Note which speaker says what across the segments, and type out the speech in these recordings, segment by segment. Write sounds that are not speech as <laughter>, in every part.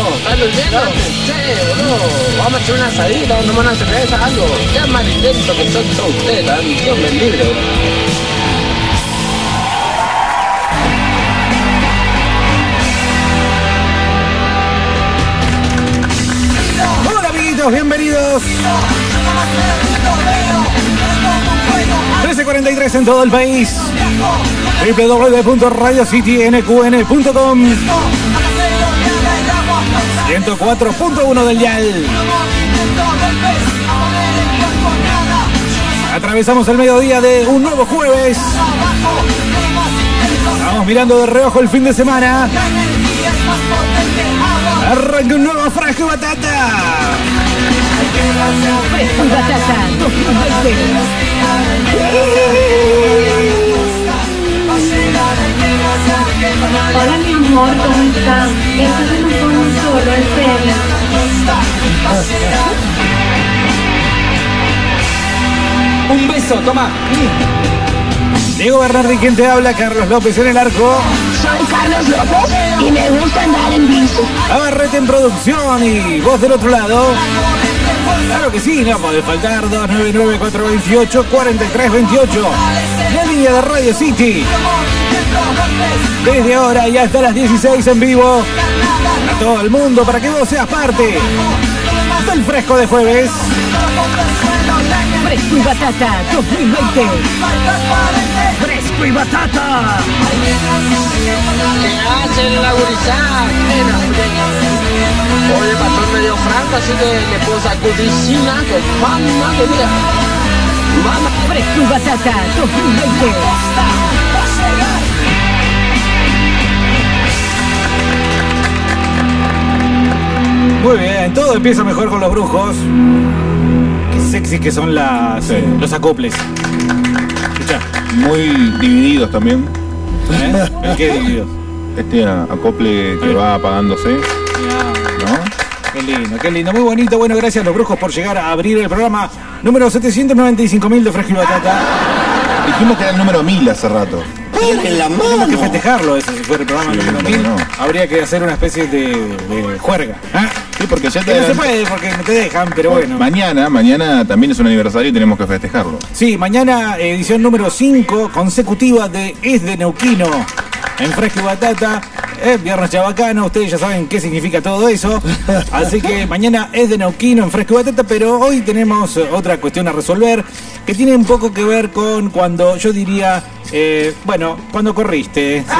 Speaker 1: olvidando. Che, boludo, vamos a hacer una asadita, vamos a tomar una cerveza, algo. Ya más lento que son todos ustedes, ¿eh? Dios me libre.
Speaker 2: Hola amiguitos, bienvenidos. 1343 en todo el país. www.radiocitynqn.com 104.1 del YAL. Atravesamos el mediodía de un nuevo jueves. Vamos mirando de reojo el fin de semana. Arranca un nuevo frasco de batata.
Speaker 3: Fresco y Batata 2020. Hola mi amor, ¿cómo estás? Esto se nos pone un solo, en serio.
Speaker 1: Un beso, toma.
Speaker 2: Diego Bernardi, quien te habla, Carlos López en el arco.
Speaker 4: Soy Carlos López y me gusta andar en bici.
Speaker 2: Abarrete en producción y vos del otro lado. Claro que sí, no puede faltar 299-428-4328. La línea de Radio City. Desde ahora y hasta las 16 en vivo. A todo el mundo para que vos seas parte del fresco de jueves.
Speaker 3: Fresco y Batata 2020.
Speaker 2: ¡Fresco y batata!
Speaker 1: ¿Qué hacen la gurizada? nena? Hoy el patrón me dio franco, así que le puedo sacudir sin nada, que mamá que mira. Mamá.
Speaker 3: Fresco y Batata 2020.
Speaker 2: Muy bien, todo empieza mejor con los brujos. Qué sexy que son las, eh,
Speaker 5: Sí.
Speaker 2: los acoples. Escucha,
Speaker 5: Muy divididos también.
Speaker 2: ¿eh?
Speaker 5: <laughs>
Speaker 2: ¿El qué dividido?
Speaker 5: Este a- acople que va apagándose, ¿no?
Speaker 2: Qué lindo, qué lindo, muy bonito. Bueno, gracias a los brujos por llegar a abrir el programa número 795.000 de Fresco y Batata.
Speaker 5: Dijimos que era el número 1000 hace rato.
Speaker 2: Tenemos que festejarlo eso, si fuera el programa
Speaker 5: Sí,
Speaker 2: número
Speaker 5: no,
Speaker 2: 1000.
Speaker 5: no.
Speaker 2: Habría que hacer una especie de, de juerga. ¿ah?
Speaker 5: Sí, porque ya te
Speaker 2: Que no se
Speaker 5: adelanté-
Speaker 2: puede porque no te dejan, pero bueno.
Speaker 5: Mañana, mañana también es un aniversario y tenemos que festejarlo.
Speaker 2: Sí, mañana eh, edición número 5 consecutiva de Es de Neuquino en Fresco y Batata. eh, viernes Chabacano, ustedes ya saben qué significa todo eso. Así que mañana es de Neuquino en Fresco y Batata, pero hoy tenemos eh, otra cuestión a resolver que tiene un poco que ver con cuando yo diría, eh, bueno, cuando corriste. ¿sí?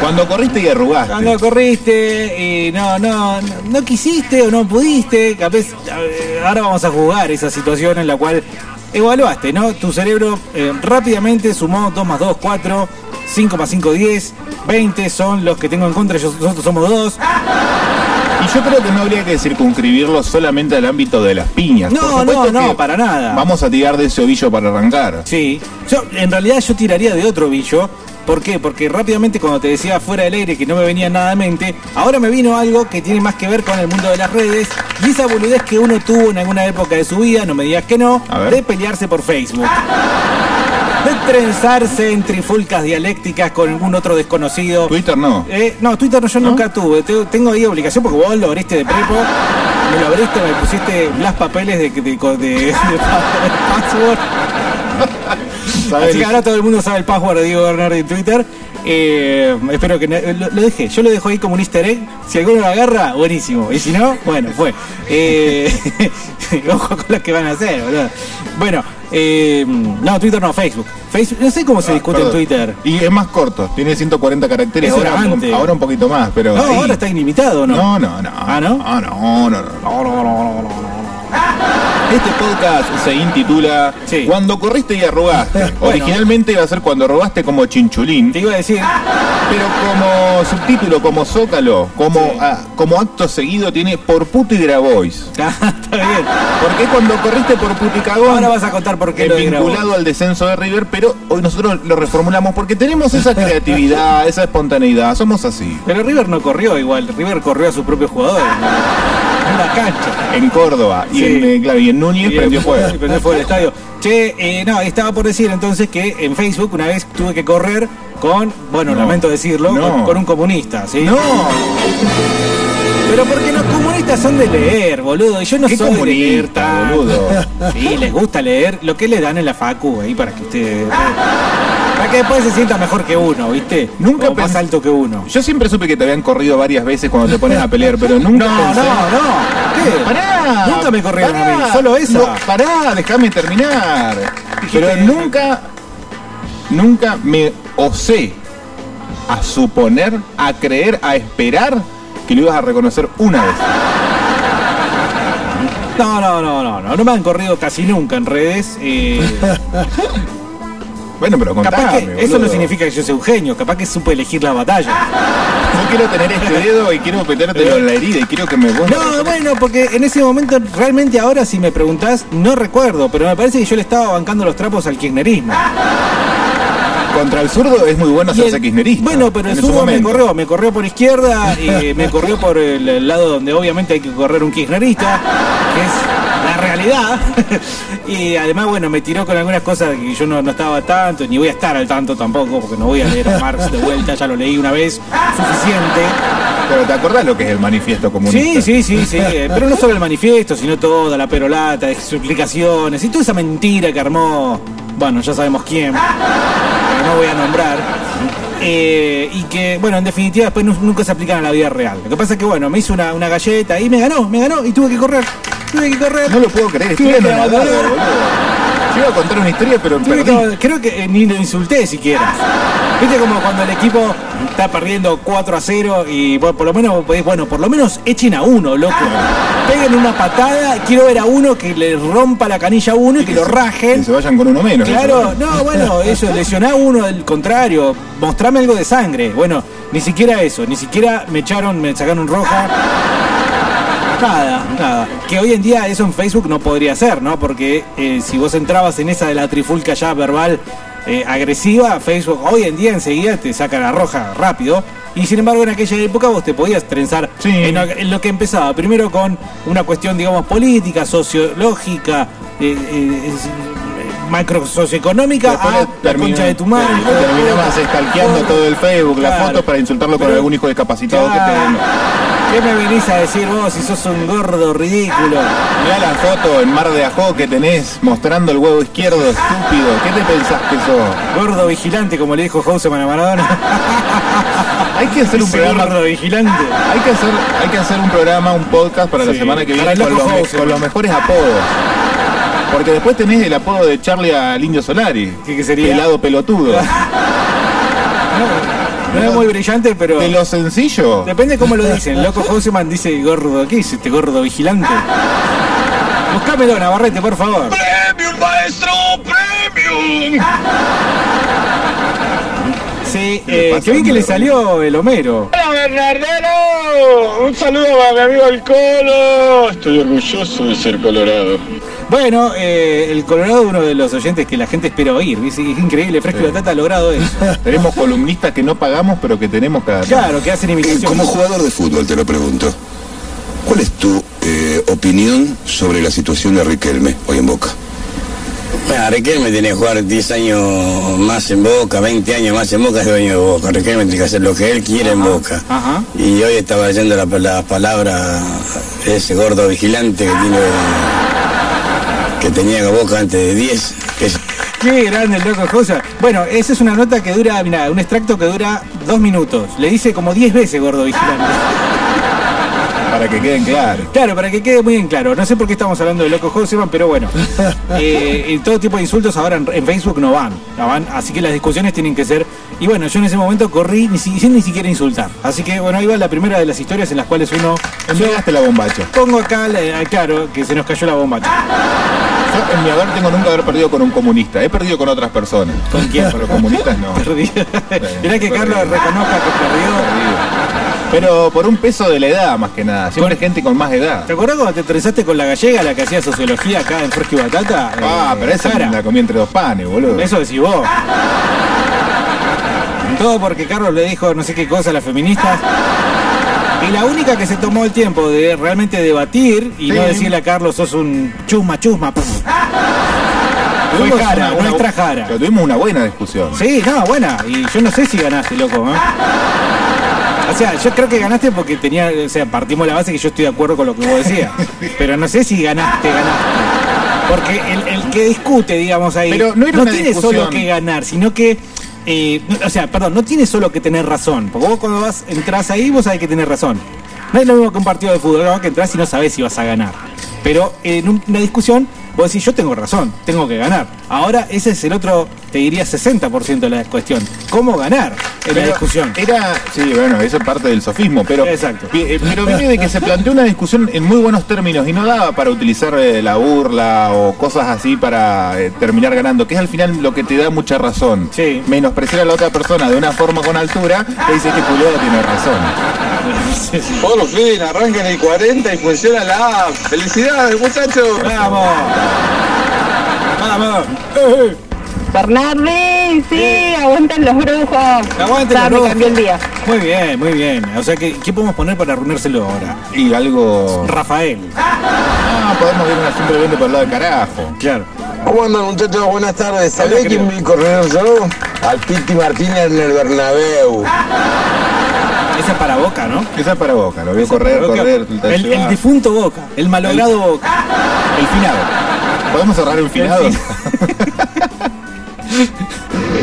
Speaker 5: Cuando corriste y arrugaste.
Speaker 2: Cuando corriste y no, no, no, no quisiste o no pudiste, capaz, eh, ahora vamos a jugar esa situación en la cual evaluaste, ¿no? Tu cerebro eh, rápidamente sumó 2 más 2, 4, 5 más 5, 10, 20 son los que tengo en contra, yo- nosotros somos dos.
Speaker 5: Y yo creo que no habría que circunscribirlo solamente al ámbito de las piñas.
Speaker 2: No,
Speaker 5: Por supuesto
Speaker 2: no, no,
Speaker 5: que
Speaker 2: para nada.
Speaker 5: Vamos a tirar de ese ovillo para arrancar.
Speaker 2: Sí, yo en realidad yo tiraría de otro billo. ¿Por qué? Porque rápidamente cuando te decía fuera del aire que no me venía nada a mente, ahora me vino algo que tiene más que ver con el mundo de las redes y esa boludez que uno tuvo en alguna época de su vida, no me digas que no,
Speaker 5: A ver.
Speaker 2: de pelearse por Facebook. De trenzarse en trifulcas dialécticas con algún otro desconocido.
Speaker 5: Twitter no.
Speaker 2: Eh, no, Twitter no, yo nunca tuve. Te- tengo ahí obligación porque vos lo abriste de prepo. Me lo abriste, me pusiste las papeles de, de, de- de- de password.
Speaker 5: ¿Sabes?
Speaker 2: Así que ahora todo el mundo sabe el password de Diego Bernardi en Twitter. Eh, espero que no- lo, lo dejé. Yo lo dejo ahí como un easter egg. Si alguno lo agarra, buenísimo. Y si no, bueno, fue. Eh, <laughs> ojo con lo que van a hacer, boludo. Bueno, eh, no, Twitter no, Facebook. Facebook. No sé cómo se
Speaker 5: Ah,
Speaker 2: discute en
Speaker 5: perdón.
Speaker 2: Twitter.
Speaker 5: Y es más corto, tiene 140 caracteres,
Speaker 2: Eso
Speaker 5: ahora,
Speaker 2: era
Speaker 5: un,
Speaker 2: antes.
Speaker 5: ahora un poquito más, pero...
Speaker 2: No,
Speaker 5: ahí-
Speaker 2: ahora está ilimitado, ¿no?
Speaker 5: No, no, no.
Speaker 2: Ah, ¿no?
Speaker 5: Ah, no, no, no, no, no, no, no, no. Este podcast se intitula
Speaker 2: Sí.
Speaker 5: Cuando corriste y
Speaker 2: <laughs>
Speaker 5: arrugaste. Originalmente iba a ser cuando arrugaste como chinchulín,
Speaker 2: Te iba a decir. <laughs> ah,
Speaker 5: pero como subtítulo, como zócalo, como, ah, como acto seguido tiene por puto y grabois.
Speaker 2: Ah, está bien.
Speaker 5: Porque es cuando corriste por puto y cagón.
Speaker 2: Ahora vas a contar por qué
Speaker 5: eh,
Speaker 2: lo de Grabois.
Speaker 5: vinculado al descenso de River, pero hoy nosotros lo reformulamos porque
Speaker 2: <laughs>
Speaker 5: tenemos esa creatividad, esa espontaneidad, somos así.
Speaker 2: Pero River no corrió igual. River corrió a sus propios jugadores. ¿no? En la cancha.
Speaker 5: En Córdoba y,
Speaker 2: Sí.
Speaker 5: en, eh, claro, y en Núñez
Speaker 2: Y
Speaker 5: prendió
Speaker 2: el-
Speaker 5: fuego.
Speaker 2: y prendió fuego el estadio. Che, eh, no, estaba por decir entonces que en Facebook una vez tuve que correr con, bueno,
Speaker 5: No.
Speaker 2: lamento decirlo,
Speaker 5: No.
Speaker 2: con, con un comunista, ¿sí?
Speaker 5: No,
Speaker 2: Pero porque los comunistas son de leer, boludo. Y yo no
Speaker 5: ¿Qué
Speaker 2: soy de leer
Speaker 5: comunista,
Speaker 2: tanto.
Speaker 5: boludo?
Speaker 2: Sí, les gusta leer lo que le dan en la facu ahí para que ustedes. Para que después se sienta mejor que uno, ¿viste?
Speaker 5: Nunca
Speaker 2: O más
Speaker 5: pens-
Speaker 2: alto que uno.
Speaker 5: Yo siempre supe que te habían corrido varias veces cuando te pones a pelear, <laughs> pero nunca
Speaker 2: No, no,
Speaker 5: pensé-
Speaker 2: no. ¿Qué?
Speaker 5: ¡Pará!
Speaker 2: Nunca me corrieron
Speaker 5: Pará.
Speaker 2: a mí, solo esa.
Speaker 5: No, pará, déjame terminar.
Speaker 2: Dijiste
Speaker 5: Pero
Speaker 2: esa.
Speaker 5: nunca, nunca me osé a suponer, a creer, a esperar que lo ibas a reconocer una vez.
Speaker 2: No, no, no, no, no. No me han corrido casi nunca en redes. eh,
Speaker 5: <laughs> Bueno, pero contame,
Speaker 2: capaz que eso
Speaker 5: boludo.
Speaker 2: no significa que yo sea un genio, capaz que supe elegir la batalla.
Speaker 5: Yo quiero tener este dedo y quiero metértelo en la herida y quiero que me vuelva.
Speaker 2: No, bueno, porque en ese momento, realmente ahora si me preguntás, no recuerdo, pero me parece que yo le estaba bancando los trapos al kirchnerismo.
Speaker 5: Contra el zurdo es muy bueno
Speaker 2: Y
Speaker 5: hacerse
Speaker 2: el-
Speaker 5: kirchnerista.
Speaker 2: Bueno, pero
Speaker 5: en
Speaker 2: el
Speaker 5: su
Speaker 2: zurdo me
Speaker 5: momento.
Speaker 2: corrió, me corrió por izquierda, <laughs> eh, me corrió por el, el lado donde obviamente hay que correr un kirchnerista, que es la realidad. <laughs> y además, bueno, me tiró con algunas cosas que yo no, no estaba tanto, ni voy a estar al tanto tampoco, porque no voy a leer a Marx de vuelta, ya lo leí una vez, suficiente.
Speaker 5: Pero ¿te acordás lo que es el manifiesto comunista?
Speaker 2: Sí, sí, sí, sí, eh, pero no solo el manifiesto, sino toda la perolata, explicaciones y toda esa mentira que armó, bueno, ya sabemos quién, pero no voy a nombrar. eh, y que, bueno, en definitiva después nu- nunca se aplican a la vida real. Lo que pasa es que, bueno, me hizo una, una galleta y me ganó, me ganó y tuve que correr, tuve que correr.
Speaker 5: No lo puedo creer, estoy
Speaker 2: Tuve que
Speaker 5: anonadado,
Speaker 2: abandonar.
Speaker 5: boludo. Yo iba a contar una historia, pero
Speaker 2: Tuve
Speaker 5: perdí.
Speaker 2: que- creo que eh, ni lo insulté siquiera. Viste como cuando el equipo está perdiendo 4 a 0 y bueno, por lo menos podés, bueno, por lo menos echen a uno, loco. Peguen una patada, quiero ver a uno que le rompa la canilla a uno y que lo
Speaker 5: Que
Speaker 2: rajen.
Speaker 5: se vayan con uno menos.
Speaker 2: Claro, no, bueno, eso, lesioná a uno, al contrario, mostrame algo de sangre. Bueno, ni siquiera eso, ni siquiera me echaron, me sacaron roja. Nada, nada. Que hoy en día eso en Facebook no podría ser, ¿no? Porque eh, si vos entrabas en esa de la trifulca ya verbal eh, agresiva, Facebook hoy en día enseguida te saca la roja rápido. Y sin embargo en aquella época vos te podías trenzar
Speaker 5: Sí.
Speaker 2: en, lo- en lo que empezaba. Primero con una cuestión, digamos, política, sociológica, eh, eh, es- macro socioeconómica,
Speaker 5: Después
Speaker 2: a ah, la
Speaker 5: termina-
Speaker 2: concha de tu madre.
Speaker 5: te- Terminabas estalqueando todo el Facebook, la
Speaker 2: Claro.
Speaker 5: foto para insultarlo con
Speaker 2: Pero-
Speaker 5: algún hijo discapacitado que te.
Speaker 2: ¿Qué me venís a decir vos si sos un gordo ridículo?
Speaker 5: Mirá la foto en Mar de Ajó que tenés mostrando el huevo izquierdo, estúpido. ¿Qué te pensás que sos?
Speaker 2: Gordo vigilante, como le dijo Houseman
Speaker 6: <laughs>
Speaker 2: a Maradona.
Speaker 5: Hay que hacer un
Speaker 2: Ese
Speaker 5: programa.
Speaker 2: gordo vigilante.
Speaker 5: Hay que, hacer, hay que hacer un programa, un podcast para la
Speaker 2: Sí,
Speaker 5: semana que
Speaker 2: para
Speaker 5: viene
Speaker 2: el
Speaker 5: con
Speaker 2: Loco
Speaker 5: los, me-
Speaker 2: House,
Speaker 5: con los mejores apodos. Porque después tenés el apodo de Charlie al Indio Solari.
Speaker 2: ¿Qué- qué sería?
Speaker 5: Pelado pelotudo.
Speaker 2: No es muy brillante, pero
Speaker 5: De lo sencillo.
Speaker 2: depende cómo lo dicen. Loco Houseman dice gordo. ¿Qué dice este gordo vigilante? Buscámelo, Navarrete, por favor.
Speaker 7: Premium, maestro, premium.
Speaker 2: Sí,
Speaker 5: ¿Qué le
Speaker 2: eh,
Speaker 5: pasa,
Speaker 2: qué bien que le
Speaker 5: hombre?
Speaker 2: salió el Homero.
Speaker 7: Hola, Bernardero. Un saludo para mi amigo el Colo. Estoy orgulloso de ser colorado.
Speaker 2: Bueno, eh, el Colorado es uno de los oyentes que la gente espera oír. dice, Es increíble, Fresco y Batata ha logrado eso.
Speaker 6: <laughs>
Speaker 5: Tenemos columnistas que no pagamos, pero que tenemos cada tanto.
Speaker 2: Claro, que hacen
Speaker 6: Eh,
Speaker 2: imitaciones.
Speaker 6: Como jugador de fútbol te lo pregunto. ¿Cuál es tu eh, opinión sobre la situación de Riquelme hoy en Boca?
Speaker 8: Bueno, Riquelme tiene que jugar 10 años más en Boca, 20 años más en Boca, es dueño de Boca. Riquelme tiene que hacer lo que él quiere en Boca.
Speaker 2: ajá.
Speaker 8: Y hoy estaba leyendo la, la palabra de ese gordo vigilante que tiene que tenía en Boca antes de 10. que es-
Speaker 2: Qué grande el loco Cosa. Bueno, esa es una nota que dura, mira, un extracto que dura dos minutos. Le dice como diez veces gordo vigilante.
Speaker 5: Para que queden claros.
Speaker 2: Claro, para que quede muy en claro. No sé por qué estamos hablando de loco Joseman, pero bueno. Eh, y todo tipo de insultos ahora en, en Facebook no van, no van. Así que las discusiones tienen que ser. Y bueno, yo en ese momento corrí ni, si- sin ni siquiera insultar. Así que bueno, ahí va la primera de las historias en las cuales uno.
Speaker 5: Enviaste la bombacha.
Speaker 2: Pongo acá, la- claro, que se nos cayó la bomba. <laughs>
Speaker 5: Yo en mi haber tengo nunca haber perdido con un comunista. He perdido con otras personas.
Speaker 2: ¿Con quién?
Speaker 5: Pero comunistas no.
Speaker 2: Perdí. Mirá que Carlos reconozca que perdió.
Speaker 5: Perdido. Pero por un peso de la edad, más que nada. Siempre hay gente con más edad.
Speaker 2: ¿Te acuerdas cuando te trenzaste con la gallega, la que hacía sociología acá en Fresco y Batata?
Speaker 5: Ah,
Speaker 2: Eh,
Speaker 5: pero esa
Speaker 2: Sara.
Speaker 5: la comí entre dos panes, boludo.
Speaker 2: Eso decís vos. Todo porque Carlos le dijo no sé qué cosa a las feministas. Y la única que se tomó el tiempo de realmente debatir y
Speaker 5: Sí.
Speaker 2: no decirle a Carlos sos un chusma, chusma. pf".
Speaker 5: Fue
Speaker 2: Tuvimos
Speaker 5: Jara,
Speaker 2: una-
Speaker 5: una-
Speaker 2: nuestra Jara.
Speaker 5: Pero tuvimos una buena discusión.
Speaker 2: Sí, no, buena. Y yo no sé si ganaste, loco. ¿eh? Así sea, yo creo que ganaste porque tenía, o sea, partimos la base que yo estoy de acuerdo con lo que vos decías. Pero no sé si ganaste, ganaste. Porque el, el que discute, digamos, ahí,
Speaker 5: Pero no era una
Speaker 2: tiene
Speaker 5: discusión.
Speaker 2: solo que ganar, sino que. eh, no- o sea, perdón, no tiene solo que tener razón. Porque vos cuando vas, entras ahí, vos sabés que tenés razón. No es lo mismo que un partido de fútbol, ¿no? que entras y no sabés si vas a ganar. Pero eh, en un- una discusión, vos decís, yo tengo razón, tengo que ganar. Ahora, ese es el otro, te diría, 60% de la cuestión. ¿Cómo ganar en la
Speaker 5: Pero
Speaker 2: discusión?
Speaker 5: Era, sí, bueno, eso es parte del sofismo, pero.
Speaker 2: Exacto.
Speaker 5: vi- eh, Pero viene de que se planteó una discusión en muy buenos términos y no daba para utilizar eh, la burla o cosas así para eh, terminar ganando, que es al final lo que te da mucha razón.
Speaker 2: Sí.
Speaker 5: Menospreciar a la otra persona de una forma con altura, te dice que culiado tiene razón.
Speaker 7: Por fin, arranca en el 40 y funciona la app. ¡Felicidades, muchachos!
Speaker 2: ¡Vamos! ¡Vamos!
Speaker 4: Fernández, sí, aguanten los brujos.
Speaker 2: Aguante,
Speaker 4: Ya,
Speaker 2: los
Speaker 4: me cambió el
Speaker 2: brujos.
Speaker 4: día.
Speaker 2: Muy bien, muy bien. O sea, que ¿qué podemos poner para reunírselo ahora?
Speaker 5: Y algo.
Speaker 2: Rafael.
Speaker 5: Ah, podemos ver una siempre vende por el lado de carajo.
Speaker 2: Claro.
Speaker 9: ¿Cómo andan muchachos? Buenas tardes. ¿Sabés
Speaker 2: Hola,
Speaker 9: quién
Speaker 2: querido.
Speaker 9: vi correr yo? Al Piti Martínez en el Bernabéu.
Speaker 2: Esa es para Boca, ¿no?
Speaker 5: Esa es para boca, lo veo correr,
Speaker 2: Boca.
Speaker 5: correr, te
Speaker 2: el,
Speaker 5: lleva.
Speaker 2: el difunto Boca, el malogrado Boca.
Speaker 5: El finado. ¿Podemos cerrar un finado? <laughs>
Speaker 2: El fin-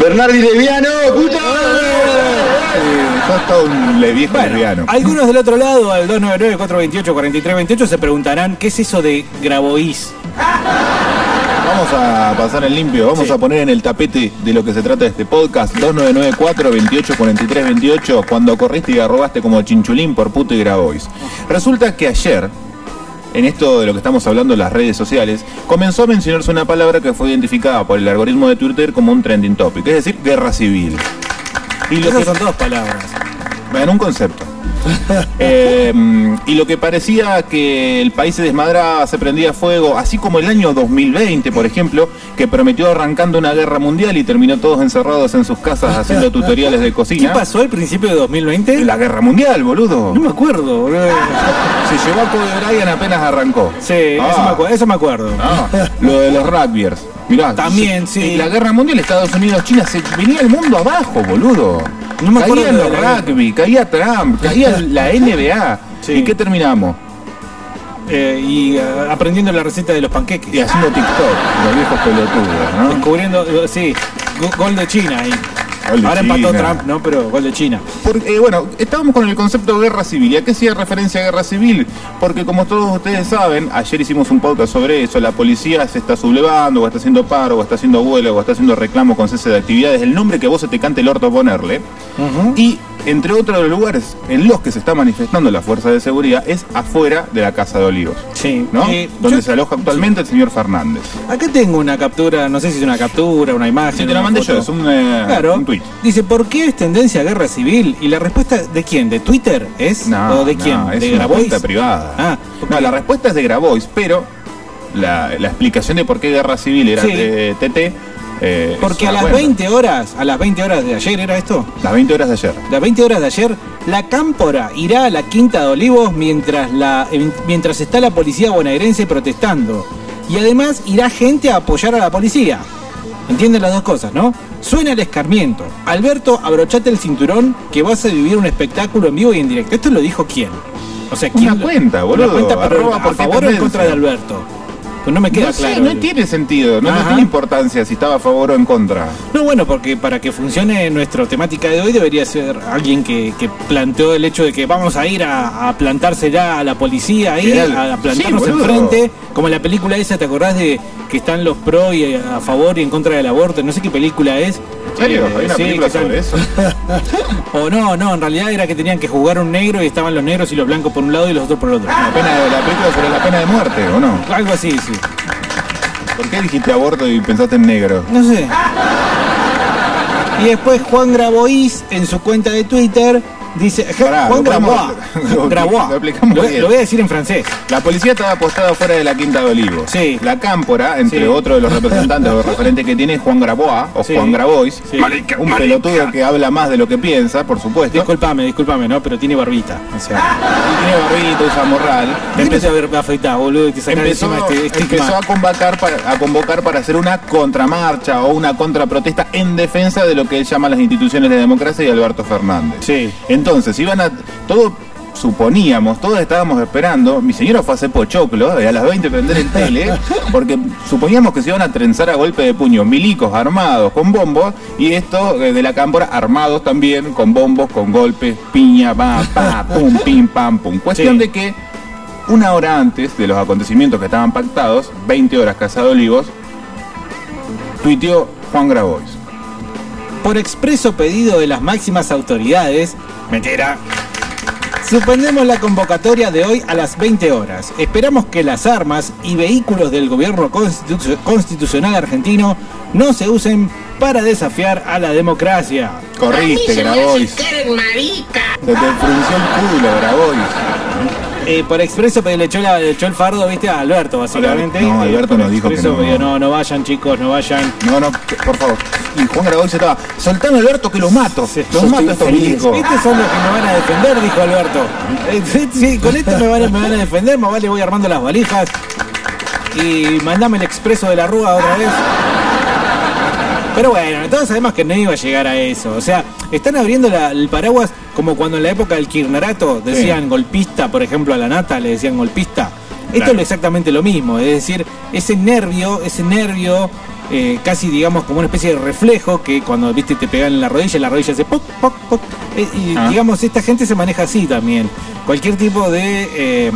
Speaker 9: Bernardi Leviano, puta.
Speaker 5: Eh, sos todo un leviejo
Speaker 2: Bueno,
Speaker 5: lesbiano.
Speaker 2: algunos del otro lado, al 299-428-4328, se preguntarán qué es eso de Graboís.
Speaker 5: Vamos a pasar en limpio, vamos
Speaker 2: Sí.
Speaker 5: a poner en el tapete de lo que se trata este podcast 2994 28 43 28 cuando corriste y arrobaste como chinchulín por puto y grabois. Resulta que ayer, en esto de lo que estamos hablando en las redes sociales, comenzó a mencionarse una palabra que fue identificada por el algoritmo de Twitter como un trending topic, es decir, guerra civil. Y lo
Speaker 2: Esas
Speaker 5: que-
Speaker 2: son dos palabras.
Speaker 5: en un concepto.
Speaker 2: <laughs>
Speaker 5: Eh, y lo que parecía que el país se desmadraba, se prendía fuego, así como el año 2020, por ejemplo, que prometió arrancando una guerra mundial y terminó todos encerrados en sus casas haciendo tutoriales de
Speaker 2: ¿Qué
Speaker 5: cocina.
Speaker 2: pasó al principio de 2020?
Speaker 5: La guerra mundial, boludo.
Speaker 2: No me acuerdo, boludo.
Speaker 5: Se llevó a Kobe Bryant apenas arrancó.
Speaker 2: Sí,
Speaker 5: Ah.
Speaker 2: eso, me acuerdo, eso me acuerdo.
Speaker 5: Ah, lo de los rugbyers. Mirá.
Speaker 2: También, sí.
Speaker 5: En la guerra mundial, Estados Unidos, China, se venía el mundo abajo, boludo.
Speaker 2: No me acuerdo
Speaker 5: caían
Speaker 2: de
Speaker 5: los
Speaker 2: la
Speaker 5: rugby, caía Trump, caía la NBA.
Speaker 2: Sí.
Speaker 5: ¿Y qué terminamos?
Speaker 2: Eh, y ah, aprendiendo la receta de los panqueques.
Speaker 5: Y haciendo TikTok, los viejos pelotudos, ¿no?
Speaker 2: Descubriendo, eh, sí, go- gol de China ahí.
Speaker 5: Gol de
Speaker 2: Ahora
Speaker 5: China.
Speaker 2: empató Trump, ¿no? Pero gol de China.
Speaker 5: Porque, eh, bueno, estábamos con el concepto de guerra civil. ¿Y a qué hacía referencia a guerra civil? Porque como todos ustedes saben, ayer hicimos un podcast sobre eso, la policía se está sublevando, o está haciendo paro, o está haciendo huelga, o está haciendo reclamo con cese de actividades, el nombre que vos se te cante el orto ponerle. Y entre otros lugares en los que se está manifestando la fuerza de seguridad es afuera de la Casa de Olivos.
Speaker 2: Sí.
Speaker 5: ¿No?
Speaker 2: Eh,
Speaker 5: Donde
Speaker 2: yo-
Speaker 5: se aloja actualmente el señor Fernández.
Speaker 2: Acá tengo una captura, no sé si es una captura, una imagen.
Speaker 5: Si te
Speaker 2: una
Speaker 5: la mandé
Speaker 2: foto.
Speaker 5: yo, es un, eh,
Speaker 2: Claro.
Speaker 5: un tweet.
Speaker 2: Dice, ¿por qué es tendencia a guerra civil? Y la respuesta de quién, de Twitter es
Speaker 5: No,
Speaker 2: o de
Speaker 5: no,
Speaker 2: quién,
Speaker 5: es
Speaker 2: de
Speaker 5: una
Speaker 2: Grabois.
Speaker 5: cuenta privada.
Speaker 2: Ah,
Speaker 5: no, la respuesta es de Grabois, pero la, la explicación de por qué Guerra Civil era
Speaker 2: Sí.
Speaker 5: de TT. eh, es
Speaker 2: Porque
Speaker 5: una
Speaker 2: a las
Speaker 5: cuenta.
Speaker 2: 20 horas, a las 20 horas de ayer era esto.
Speaker 5: Las 20 horas de ayer.
Speaker 2: Las 20 horas de ayer, la cámpora irá a la Quinta de Olivos mientras, la, eh, mientras está la policía bonaerense protestando. Y además irá gente a apoyar a la policía. ¿Entienden las dos cosas, no? Suena el escarmiento. Alberto, abrochate el cinturón que vas a vivir un espectáculo en vivo y en directo. ¿Esto lo dijo quién? O sea, ¿quién?
Speaker 5: Una
Speaker 2: lo-
Speaker 5: cuenta, boludo.
Speaker 2: Una cuenta, pero
Speaker 5: Arroba
Speaker 2: ¿a
Speaker 5: porque
Speaker 2: favor o en
Speaker 5: tendencia.
Speaker 2: contra de Alberto? Pues no me queda
Speaker 5: no sé,
Speaker 2: claro.
Speaker 5: no
Speaker 2: el-
Speaker 5: tiene sentido, no, no
Speaker 2: Ajá.
Speaker 5: tiene importancia si estaba a favor o en contra.
Speaker 2: No, bueno, porque para que funcione nuestra temática de hoy debería ser alguien que, que planteó el hecho de que vamos a ir a, a plantarse ya a la policía ahí,
Speaker 5: Era el-
Speaker 2: a plantarnos
Speaker 5: sí, boludo.
Speaker 2: enfrente, como la película esa, ¿te acordás de que están los pro y a favor y en contra del aborto? No sé qué película es.
Speaker 5: ¿En serio?
Speaker 2: Eh,
Speaker 5: ¿Hay una
Speaker 2: sí,
Speaker 5: película
Speaker 2: que están-
Speaker 5: sobre eso?
Speaker 2: O no, no, en realidad era que tenían que jugar un negro y estaban los negros y los blancos por un lado y los otros por el otro.
Speaker 5: La, pena de- la película sobre la pena de muerte, ¿o no?
Speaker 2: Algo así, sí.
Speaker 5: ¿Por qué dijiste aborto y pensaste en negro?
Speaker 2: No sé. Y después Juan Grabois en su cuenta de Twitter dice.
Speaker 5: Pará,
Speaker 2: Juan
Speaker 5: lo
Speaker 2: Grabois.
Speaker 5: podemos- <laughs> lo-
Speaker 2: Grabois.
Speaker 5: lo aplicamos
Speaker 2: Lo,
Speaker 5: bien.
Speaker 2: lo voy a decir en francés.
Speaker 5: La policía estaba apostada fuera de la Quinta de Olivos.
Speaker 2: Sí.
Speaker 5: La Cámpora, entre
Speaker 2: Sí.
Speaker 5: otros de los representantes o referentes que tiene, es Juan Graboa o
Speaker 2: Sí.
Speaker 5: Juan Grabois.
Speaker 2: Sí.
Speaker 5: un pelotudo que habla más de lo que piensa, por supuesto.
Speaker 2: Disculpame, disculpame, ¿no? Pero tiene barbita. O sea,
Speaker 5: Y tiene barbito, usa morral.
Speaker 2: te empecé a ver afeitado, boludo, y te sacaron
Speaker 5: Empezó,
Speaker 2: encima este estigma.
Speaker 5: empezó a, convocar para, a convocar para hacer una contramarcha o una contraprotesta en defensa de lo que él llama las instituciones de democracia y Alberto Fernández.
Speaker 2: Sí.
Speaker 5: En Entonces, iban a. Todo suponíamos, todos estábamos esperando. Mi señora fue a hacer pochoclo, eh, a las 20 prender el tele, porque suponíamos que se iban a trenzar a golpe de puño. Milicos armados con bombos y esto eh, de la cámpora armados también con bombos, con golpes, piña, pa, pa, pum, pim, pam, pum. Cuestión
Speaker 2: Sí.
Speaker 5: de que una hora antes de los acontecimientos que estaban pactados, 20 horas Casa de Olivos, tuiteó Juan Grabois.
Speaker 2: Por expreso pedido de las máximas autoridades, mentira, suspendemos la convocatoria de hoy a las 20 horas. Esperamos que las armas y vehículos del gobierno constitu- constitucional argentino no se usen para desafiar a la democracia.
Speaker 5: Corriste, Grabois. Se te frunció el culo, Grabois.
Speaker 2: Eh, por expreso pe- le echó, la- le echó el fardo, viste, a Alberto, básicamente.
Speaker 5: No, Alberto
Speaker 2: por
Speaker 5: nos dijo que
Speaker 2: expreso
Speaker 5: no.
Speaker 2: pidió, no, no vayan chicos, no vayan.
Speaker 5: No, no, por favor. Y Juan Grabois estaba, soltame Alberto que los mato.
Speaker 2: Sí.
Speaker 5: los
Speaker 2: Yo
Speaker 5: mato
Speaker 2: estoy
Speaker 5: a estos
Speaker 2: feliz.
Speaker 5: milicos.
Speaker 2: Estos son los que me van a defender, dijo Alberto. Eh, sí, sí, con esto me van, a, me van a defender, más vale voy armando las valijas. Y mandame el expreso de la Rúa otra vez. Pero bueno, todos sabemos que no iba a llegar a eso. O sea, están abriendo la- el paraguas como cuando en la época del kirnerato decían golpista, por ejemplo, a la nata le decían golpista. Esto
Speaker 5: Claro.
Speaker 2: es exactamente lo mismo. Es decir, ese nervio, ese nervio, eh, casi digamos como una especie de reflejo que cuando viste te pegan en la rodilla, la rodilla hace poc, poc, poc. Eh, y
Speaker 5: Ah.
Speaker 2: digamos, esta gente se maneja así también. Cualquier tipo de eh,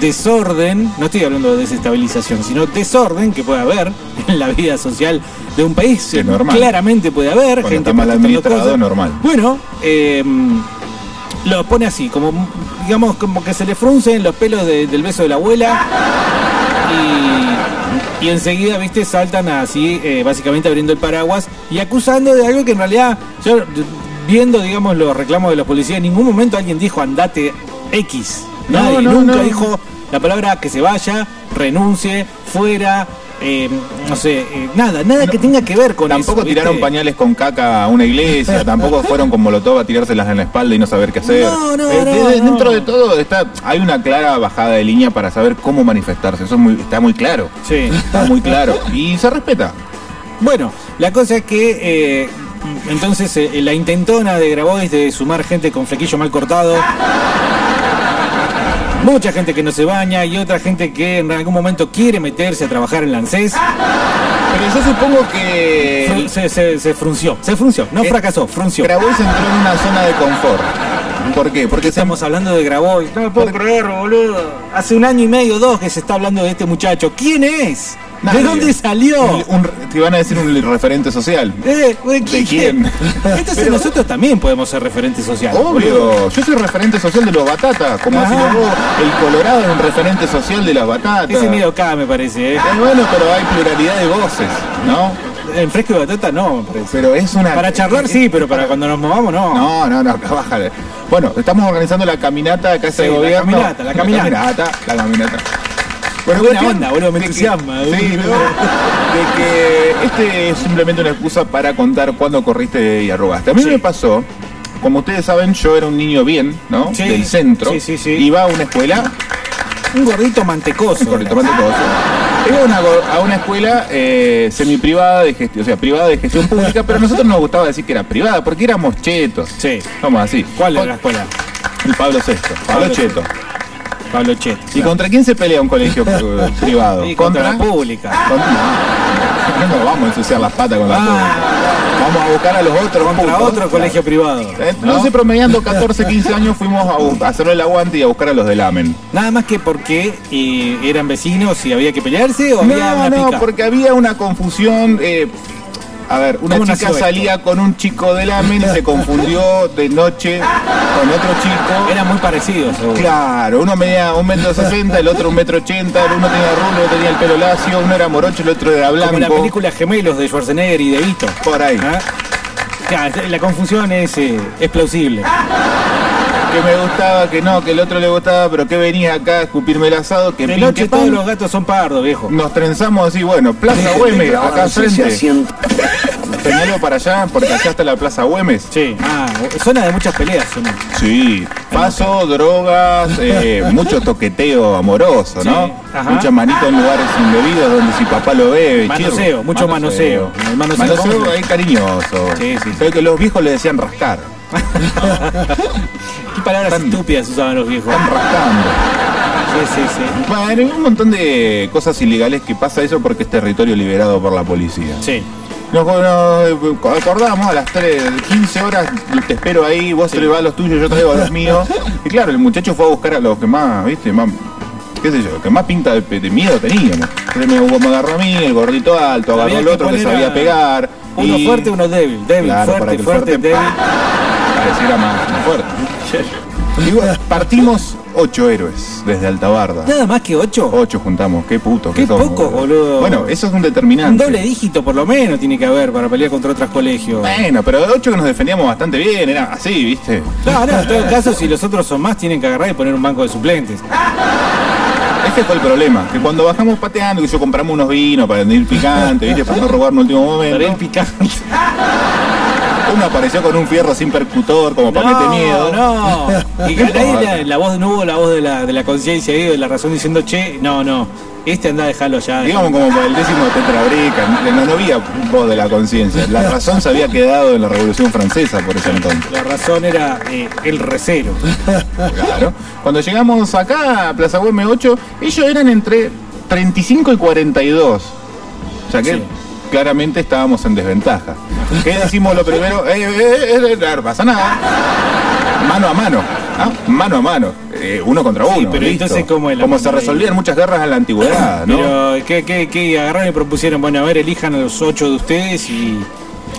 Speaker 2: desorden, no estoy hablando de desestabilización, sino desorden que puede haber en la vida social de un país.
Speaker 5: Que es normal.
Speaker 2: Claramente puede haber
Speaker 5: Cuando
Speaker 2: gente
Speaker 5: está mal
Speaker 2: protestando
Speaker 5: administrado, normal.
Speaker 2: Bueno, eh, lo pone así, como digamos como que se le fruncen los pelos de- del beso de la abuela y, y enseguida, viste, saltan así, eh, básicamente abriendo el paraguas y acusando de algo que en realidad, yo viendo, digamos, los reclamos de los policías, en ningún momento alguien dijo andate X.
Speaker 5: No,
Speaker 2: Nadie
Speaker 5: no,
Speaker 2: nunca
Speaker 5: no.
Speaker 2: dijo la palabra que se vaya, renuncie, fuera, eh, no sé, eh, nada, nada que tenga que ver con
Speaker 5: Tampoco
Speaker 2: eso, ¿viste?
Speaker 5: tiraron pañales con caca a una iglesia, tampoco fueron con molotov a tirárselas en la espalda y no saber qué hacer. Eh,
Speaker 2: No, no, no,
Speaker 5: de-
Speaker 2: no.
Speaker 5: Dentro de todo está, hay una clara bajada de línea para saber cómo manifestarse. Eso es muy- está muy claro.
Speaker 2: Sí.
Speaker 5: Está muy claro. Y se respeta.
Speaker 2: Bueno, la cosa es que eh, entonces eh, la intentona de Grabois de sumar gente con flequillo mal cortado, mucha gente que no se baña y otra gente que en algún momento quiere meterse a trabajar en la ANSES,
Speaker 5: Ah, Pero yo supongo que.
Speaker 2: fru- se, se- se frunció, se frunció, no
Speaker 5: Eh,
Speaker 2: fracasó, frunció.
Speaker 5: Grabois entró en una zona de confort. ¿Por qué? Porque se-
Speaker 2: Estamos hablando de Grabois, no me puedo creer, boludo. Hace un año y medio, dos que se está hablando de este muchacho. ¿Quién es?
Speaker 5: Nadie.
Speaker 2: ¿De dónde salió?
Speaker 5: Un- un- te van a decir un referente social.
Speaker 2: Eh, güey,
Speaker 5: ¿De quién?
Speaker 2: Entonces nosotros también podemos ser referentes sociales. boludo.
Speaker 5: Obvio, yo soy referente social de los batatas, como
Speaker 2: Ajá.
Speaker 5: así vos, el Colorado es un referente social de las batatas.
Speaker 2: Ese miedo acá me parece, ¿eh?
Speaker 5: Es bueno, pero hay pluralidad de voces, ¿no?
Speaker 2: En fresco y batata no, me parece.
Speaker 5: Pero es una...
Speaker 2: Para charlar sí, pero para cuando nos movamos no.
Speaker 5: No, no, no, acá bájale. Bueno, estamos organizando la caminata de Casa
Speaker 2: Sí,
Speaker 5: de
Speaker 2: la
Speaker 5: Gobierno.
Speaker 2: caminata, la caminata.
Speaker 5: La caminata, la caminata.
Speaker 2: Buena
Speaker 5: cuestión
Speaker 2: onda, boludo, me
Speaker 5: de que-
Speaker 2: entusiasma,
Speaker 5: sí,
Speaker 2: boludo.
Speaker 5: ¿no? De que este es simplemente una excusa para contar cuándo corriste y arrogaste. A mí
Speaker 2: Sí.
Speaker 5: me pasó, como ustedes saben, yo era un niño bien, ¿no?
Speaker 2: Sí.
Speaker 5: Del centro.
Speaker 2: Sí, sí, sí.
Speaker 5: Iba a una escuela
Speaker 2: Un gordito mantecoso.
Speaker 5: por el
Speaker 2: era.
Speaker 5: tomate todo. Iba a una, go- a una escuela eh, semiprivada de gestión, o sea, privada de gestión pública, pero a nosotros nos gustaba decir que era privada, porque éramos chetos.
Speaker 2: Sí.
Speaker 5: Vamos así.
Speaker 2: ¿Cuál era
Speaker 5: Con-
Speaker 2: la escuela?
Speaker 5: El Pablo VI. Pablo,
Speaker 2: Pablo
Speaker 5: Cheto.
Speaker 2: Pablo Cheto.
Speaker 5: ¿Y contra quién se pelea un <laughs> colegio eh, privado?
Speaker 2: Sí, contra la pública.
Speaker 5: Contra- Ah, No, no nos vamos a ensuciar las patas con la
Speaker 2: Ah.
Speaker 5: pública. Vamos a buscar a los otros.
Speaker 2: Contra
Speaker 5: putos. Eh,
Speaker 2: otro colegio privado.
Speaker 5: Entonces,
Speaker 2: ¿no?
Speaker 5: promediando 14, 15 años, fuimos a, bu- a hacerle el aguante y a buscar a los del AMEN.
Speaker 2: Nada más que porque eh, eran vecinos y había que pelearse o había
Speaker 5: No,
Speaker 2: una
Speaker 5: no,
Speaker 2: pica.
Speaker 5: porque había una confusión. eh, a ver, una
Speaker 2: ¿Cómo nació
Speaker 5: chica
Speaker 2: esto?
Speaker 5: salía con un chico del AMEN y se confundió de noche con otro chico.
Speaker 2: Eran muy parecidos, seguro.
Speaker 5: Claro, uno medía un metro sesenta, el otro un metro ochenta, el uno tenía rulo, el otro tenía el pelo lacio, uno era morocho, el otro era
Speaker 2: Como la
Speaker 5: blanco.
Speaker 2: película Gemelos de Schwarzenegger y de Vito.
Speaker 5: Por ahí.
Speaker 2: ¿Ah? Claro, La confusión es, eh, es plausible.
Speaker 5: Ah, Que me gustaba, que no, que el otro le gustaba, pero que venía acá a escupirme el asado, que
Speaker 2: De
Speaker 5: pin,
Speaker 2: noche
Speaker 5: que
Speaker 2: todos
Speaker 5: pan.
Speaker 2: los gatos son pardos, viejo.
Speaker 5: Nos trenzamos así, bueno,
Speaker 2: <laughs>
Speaker 5: Plaza Güemes, acá frente. Señalo para allá, porque allá está la Plaza Güemes.
Speaker 2: Sí. Ah, zona de muchas peleas. ¿o no?
Speaker 5: Sí, paso, drogas,
Speaker 2: <laughs>
Speaker 5: eh, mucho toqueteo amoroso, ¿no?
Speaker 2: Sí, ajá.
Speaker 5: Mucha manito en lugares indebidos donde si papá lo bebe.
Speaker 2: Manoseo,
Speaker 5: chirro.
Speaker 2: mucho manoseo. El manoseo,
Speaker 5: Manoseo
Speaker 2: ¿cómo?
Speaker 5: ahí cariñoso.
Speaker 2: Sí, sí, sí.
Speaker 5: Pero que los viejos le decían rascar.
Speaker 2: Qué palabras
Speaker 5: Tan-
Speaker 2: estúpidas usaban los viejos.
Speaker 5: Están rascando.
Speaker 2: Sí, sí, sí.
Speaker 5: Bueno, un montón de cosas ilegales que pasa eso porque es territorio liberado por la policía.
Speaker 2: Sí.
Speaker 5: Nos, nos acordamos a las 3, 15 horas, te espero ahí, vos te vas a los tuyos, yo traigo
Speaker 2: <laughs>
Speaker 5: a los míos. Y claro, el muchacho fue a buscar a los que más, viste, más, qué sé yo, que más pinta de, de miedo teníamos. Entonces me, me agarró a mí, el gordito alto, agarró
Speaker 2: Había
Speaker 5: al
Speaker 2: que
Speaker 5: otro que
Speaker 2: poner
Speaker 5: sabía
Speaker 2: a-
Speaker 5: pegar.
Speaker 2: Uno
Speaker 5: y-
Speaker 2: fuerte, uno débil. Débil,
Speaker 5: Claro, para
Speaker 2: fuerte,
Speaker 5: que el
Speaker 2: fuerte,
Speaker 5: fuerte-
Speaker 2: débil.
Speaker 5: pareciera más, más fuerte.
Speaker 2: <laughs>
Speaker 5: Y bueno, partimos ocho héroes desde Altabarda.
Speaker 2: Nada más que ocho.
Speaker 5: Ocho juntamos, qué puto.
Speaker 2: Qué poco, boludo.
Speaker 5: Bueno, eso es un
Speaker 2: Un
Speaker 5: determinante.
Speaker 2: doble dígito por lo menos tiene que haber para pelear contra otros colegios.
Speaker 5: Bueno, pero de ocho que nos defendíamos bastante bien, era así, ¿viste?
Speaker 2: No, no, en todo caso, si los otros son más, tienen que agarrar y poner un banco de suplentes.
Speaker 5: Ese fue el problema, que cuando bajamos pateando, que yo compramos unos vinos para ir picante, ¿viste? Para no robar en el último
Speaker 2: Para ir
Speaker 5: momento.
Speaker 2: picante.
Speaker 5: Uno apareció con un fierro sin percutor, como para meter miedo.
Speaker 2: no.
Speaker 5: <laughs>
Speaker 2: Y que nadie la, la voz, no hubo la voz de la, de la conciencia ahí, de la razón diciendo, che, no, no, este anda a dejarlo ya.
Speaker 5: Digamos como para el décimo tetrabrica, no, no había voz de la conciencia. La razón se había quedado en la Revolución Francesa por ese entonces.
Speaker 2: La razón era eh, el recero.
Speaker 5: Claro. Cuando llegamos acá a Plaza Güemes 8, ellos eran entre 35 y 42. O sea que
Speaker 2: Sí.
Speaker 5: claramente estábamos en desventaja. ¿Qué decimos lo primero? Eh, eh, eh, eh, no pasa nada. Mano a mano. ¿ah? Mano a mano. Eh, uno contra uno.
Speaker 2: pero
Speaker 5: listo.
Speaker 2: entonces, ¿cómo es la
Speaker 5: Como
Speaker 2: mano
Speaker 5: se
Speaker 2: ahí?
Speaker 5: resolvían muchas guerras en la antigüedad, Ah, ¿no?
Speaker 2: Pero, ¿qué, qué, qué agarraron y propusieron? Bueno, a ver, elijan a los ocho de ustedes y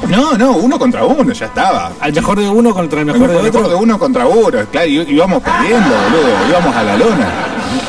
Speaker 5: No, no, uno contra uno, ya estaba.
Speaker 2: al mejor de uno contra el mejor,
Speaker 5: Mejor,
Speaker 2: de otro.
Speaker 5: de uno contra uno, claro, y- íbamos perdiendo, boludo, íbamos a la lona.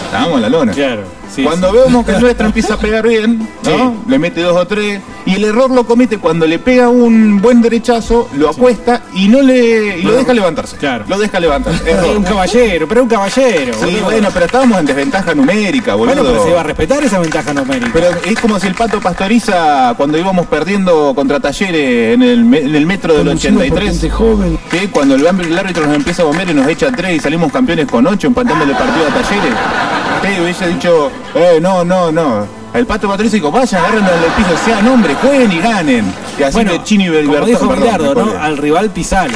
Speaker 5: Estábamos a la lona.
Speaker 2: Claro, sí,
Speaker 5: cuando
Speaker 2: sí.
Speaker 5: vemos que el nuestro empieza a pegar bien, ¿no?
Speaker 2: Sí.
Speaker 5: Le mete dos o tres, y el error lo comete cuando le pega un buen derechazo, lo acuesta y no le. y lo deja levantarse.
Speaker 2: Claro.
Speaker 5: Lo deja levantarse.
Speaker 2: Era
Speaker 5: Error.
Speaker 2: un caballero, pero era un caballero.
Speaker 5: Sí,
Speaker 2: boludo.
Speaker 5: bueno, pero estábamos en desventaja numérica, boludo.
Speaker 2: Bueno, pero se iba a respetar esa ventaja numérica.
Speaker 5: Pero es como si el pato pastoriza cuando íbamos perdiendo contra talleres en el, me- en el metro del 83.
Speaker 9: joven.
Speaker 5: Que cuando el, ámb- el árbitro nos empieza a bombear y nos echa tres y salimos campeones con ocho empatando el partido a talleres. Te hubiese dicho, eh, no, no, no. El pato Patricio dijo, vaya, agarren del piso, sean hombres, jueguen y ganen. Y así
Speaker 2: bueno,
Speaker 5: que Chini Bel-
Speaker 2: como
Speaker 5: Bertón,
Speaker 2: dijo
Speaker 5: perdón,
Speaker 2: Bilardo,
Speaker 5: me
Speaker 2: ¿no?
Speaker 5: colgué.
Speaker 2: Al rival pisalo.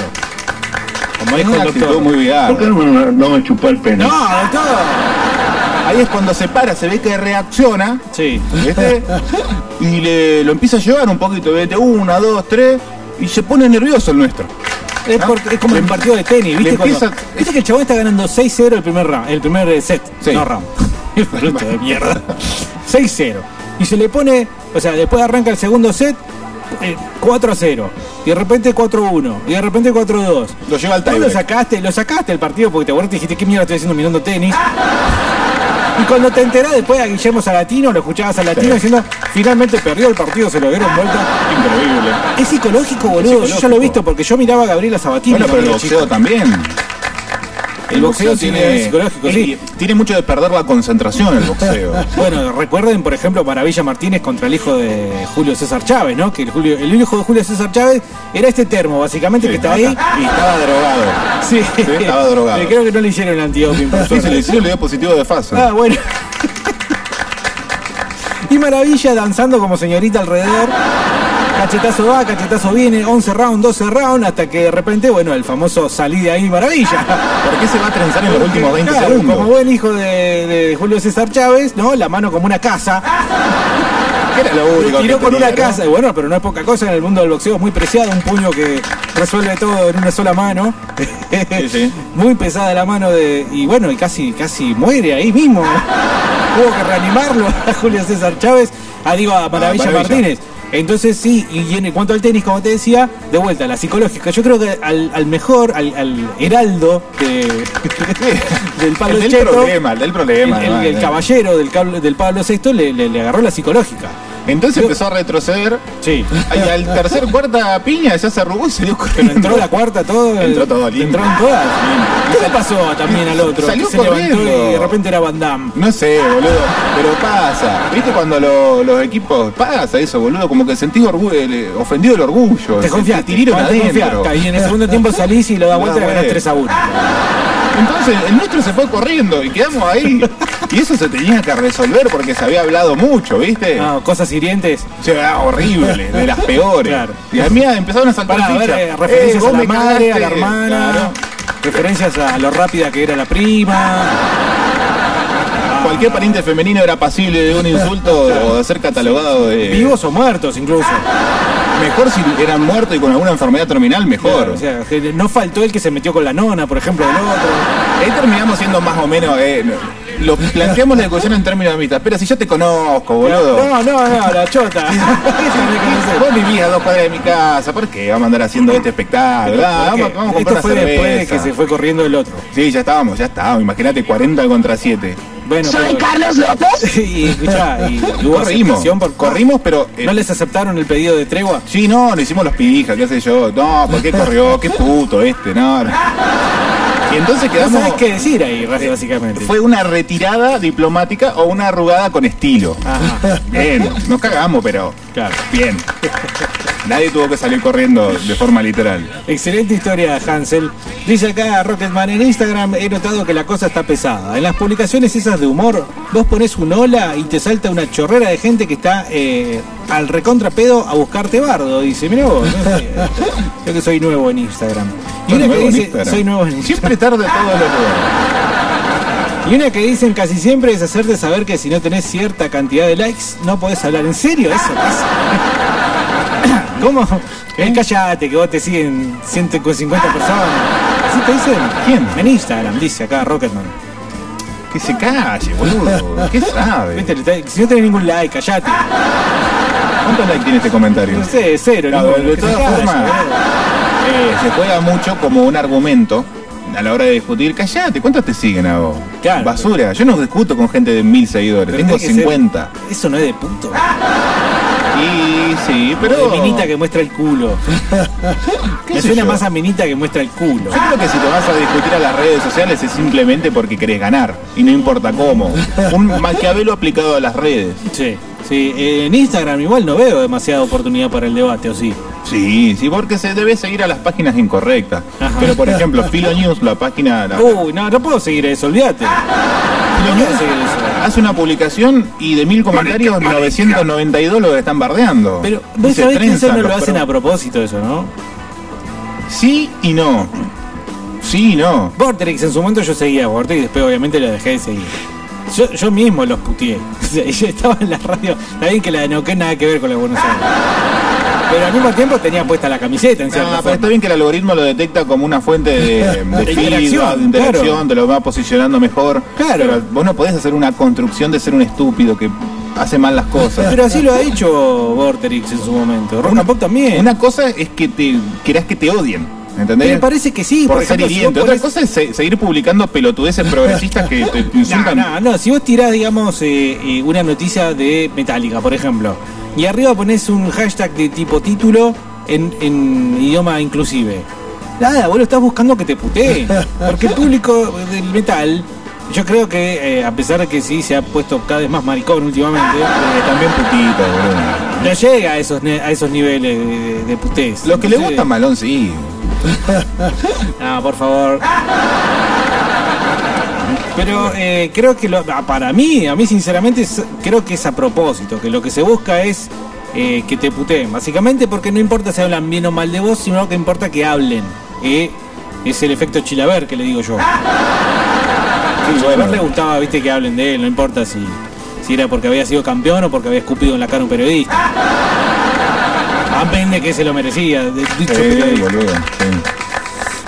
Speaker 2: Como dijo
Speaker 5: Una
Speaker 2: el
Speaker 5: actitud
Speaker 2: doctor.
Speaker 5: muy
Speaker 7: ¿Por qué
Speaker 5: viada.
Speaker 7: no me, no me chupó el pene?
Speaker 2: No, doctor.
Speaker 5: Ahí es cuando se para, se ve que reacciona.
Speaker 2: Sí.
Speaker 5: ¿Viste? Y le, lo empieza a llevar un poquito, ¿viste? Una, dos, tres. Y se pone nervioso el nuestro.
Speaker 2: Es, porque- es como
Speaker 5: Le-
Speaker 2: un partido de tenis, ¿viste?
Speaker 5: le
Speaker 2: Cuando-
Speaker 5: empieza-
Speaker 2: viste que el chabón está ganando 6-0 el primer round, el primer eh, set.
Speaker 5: Sí.
Speaker 2: No round. <laughs> El bruto de
Speaker 5: <laughs>
Speaker 2: mierda. 6-0. Y se le pone, o sea, después arranca el segundo set, eh, 4-0. Y de repente 4-1. Y de repente 4-2.
Speaker 5: Lo lleva al
Speaker 2: Vos lo
Speaker 5: tiebreak.
Speaker 2: sacaste, lo sacaste el partido porque te acordaste y dijiste, ¿qué mierda estoy haciendo mirando tenis? Y cuando te enterás después a Guillermo Salatino, lo escuchabas a Latino
Speaker 5: Sí.
Speaker 2: diciendo, finalmente perdió el partido, se lo dieron vuelta.
Speaker 5: Increíble.
Speaker 2: Es psicológico, boludo. Yo ya lo
Speaker 5: psicológico.
Speaker 2: he visto porque yo miraba a Gabriela Sabatini.
Speaker 5: Bueno, pero el
Speaker 2: cuando era
Speaker 5: boxeo
Speaker 2: chico.
Speaker 5: también.
Speaker 2: El boxeo tiene- es psicológico,
Speaker 5: y-
Speaker 2: sí.
Speaker 5: Tiene mucho de perder la concentración
Speaker 2: <laughs>
Speaker 5: el boxeo.
Speaker 2: Bueno, recuerden, por ejemplo, Maravilla Martínez contra el hijo de Julio César Chávez, ¿no? Que el, Julio- el hijo de Julio César Chávez era este termo, básicamente, que está ahí.
Speaker 5: Y estaba drogado.
Speaker 2: Sí,
Speaker 5: estaba drogado.
Speaker 2: Eh, Creo que no le hicieron el antidoping. por
Speaker 5: <laughs> Sí, se le
Speaker 2: suerte.
Speaker 5: hicieron, le dio positivo de fase. <laughs>
Speaker 2: Ah, bueno. Y Maravilla danzando como señorita alrededor. Cachetazo va, cachetazo viene, 11 round, 12 round, hasta que de repente, bueno, el famoso salí de ahí, Maravilla.
Speaker 5: ¿Por qué se va a trenzar en los últimos 20
Speaker 2: Claro,
Speaker 5: segundos?
Speaker 2: Como buen hijo de, de Julio César Chávez, ¿no? La mano como una casa.
Speaker 5: Que era lo único
Speaker 2: Lo tiró
Speaker 5: que
Speaker 2: con
Speaker 5: tenía,
Speaker 2: una
Speaker 5: ¿no?
Speaker 2: casa. Y Bueno, pero no es poca cosa en el mundo del boxeo, es muy preciado, un puño que resuelve todo en una sola mano.
Speaker 5: sí.
Speaker 2: <laughs> Muy pesada la mano de. Y bueno, y casi, casi muere ahí mismo. Hubo que reanimarlo a <laughs> Julio César Chávez, a digo a Maravilla,
Speaker 5: Ah, Maravilla.
Speaker 2: Martínez. Entonces sí, y en cuanto al tenis, como te decía, de vuelta, la psicológica. Yo creo que al, al mejor, al, al heraldo de- <laughs> del palo
Speaker 5: El del
Speaker 2: cheto,
Speaker 5: problema, el del
Speaker 2: el,
Speaker 5: problema.
Speaker 2: el-
Speaker 5: ¿no?
Speaker 2: el caballero del, cable- del Pablo VI le, le- le agarró la psicológica.
Speaker 5: Entonces empezó a retroceder.
Speaker 2: Sí.
Speaker 5: <laughs> Y al tercer, cuarta piña ya se arrugó y se dio
Speaker 2: Pero
Speaker 5: corriendo.
Speaker 2: entró la cuarta, todo.
Speaker 5: <laughs> Entró todo limpio.
Speaker 2: Entraron todas. ¿Qué le pasó también al otro?
Speaker 5: Salió
Speaker 2: Que se levantó
Speaker 5: corriendo.
Speaker 2: y de repente era Van Damme.
Speaker 5: No sé, boludo, pero pasa. ¿Viste cuando lo- los equipos pasa eso, boludo? Como que sentís orgullo, el- ofendido el orgullo.
Speaker 2: Te confiaste.
Speaker 5: Te
Speaker 2: Juan,
Speaker 5: tiraron
Speaker 2: te
Speaker 5: adentro.
Speaker 2: confiaste. Y en el segundo tiempo salís y lo da
Speaker 5: Lo
Speaker 2: vuelta y
Speaker 5: da
Speaker 2: le ganás
Speaker 5: vuelta.
Speaker 2: 3 a 1.
Speaker 5: Entonces, el nuestro se fue corriendo y quedamos ahí. Y eso se tenía que resolver porque se había hablado mucho, ¿viste?
Speaker 2: No, cosas hirientes.
Speaker 5: O sea, horrible, de las peores.
Speaker 2: Claro.
Speaker 5: Y a mí empezaron a saltar
Speaker 2: Para ver,
Speaker 5: fichas.
Speaker 2: eh, referencias
Speaker 5: Eh,
Speaker 2: a
Speaker 5: vos
Speaker 2: la
Speaker 5: me
Speaker 2: madre, a la
Speaker 5: cagaste.
Speaker 2: hermana,
Speaker 5: Claro.
Speaker 2: referencias a lo rápida que era la prima. Ah.
Speaker 5: Cualquier pariente femenino era pasible de un insulto o de ser catalogado de.
Speaker 2: Vivos o muertos incluso.
Speaker 5: Mejor si eran muertos y con alguna enfermedad terminal, mejor.
Speaker 2: O sea, que no faltó el que se metió con la nona, por ejemplo, del otro.
Speaker 5: Ahí terminamos siendo más o menos. eh, lo, planteamos la discusión en términos de amistad. Pero si yo te conozco, boludo.
Speaker 2: No, no, no, la
Speaker 5: <laughs>
Speaker 2: chota.
Speaker 5: Vos vivís a dos cuadras de mi casa, ¿por qué vamos a andar haciendo este espectáculo? Ah,
Speaker 2: Porque
Speaker 5: Vamos, vamos a comprar
Speaker 2: Esto
Speaker 5: una
Speaker 2: fue después de
Speaker 5: cerveza.
Speaker 2: que se fue corriendo el otro.
Speaker 5: Sí, ya estábamos, ya estábamos. Imagínate 40 contra 7.
Speaker 2: Bueno,
Speaker 4: Soy
Speaker 2: pero-
Speaker 4: Carlos
Speaker 2: <laughs>
Speaker 4: López.
Speaker 2: y escuchá,
Speaker 4: <laughs>
Speaker 2: y hubo
Speaker 5: Corrimos.
Speaker 2: aceptación por
Speaker 5: Corrimos, pero. eh,
Speaker 2: ¿No les aceptaron el pedido de tregua?
Speaker 5: Sí, no, lo hicimos los pijas, qué sé yo. No, ¿por qué corrió? Qué puto este, no. no. Y entonces
Speaker 2: No
Speaker 5: quedamos.
Speaker 2: sabes qué decir ahí,
Speaker 5: eh,
Speaker 2: básicamente.
Speaker 5: Fue una retirada diplomática o una arrugada con estilo.
Speaker 2: Ajá,
Speaker 5: <laughs> Bien, nos cagamos, pero.
Speaker 2: claro.
Speaker 5: Bien. Nadie tuvo que salir corriendo de forma literal.
Speaker 2: Excelente historia, Hansel. Dice acá Rocketman, en Instagram he notado que la cosa está pesada. En las publicaciones esas de humor, vos pones un hola y te salta una chorrera de gente que está eh, al recontrapedo a buscarte bardo. Dice, mira vos, no
Speaker 5: <laughs>
Speaker 2: sé, yo que soy nuevo en Instagram. Y una que
Speaker 5: Nuevo en
Speaker 2: dice,
Speaker 5: Instagram.
Speaker 2: soy nuevo en Instagram.
Speaker 5: Siempre tarde todos los lugares.
Speaker 2: Y una que dicen casi siempre es hacerte saber que si no tenés cierta cantidad de likes, no podés hablar. ¿En serio
Speaker 5: <laughs>
Speaker 2: eso pasa? <laughs> ¿Cómo? Eh, callate, que vos te siguen 150 personas. ¿Así te dicen?
Speaker 5: ¿Quién?
Speaker 2: En Instagram, dice acá Rocketman.
Speaker 5: Que se calle, boludo. ¿Qué sabe?
Speaker 2: Viste, le está- Si no tenés ningún like, callate.
Speaker 5: Ah. ¿Cuántos likes tiene este comentario?
Speaker 2: No sé, cero.
Speaker 5: Claro,
Speaker 2: ninguno.
Speaker 5: de
Speaker 2: Que
Speaker 5: todas
Speaker 2: se calle,
Speaker 5: formas,
Speaker 2: boludo.
Speaker 5: Eh, se juega mucho como un argumento a la hora de discutir. Callate, ¿cuántos te siguen a vos?
Speaker 2: Claro.
Speaker 5: Basura. Yo no discuto con gente de mil seguidores.
Speaker 2: Pero
Speaker 5: Tengo
Speaker 2: tiene que ser-
Speaker 5: 50.
Speaker 2: Eso no es de puto.
Speaker 5: Y sí,
Speaker 2: Pero...
Speaker 5: pero.
Speaker 2: De minita que muestra el
Speaker 5: <laughs>
Speaker 2: culo.
Speaker 5: ¿Qué
Speaker 2: Me
Speaker 5: sé
Speaker 2: suena
Speaker 5: yo?
Speaker 2: más a minita que muestra el culo.
Speaker 5: Yo creo que si te vas a discutir a las redes sociales es simplemente porque querés ganar y no importa cómo. Un maquiavelo aplicado a las redes.
Speaker 2: Sí, sí. eh, en Instagram igual no veo demasiada oportunidad para el debate, ¿o sí?
Speaker 5: Sí, sí, porque se debe seguir a las páginas incorrectas.
Speaker 2: Ajá.
Speaker 5: Pero por ejemplo, Filo News, la página. la-
Speaker 2: Uy, no, no puedo seguir eso, olvídate.
Speaker 5: Filo
Speaker 2: No puedo
Speaker 5: News
Speaker 2: seguir eso.
Speaker 5: hace una publicación y de mil comentarios, 992 lo están bardeando.
Speaker 2: Pero vos
Speaker 5: Y se
Speaker 2: sabés que eso
Speaker 5: trenzan
Speaker 2: no lo
Speaker 5: los
Speaker 2: hacen a
Speaker 5: pro-
Speaker 2: propósito eso, ¿no?
Speaker 5: Sí y no. Sí y no.
Speaker 2: Vortex en su momento yo seguía a Vortex y después obviamente lo dejé de seguir. Yo, yo mismo los puteé. <laughs> O sea, yo estaba en la radio. Está bien que la de Neuquén nada que ver con la de Buenos Aires. Pero al mismo tiempo tenía puesta la camiseta en cierta
Speaker 5: Ah, pero
Speaker 2: forma.
Speaker 5: está bien que el algoritmo lo detecta como una
Speaker 2: <laughs>
Speaker 5: fuente de, de feedback,
Speaker 2: interacción,
Speaker 5: de interacción,
Speaker 2: claro.
Speaker 5: te lo va posicionando mejor.
Speaker 2: Claro.
Speaker 5: Pero vos no podés hacer una construcción de ser un estúpido que hace mal las cosas.
Speaker 2: Pero así lo ha hecho Vorterix en su momento. Rock and Pop también.
Speaker 5: Una cosa es que te querás que te odien. ¿Entendés?
Speaker 2: Me parece que sí,
Speaker 5: por,
Speaker 2: por
Speaker 5: ser
Speaker 2: ejemplo, si vos
Speaker 5: hiriente. Otra
Speaker 2: ponés-
Speaker 5: cosa es se- seguir
Speaker 2: <laughs>
Speaker 5: publicando pelotudeces progresistas que te te
Speaker 2: No,
Speaker 5: insultan.
Speaker 2: no, no, si vos tirás, digamos, eh, eh, una noticia de Metallica, por ejemplo, y arriba ponés un hashtag de tipo título en, en idioma inclusive. Nada, vos lo estás buscando que te puteen.
Speaker 5: <laughs>
Speaker 2: Porque el público del metal, yo creo que, eh, a pesar de que sí se ha puesto cada vez más maricón
Speaker 5: <laughs>
Speaker 2: últimamente,
Speaker 5: Eh, también putito, boludo.
Speaker 2: no llega a esos, ne- a esos niveles de, de putés.
Speaker 5: Los que le
Speaker 2: Entonces,
Speaker 5: gusta Malón, sí.
Speaker 2: Ah, por favor. Pero eh, creo que lo- ah, para mí, a mí sinceramente es- creo que es a propósito, que lo que se busca es eh, que te puteen, básicamente porque no importa si hablan bien o mal de vos, sino que importa que hablen. eh. es el efecto Chilaver que le digo yo.
Speaker 5: Sí,
Speaker 2: A
Speaker 5: Ah. bueno.
Speaker 2: le gustaba, viste, que hablen de él, no importa si, si era porque había sido campeón o porque había escupido en la cara a un periodista. Depende que se lo merecía, de- dicho
Speaker 5: Ah. Sí,
Speaker 2: periodista.
Speaker 5: boludo. sí.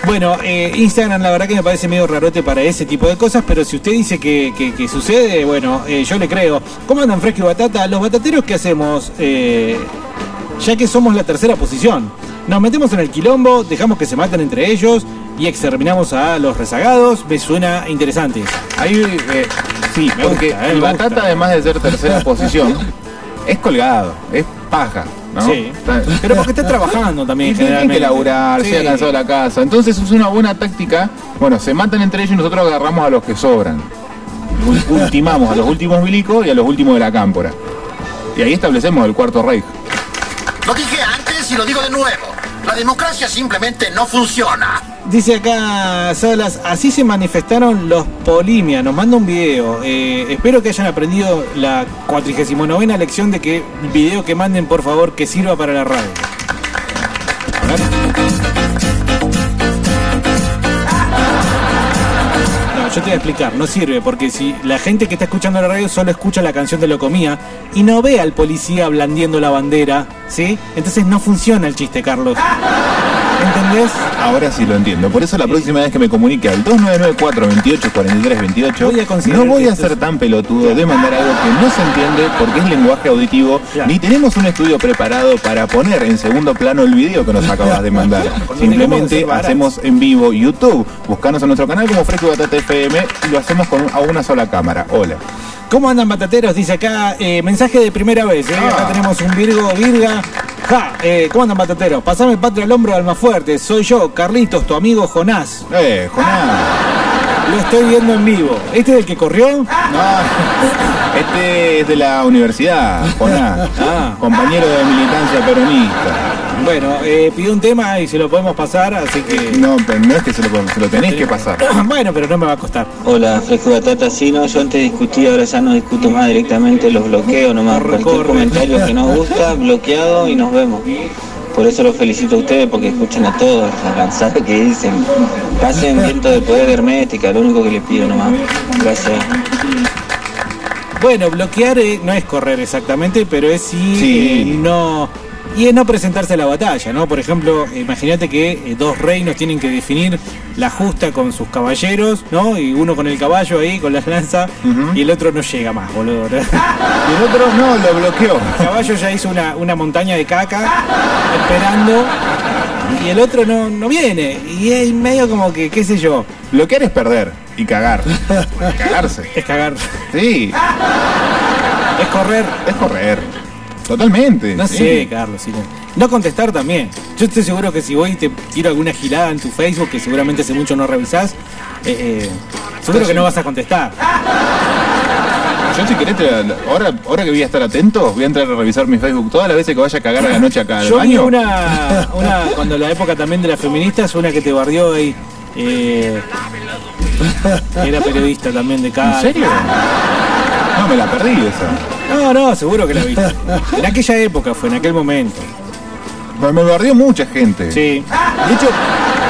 Speaker 2: Bueno, eh, Instagram la verdad que me parece medio rarote para ese tipo de cosas, pero si usted dice que, que- que sucede, bueno, eh, yo le creo. ¿Cómo andan Fresco y Batata? Los batateros, ¿qué hacemos? Eh, ya que somos la tercera posición. Nos metemos en el quilombo, dejamos que se maten entre ellos y exterminamos a los rezagados. Me suena interesante.
Speaker 5: Ahí, eh, sí,
Speaker 2: Me
Speaker 5: porque
Speaker 2: gusta, eh,
Speaker 5: el
Speaker 2: me
Speaker 5: Batata,
Speaker 2: gusta.
Speaker 5: además de
Speaker 2: <laughs>
Speaker 5: ser tercera posición, es colgado, es paja, ¿no?
Speaker 2: Sí.
Speaker 5: Está-
Speaker 2: Pero porque está trabajando también
Speaker 5: Y tienen
Speaker 2: generalmente.
Speaker 5: que laburar,
Speaker 2: Sí.
Speaker 5: se ha cansado la casa. Entonces es una buena táctica. Bueno, se matan entre ellos y nosotros agarramos a los que sobran. Ul- Ultimamos a los últimos milicos y a los últimos de la cámpora. Y ahí establecemos el cuarto rey.
Speaker 9: Lo dije antes y lo digo de nuevo.
Speaker 10: La democracia simplemente no funciona.
Speaker 2: Dice acá Salas, así se manifestaron los polimia. Nos manda un video. Eh, espero que hayan aprendido la 49 lección de que video que manden, por favor, que sirva para la radio. No, Yo te voy a explicar, no sirve, porque si la gente que está escuchando la radio solo escucha la canción de Locomía y no ve al policía blandiendo la bandera, ¿sí? Entonces no funciona el chiste, Carlos. ¿Entendés?
Speaker 5: Ahora sí lo entiendo. Por eso la próxima vez que me comunique al 2994-284328,
Speaker 2: Voy a considerar
Speaker 5: no voy
Speaker 2: que
Speaker 5: a
Speaker 2: esto
Speaker 5: ser
Speaker 2: es-
Speaker 5: tan pelotudo de mandar algo que no se entiende porque es lenguaje auditivo,
Speaker 2: Claro.
Speaker 5: ni tenemos un estudio preparado para poner en segundo plano el video que nos acabas de mandar.
Speaker 2: de ser
Speaker 5: Simplemente
Speaker 2: barato.
Speaker 5: hacemos en vivo YouTube. Buscanos en nuestro canal como Fresco Batata FM y lo hacemos con a una sola cámara. Hola.
Speaker 2: ¿Cómo andan batateros? Dice acá, eh, mensaje de primera vez. ¿eh? Acá
Speaker 5: Ah.
Speaker 2: tenemos un Virgo, Virga. Ja, eh, ¿cómo andan batateros? Pasame patria al hombro al más fuerte. Soy yo, Carlitos, tu amigo Jonás.
Speaker 5: Eh, Jonás.
Speaker 2: Lo estoy viendo en vivo. ¿Este es el que corrió?
Speaker 5: No. Este es de la universidad, Jonás.
Speaker 2: Ah.
Speaker 5: Compañero de militancia peronista.
Speaker 2: Bueno, eh, pidió un tema y se lo podemos pasar, así que. <coughs>
Speaker 5: No, pero no es que se lo, podemos- se lo tenés que pasar.
Speaker 2: bueno, pero no me va a costar.
Speaker 11: Hola, Fresco Batata. Sí, no, yo antes discutía, ahora ya no discuto más directamente, los bloqueo nomás.
Speaker 2: Corre,
Speaker 11: Cualquier
Speaker 2: corre.
Speaker 11: comentario que nos
Speaker 2: <laughs>
Speaker 11: gusta, bloqueado y nos vemos. Por eso los felicito a ustedes porque escuchan a todos, la lanzada que dicen. Pasen viento de poder hermética, lo único que les pido nomás. Gracias.
Speaker 2: Bueno, bloquear eh, no es correr exactamente, pero es sí,
Speaker 5: Sí.
Speaker 2: eh, no. Y es no presentarse a la batalla, ¿no? Por ejemplo, imagínate que eh, dos reinos tienen que definir la justa con sus caballeros, ¿no? Y uno con el caballo ahí, con las lanzas,
Speaker 5: Ujú.
Speaker 2: y el otro no llega más, boludo. <laughs> ¿no?
Speaker 5: Y el otro no, lo bloqueó.
Speaker 2: El caballo ya hizo una, una montaña de caca esperando, y el otro no, no viene. Y es medio como que, qué sé yo,
Speaker 5: Bloquear es perder y cagar. Cagarse.
Speaker 2: es cagar,
Speaker 5: Sí,
Speaker 2: es correr.
Speaker 5: es correr. Totalmente.
Speaker 2: No
Speaker 5: sí.
Speaker 2: sé, Carlos. sí, no. No contestar también. Yo estoy seguro que si voy y te tiro alguna gilada en tu Facebook, que seguramente hace mucho no revisás, eh, eh, seguro que no vas a contestar.
Speaker 5: Yo si querés, te la- ahora, ahora que voy a estar atento, voy a entrar a revisar mi Facebook todas las veces que vaya a cagar a la noche acá al
Speaker 2: Yo vi
Speaker 5: baño.
Speaker 2: una, una, cuando la época también de las feministas, una que te bardeó ahí. eh, era periodista también de
Speaker 5: ¿En
Speaker 2: cada.
Speaker 5: serio? No, me la perdí esa.
Speaker 2: No, no, seguro que la viste. En aquella época fue, en aquel momento.
Speaker 5: Me, me bardeó mucha gente.
Speaker 2: Sí.
Speaker 5: De hecho,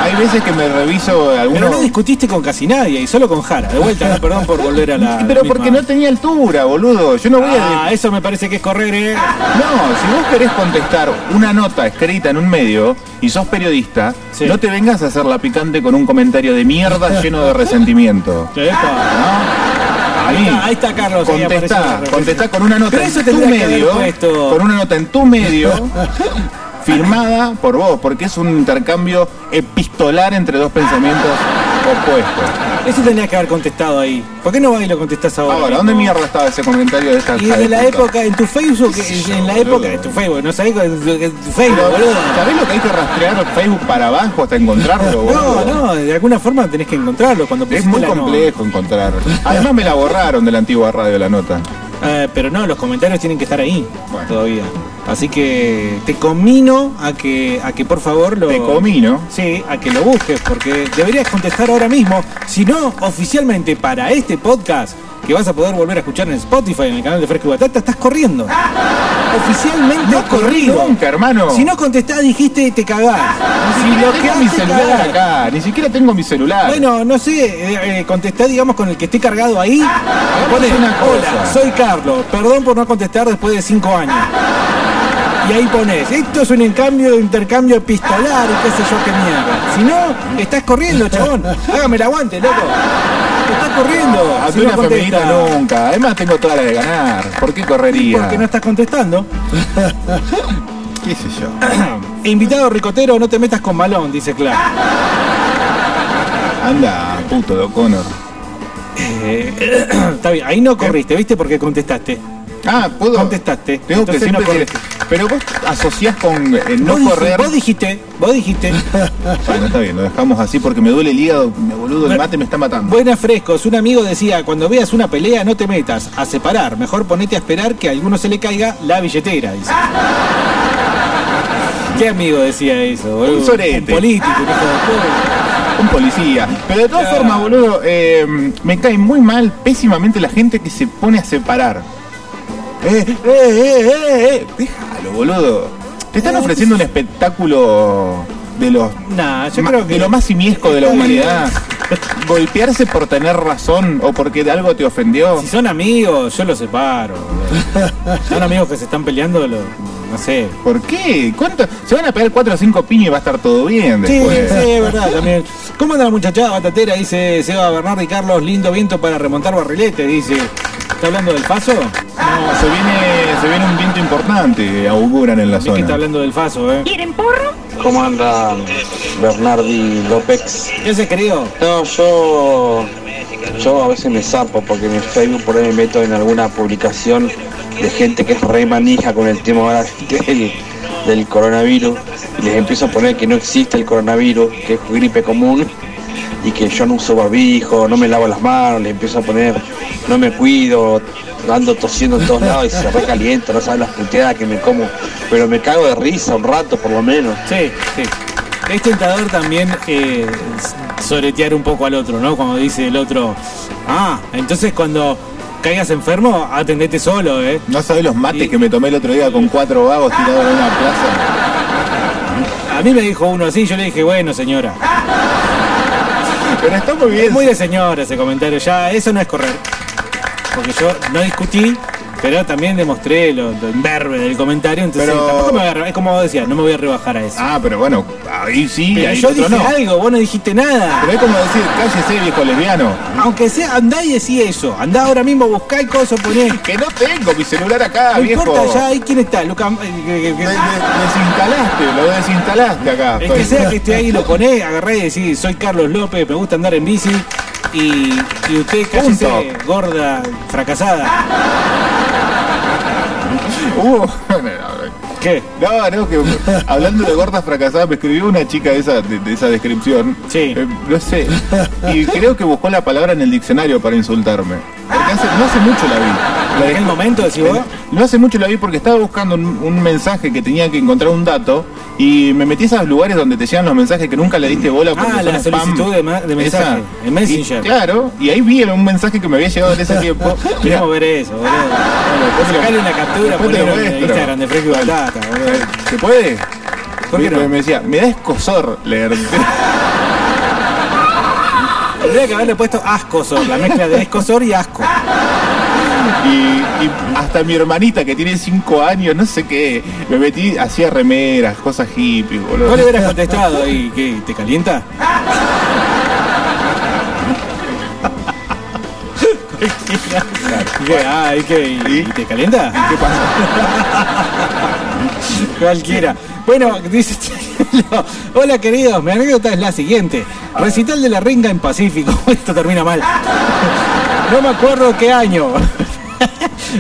Speaker 5: hay veces que me reviso
Speaker 2: Pero no
Speaker 5: algunos...
Speaker 2: discutiste con casi nadie y solo con Jara. De vuelta, no, perdón por volver a la.
Speaker 5: <laughs> Pero
Speaker 2: misma-
Speaker 5: porque no tenía altura, boludo. Yo no voy a...
Speaker 2: Ah, eso me parece que es correr, eh.
Speaker 5: No, si vos querés contestar una nota escrita en un medio y sos periodista,
Speaker 2: Sí.
Speaker 5: no te vengas a hacer la picante con un comentario de
Speaker 2: <laughs>
Speaker 5: mierda lleno de resentimiento.
Speaker 2: Epa.
Speaker 5: ¿no?
Speaker 2: Ahí está, ahí está Carlos, ahí aparece la
Speaker 5: Contestá,
Speaker 2: referencia.
Speaker 5: contestá con una nota
Speaker 2: Pero eso
Speaker 5: en tu
Speaker 2: tendría que haber
Speaker 5: medio,
Speaker 2: puesto-
Speaker 5: con una nota en tu
Speaker 2: <laughs>
Speaker 5: medio, firmada por vos, porque es un intercambio epistolar entre dos pensamientos opuestos.
Speaker 2: Eso tenías que haber contestado ahí. ¿Por qué no vas y lo contestás ahora?
Speaker 5: Ahora, ¿dónde mierda estaba ese comentario de esta
Speaker 2: Y
Speaker 5: hija de
Speaker 2: en la
Speaker 5: puta?
Speaker 2: época, en tu Facebook, en, en la
Speaker 5: boludo.
Speaker 2: época, en tu Facebook, no sabés, en tu, en tu Facebook,
Speaker 5: Pero,
Speaker 2: boludo.
Speaker 5: ¿Sabés lo que hay que rastrear Facebook para abajo hasta encontrarlo,
Speaker 2: No,
Speaker 5: boludo?
Speaker 2: no, de alguna forma tenés que encontrarlo cuando
Speaker 5: Es
Speaker 2: pusiste
Speaker 5: muy
Speaker 2: la no.
Speaker 5: complejo encontrar. Además me la borraron de la antigua radio la nota.
Speaker 2: Eh, pero no, los comentarios tienen que estar ahí
Speaker 5: Bueno.
Speaker 2: todavía. Así que te comino a que, a que por favor lo.
Speaker 5: Te comí, ¿no?
Speaker 2: Sí, a que lo busques, porque deberías contestar ahora mismo, si no oficialmente para este podcast, que vas a poder volver a escuchar en Spotify, en el canal de Fresco y Batata, estás corriendo. Oficialmente
Speaker 5: No corrí
Speaker 2: corrido.
Speaker 5: nunca, hermano.
Speaker 2: Si no contestás, dijiste te cagás.
Speaker 5: Ni
Speaker 2: Si
Speaker 5: siquiera tengo mi
Speaker 2: bloqueaste,
Speaker 5: celular
Speaker 2: cagás.
Speaker 5: acá, ni siquiera tengo mi celular.
Speaker 2: <laughs> Bueno, no sé, eh, eh, contestá, digamos, con el que esté cargado ahí. Poné,
Speaker 5: Ah, una cosa.
Speaker 2: hola, soy Carlos, perdón por no contestar después de cinco años. Y ahí pones, esto es un intercambio, intercambio epistolar y qué sé yo qué mierda. Si no, estás corriendo, chabón. Hágame el aguante, loco. Estás corriendo.
Speaker 5: a
Speaker 2: si
Speaker 5: Ah, una
Speaker 2: no
Speaker 5: feminista
Speaker 2: contestas.
Speaker 5: nunca. Además tengo toda la de ganar. ¿Por qué correría?
Speaker 2: Porque no estás contestando.
Speaker 5: ¿Qué sé yo?
Speaker 2: E Invitado ricotero, no te metas con malón, dice Clark.
Speaker 5: Anda, puto de O'Connor.
Speaker 2: Eh, <coughs> está bien, ahí no corriste, ¿viste? Porque contestaste.
Speaker 5: Ah, puedo.
Speaker 2: Contestaste.
Speaker 5: Tengo que
Speaker 2: Entonces
Speaker 5: siempre.
Speaker 2: no corres.
Speaker 5: Pero vos asociás con eh, no
Speaker 2: Vos dij-
Speaker 5: correr.
Speaker 2: Vos dijiste, vos dijiste.
Speaker 5: Bueno, está bien, lo dejamos así porque me duele el hígado, me boludo, el mate me está matando.
Speaker 2: Buenas frescos, un amigo decía, cuando veas una pelea no te metas, a separar,
Speaker 5: <laughs>
Speaker 2: mejor ponete a esperar que a alguno se le caiga la billetera, dice. ¿Qué amigo decía eso, boludo?
Speaker 5: Un sorete.
Speaker 2: político, un hijo de
Speaker 5: Un policía. Pero de todas
Speaker 2: Claro.
Speaker 5: formas, boludo, eh, me cae muy mal, pésimamente, la gente que se pone a separar. Eh, eh, eh, eh, eh. Déjalo, boludo. Te están ofreciendo un espectáculo de los.
Speaker 2: Nah, Eh, yo
Speaker 5: ma-
Speaker 2: creo que-
Speaker 5: De lo más simiesco de la
Speaker 2: Está mal.
Speaker 5: humanidad. Golpearse por tener razón o porque de algo te ofendió.
Speaker 2: Si son amigos, yo los separo.
Speaker 5: <laughs>
Speaker 2: boludo. son amigos que se están peleando, lo- no sé.
Speaker 5: ¿Por qué? ¿Cuánto? Se van a pegar cuatro o cinco piños y va a estar todo bien
Speaker 2: Sí,
Speaker 5: después.
Speaker 2: sí, es verdad también. ¿Cómo anda la muchachada batatera? Dice Seba Bernardo y Carlos, lindo viento para remontar barrilete, dice. ¿Está hablando del paso?
Speaker 5: No, se viene, se viene un viento importante, auguran en la
Speaker 2: Vi que está
Speaker 5: zona.
Speaker 2: hablando del faso, ¿eh?
Speaker 4: ¿Quieren porro?
Speaker 11: ¿Cómo anda Bernardi López?
Speaker 2: ¿Qué haces, querido?
Speaker 11: No, yo, yo a veces me zapo porque en el Facebook por ahí me meto en alguna publicación de gente que es re manija con el tema ahora <laughs> del, del coronavirus y les empiezo a poner que no existe el coronavirus, que es gripe común y que yo no uso barbijo, no me lavo las manos, les empiezo a poner no me cuido, ando tosiendo en todos lados y se recaliento, no saben las puteadas que me como, pero me cago de risa un rato por lo menos.
Speaker 2: Sí, sí. Es tentador también eh, soretear un poco al otro, ¿no? Cuando dice el otro, ah, entonces cuando caigas enfermo, atendete solo, ¿eh?
Speaker 5: No sabés los mates que me tomé el otro día con cuatro vagos tirados en una plaza.
Speaker 2: A mí me dijo uno así, yo le dije, bueno, señora.
Speaker 5: Pero está muy bien.
Speaker 2: Es muy de señora ese comentario, ya eso no es correr. Porque yo no discutí, pero también demostré lo, lo imberbe del comentario, entonces
Speaker 5: Pero-
Speaker 2: tampoco me voy a re- es como vos decías, no me voy a rebajar a eso.
Speaker 5: Ah, pero bueno, ahí sí,
Speaker 2: pero
Speaker 5: ahí
Speaker 2: yo
Speaker 5: otro
Speaker 2: dije
Speaker 5: no.
Speaker 2: algo, vos no dijiste nada.
Speaker 5: Pero es como decir, cállese viejo lesbiano.
Speaker 2: Aunque sea, andá y decí eso, andá ahora mismo, buscá el coso, poné.
Speaker 5: Que no tengo mi celular acá,
Speaker 2: No
Speaker 5: Ah, viejo.
Speaker 2: importa, ya ahí quién está, Luca. eh, que- que- que-
Speaker 5: De- de- desinstalaste, lo desinstalaste acá.
Speaker 2: El que sea que
Speaker 5: <laughs>
Speaker 2: esté ahí lo poné, agarrá y decís, soy Carlos López, me gusta andar en bici. Y, y usted cállese,
Speaker 5: Punto.
Speaker 2: gorda, fracasada.
Speaker 5: Uh, no,
Speaker 2: ¿Qué?
Speaker 5: No, no, que hablando de gordas fracasadas, me escribió una chica de esa, de, de esa descripción.
Speaker 2: Sí.
Speaker 5: Eh, no sé. Y creo que buscó la palabra en el diccionario para insultarme. Porque hace- no hace mucho la vi. La
Speaker 2: ¿En
Speaker 5: dejé-
Speaker 2: aquel momento decís vos?
Speaker 5: No hace mucho la vi porque estaba buscando un, un mensaje que tenía que encontrar un dato y me metí a esos lugares donde te llegan los mensajes que nunca le diste bola porque
Speaker 2: Ah,
Speaker 5: son
Speaker 2: la
Speaker 5: spam.
Speaker 2: solicitud de ma- de mensaje, en
Speaker 5: Y,
Speaker 2: Messenger.
Speaker 5: claro, y ahí vi un mensaje que me había llegado en ese
Speaker 2: <laughs>
Speaker 5: tiempo. Mirá,
Speaker 2: Queremos ver eso, boludo.
Speaker 5: después lo-
Speaker 2: Sacale una captura,
Speaker 5: después te
Speaker 2: ponelo
Speaker 5: lo
Speaker 2: en
Speaker 5: muestro.
Speaker 2: Instagram de Fresco y
Speaker 5: Dale.
Speaker 2: Batata, boludo.
Speaker 5: ¿Se puede?
Speaker 2: ¿Por qué
Speaker 5: Porque
Speaker 2: no?
Speaker 5: Me decía, me da escosor leer.
Speaker 2: Tendría que haberle puesto ascosor, la mezcla de escosor y asco.
Speaker 5: Y, y hasta mi hermanita que tiene 5 años, no sé qué, me metí, hacía remeras, cosas hippies, boludo.
Speaker 2: ¿Vos le hubieras contestado y qué? ¿Te
Speaker 5: <laughs>
Speaker 2: calienta? ¿Qué? Ah, ¿y qué? ¿Y, y te calienta?
Speaker 5: ¿Qué pasa?
Speaker 2: Cualquiera. Bueno, dice Chelo, Hola queridos, mi anécdota es la siguiente. Recital de la Renga en Pacífico. <laughs> Esto termina mal. No me acuerdo qué año. <laughs>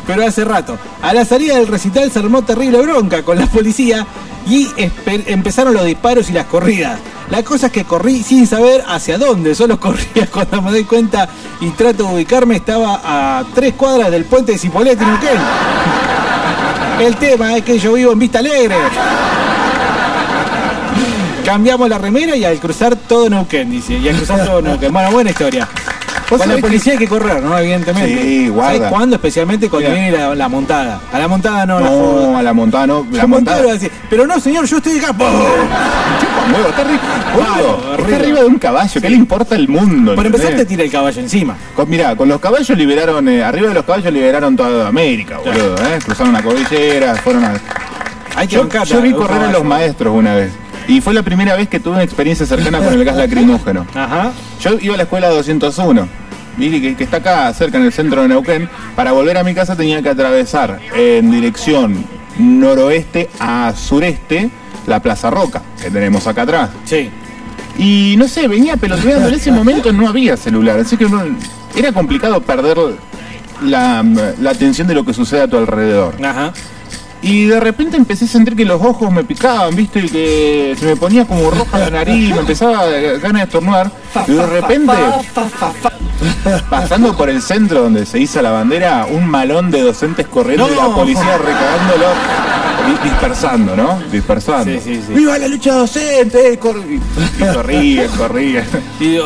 Speaker 2: Pero hace rato. A la salida del recital se armó terrible bronca con la policía y espe- empezaron los disparos y las corridas. La cosa es que corrí sin saber hacia dónde, solo <laughs> corría cuando me doy cuenta y trato de ubicarme, estaba a tres cuadras del puente de Cipolletti, Neuquén. <laughs> El tema es que yo vivo en Vista Alegre. Cambiamos la remera y al cruzar todo Neuquén, dice. Y al cruzar todo Neuquén. Bueno, buena historia.
Speaker 5: Vos
Speaker 2: Con la
Speaker 5: sabés
Speaker 2: policía hay que correr, ¿no? Evidentemente.
Speaker 5: Sí, guarda.
Speaker 2: ¿Sabés cuándo? Especialmente cuando
Speaker 5: Mira.
Speaker 2: viene la, la montada. A la montada no, la joda.
Speaker 5: No, a la montada, no, la
Speaker 2: Yo
Speaker 5: montada.
Speaker 2: montado voy a decir, Pero no, señor, yo estoy acá. ¡Pum!
Speaker 5: Chupa un huevo, está, arri- boludo,
Speaker 2: Claro,
Speaker 5: está
Speaker 2: arriba.
Speaker 5: arriba de un caballo, ¿qué le importa el mundo?
Speaker 2: Para empezar te
Speaker 5: ¿entendés?
Speaker 2: tira el caballo encima.
Speaker 5: Con, mirá, con los caballos liberaron, eh, arriba de los caballos liberaron toda América, boludo, eh, cruzaron la cordillera, fueron a...
Speaker 2: Hay que
Speaker 5: Yo,
Speaker 2: bancar
Speaker 5: yo vi
Speaker 2: un
Speaker 5: correr a
Speaker 2: caballo.
Speaker 5: los maestros una vez. Y fue la primera vez que tuve una experiencia cercana con el gas lacrimógeno.
Speaker 2: Ajá.
Speaker 5: Yo iba a la escuela 201, mire, que, que está acá cerca en el centro de Neuquén. Para volver a mi casa tenía que atravesar en dirección noroeste a sureste la Plaza Roca, que tenemos acá atrás.
Speaker 2: Sí.
Speaker 5: Y no sé, venía pelotudeando. En ese momento no había celular, así que uno- era complicado perder la, la atención de lo que sucede a tu alrededor.
Speaker 2: Ajá.
Speaker 5: Y de repente empecé a sentir que los ojos me picaban, ¿viste? Y que se me ponía como roja la nariz, me empezaba eh, ganas de estornudar. Y de repente, pasando por el centro donde se hizo la bandera, un malón de docentes corriendo y la
Speaker 2: No.
Speaker 5: policía recagándolo. di- dispersando, ¿no? Dispersando.
Speaker 2: ¡Viva la lucha docente!
Speaker 5: Y corría, corría.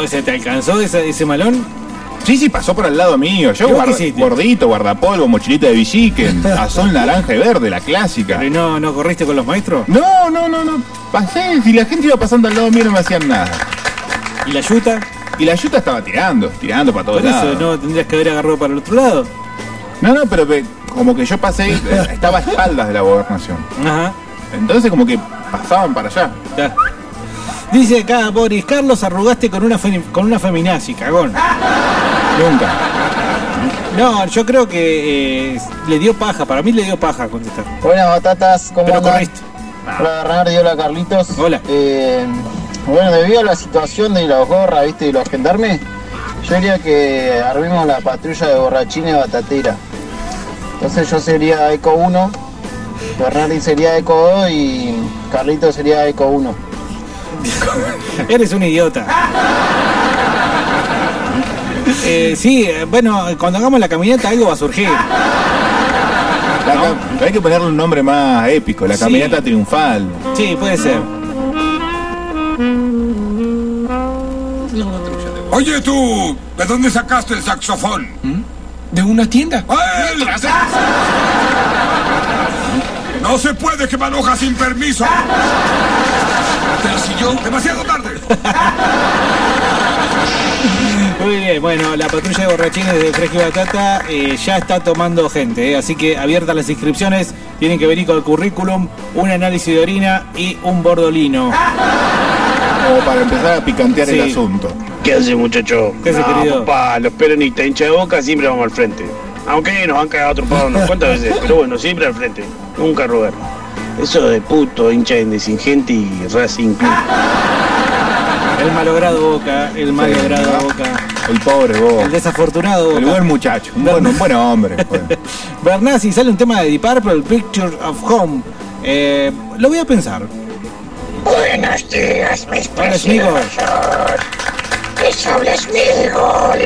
Speaker 2: ¿Se te alcanzó ese, ese malón?
Speaker 5: Sí, sí, pasó por al lado mío. Yo
Speaker 2: ¿Qué vos
Speaker 5: guarda-
Speaker 2: hiciste?
Speaker 5: gordito, guardapolvo, mochilita de villiquen, azul naranja y verde, la clásica.
Speaker 2: ¿Pero no, no corriste con los maestros?
Speaker 5: No, no, no, no. Pasé, si la gente iba pasando al lado mío no me hacían nada.
Speaker 2: ¿Y la yuta?
Speaker 5: Y la yuta estaba tirando, tirando para todos
Speaker 2: Por eso
Speaker 5: lados.
Speaker 2: no tendrías que haber agarrado para el otro lado.
Speaker 5: No, no, pero pe- como que yo pasé, eh, estaba a espaldas de la gobernación.
Speaker 2: Ajá.
Speaker 5: Entonces como que pasaban para allá.
Speaker 2: Ya. Dice acá Boris, Carlos arrugaste con una fe- con una feminazi, cagón.
Speaker 5: Nunca.
Speaker 2: No, yo creo que eh, le dio paja, para mí le dio paja contestar.
Speaker 12: Buenas batatas, ¿cómo
Speaker 2: Pero
Speaker 12: andan?
Speaker 2: correcto.
Speaker 12: Hola Bernardi, hola Carlitos.
Speaker 2: Hola.
Speaker 12: Eh, bueno, debido a la situación de los gorras, viste, y los gendarmes, yo diría que armemos la patrulla de borrachines batatera. Entonces yo sería Eco 1, Bernardi sería Eco 2 y Carlitos sería Eco 1.
Speaker 2: Eres
Speaker 13: <laughs>
Speaker 2: un idiota. Eh, sí, eh, bueno, cuando hagamos la caminata algo va a surgir.
Speaker 5: La ca- Hay que ponerle un nombre más épico, la
Speaker 2: Sí.
Speaker 5: caminata triunfal.
Speaker 2: Sí, puede ser.
Speaker 14: Oye tú, ¿de dónde sacaste el saxofón?
Speaker 13: De una tienda.
Speaker 14: ¡Él! No se puede quemar hojas sin permiso. Pero si yo... Demasiado tarde.
Speaker 2: Muy bien, bueno, la patrulla de borrachines de Fresco y Batata eh, ya está tomando gente, eh, así que abiertas las inscripciones, tienen que venir con el currículum, un análisis de orina y un bordolino.
Speaker 5: Como para empezar a picantear el
Speaker 2: Sí.
Speaker 5: asunto.
Speaker 15: ¿Qué hace muchacho?
Speaker 2: ¿Qué hace,
Speaker 15: No,
Speaker 2: querido?
Speaker 15: papá, los peronistas hincha de boca siempre vamos al frente. Aunque nos han cagado atropados unas cuantas veces, pero bueno, siempre al frente. Nunca a robar. Eso de puto, hincha de indigente y
Speaker 2: <laughs>
Speaker 15: Racing Club.
Speaker 2: El malogrado Boca, el malogrado Boca,
Speaker 5: Ah, El pobre vos.
Speaker 2: el desafortunado Boca.
Speaker 5: El buen muchacho, un buen, un buen hombre.
Speaker 2: <laughs>
Speaker 5: pues. fue.
Speaker 2: Bernasi, sale un tema de Deep Purple, Picture of Home. Eh, lo voy a pensar.
Speaker 4: Buenos días, mis
Speaker 2: Hola, amigos.
Speaker 4: Les habla Smigol.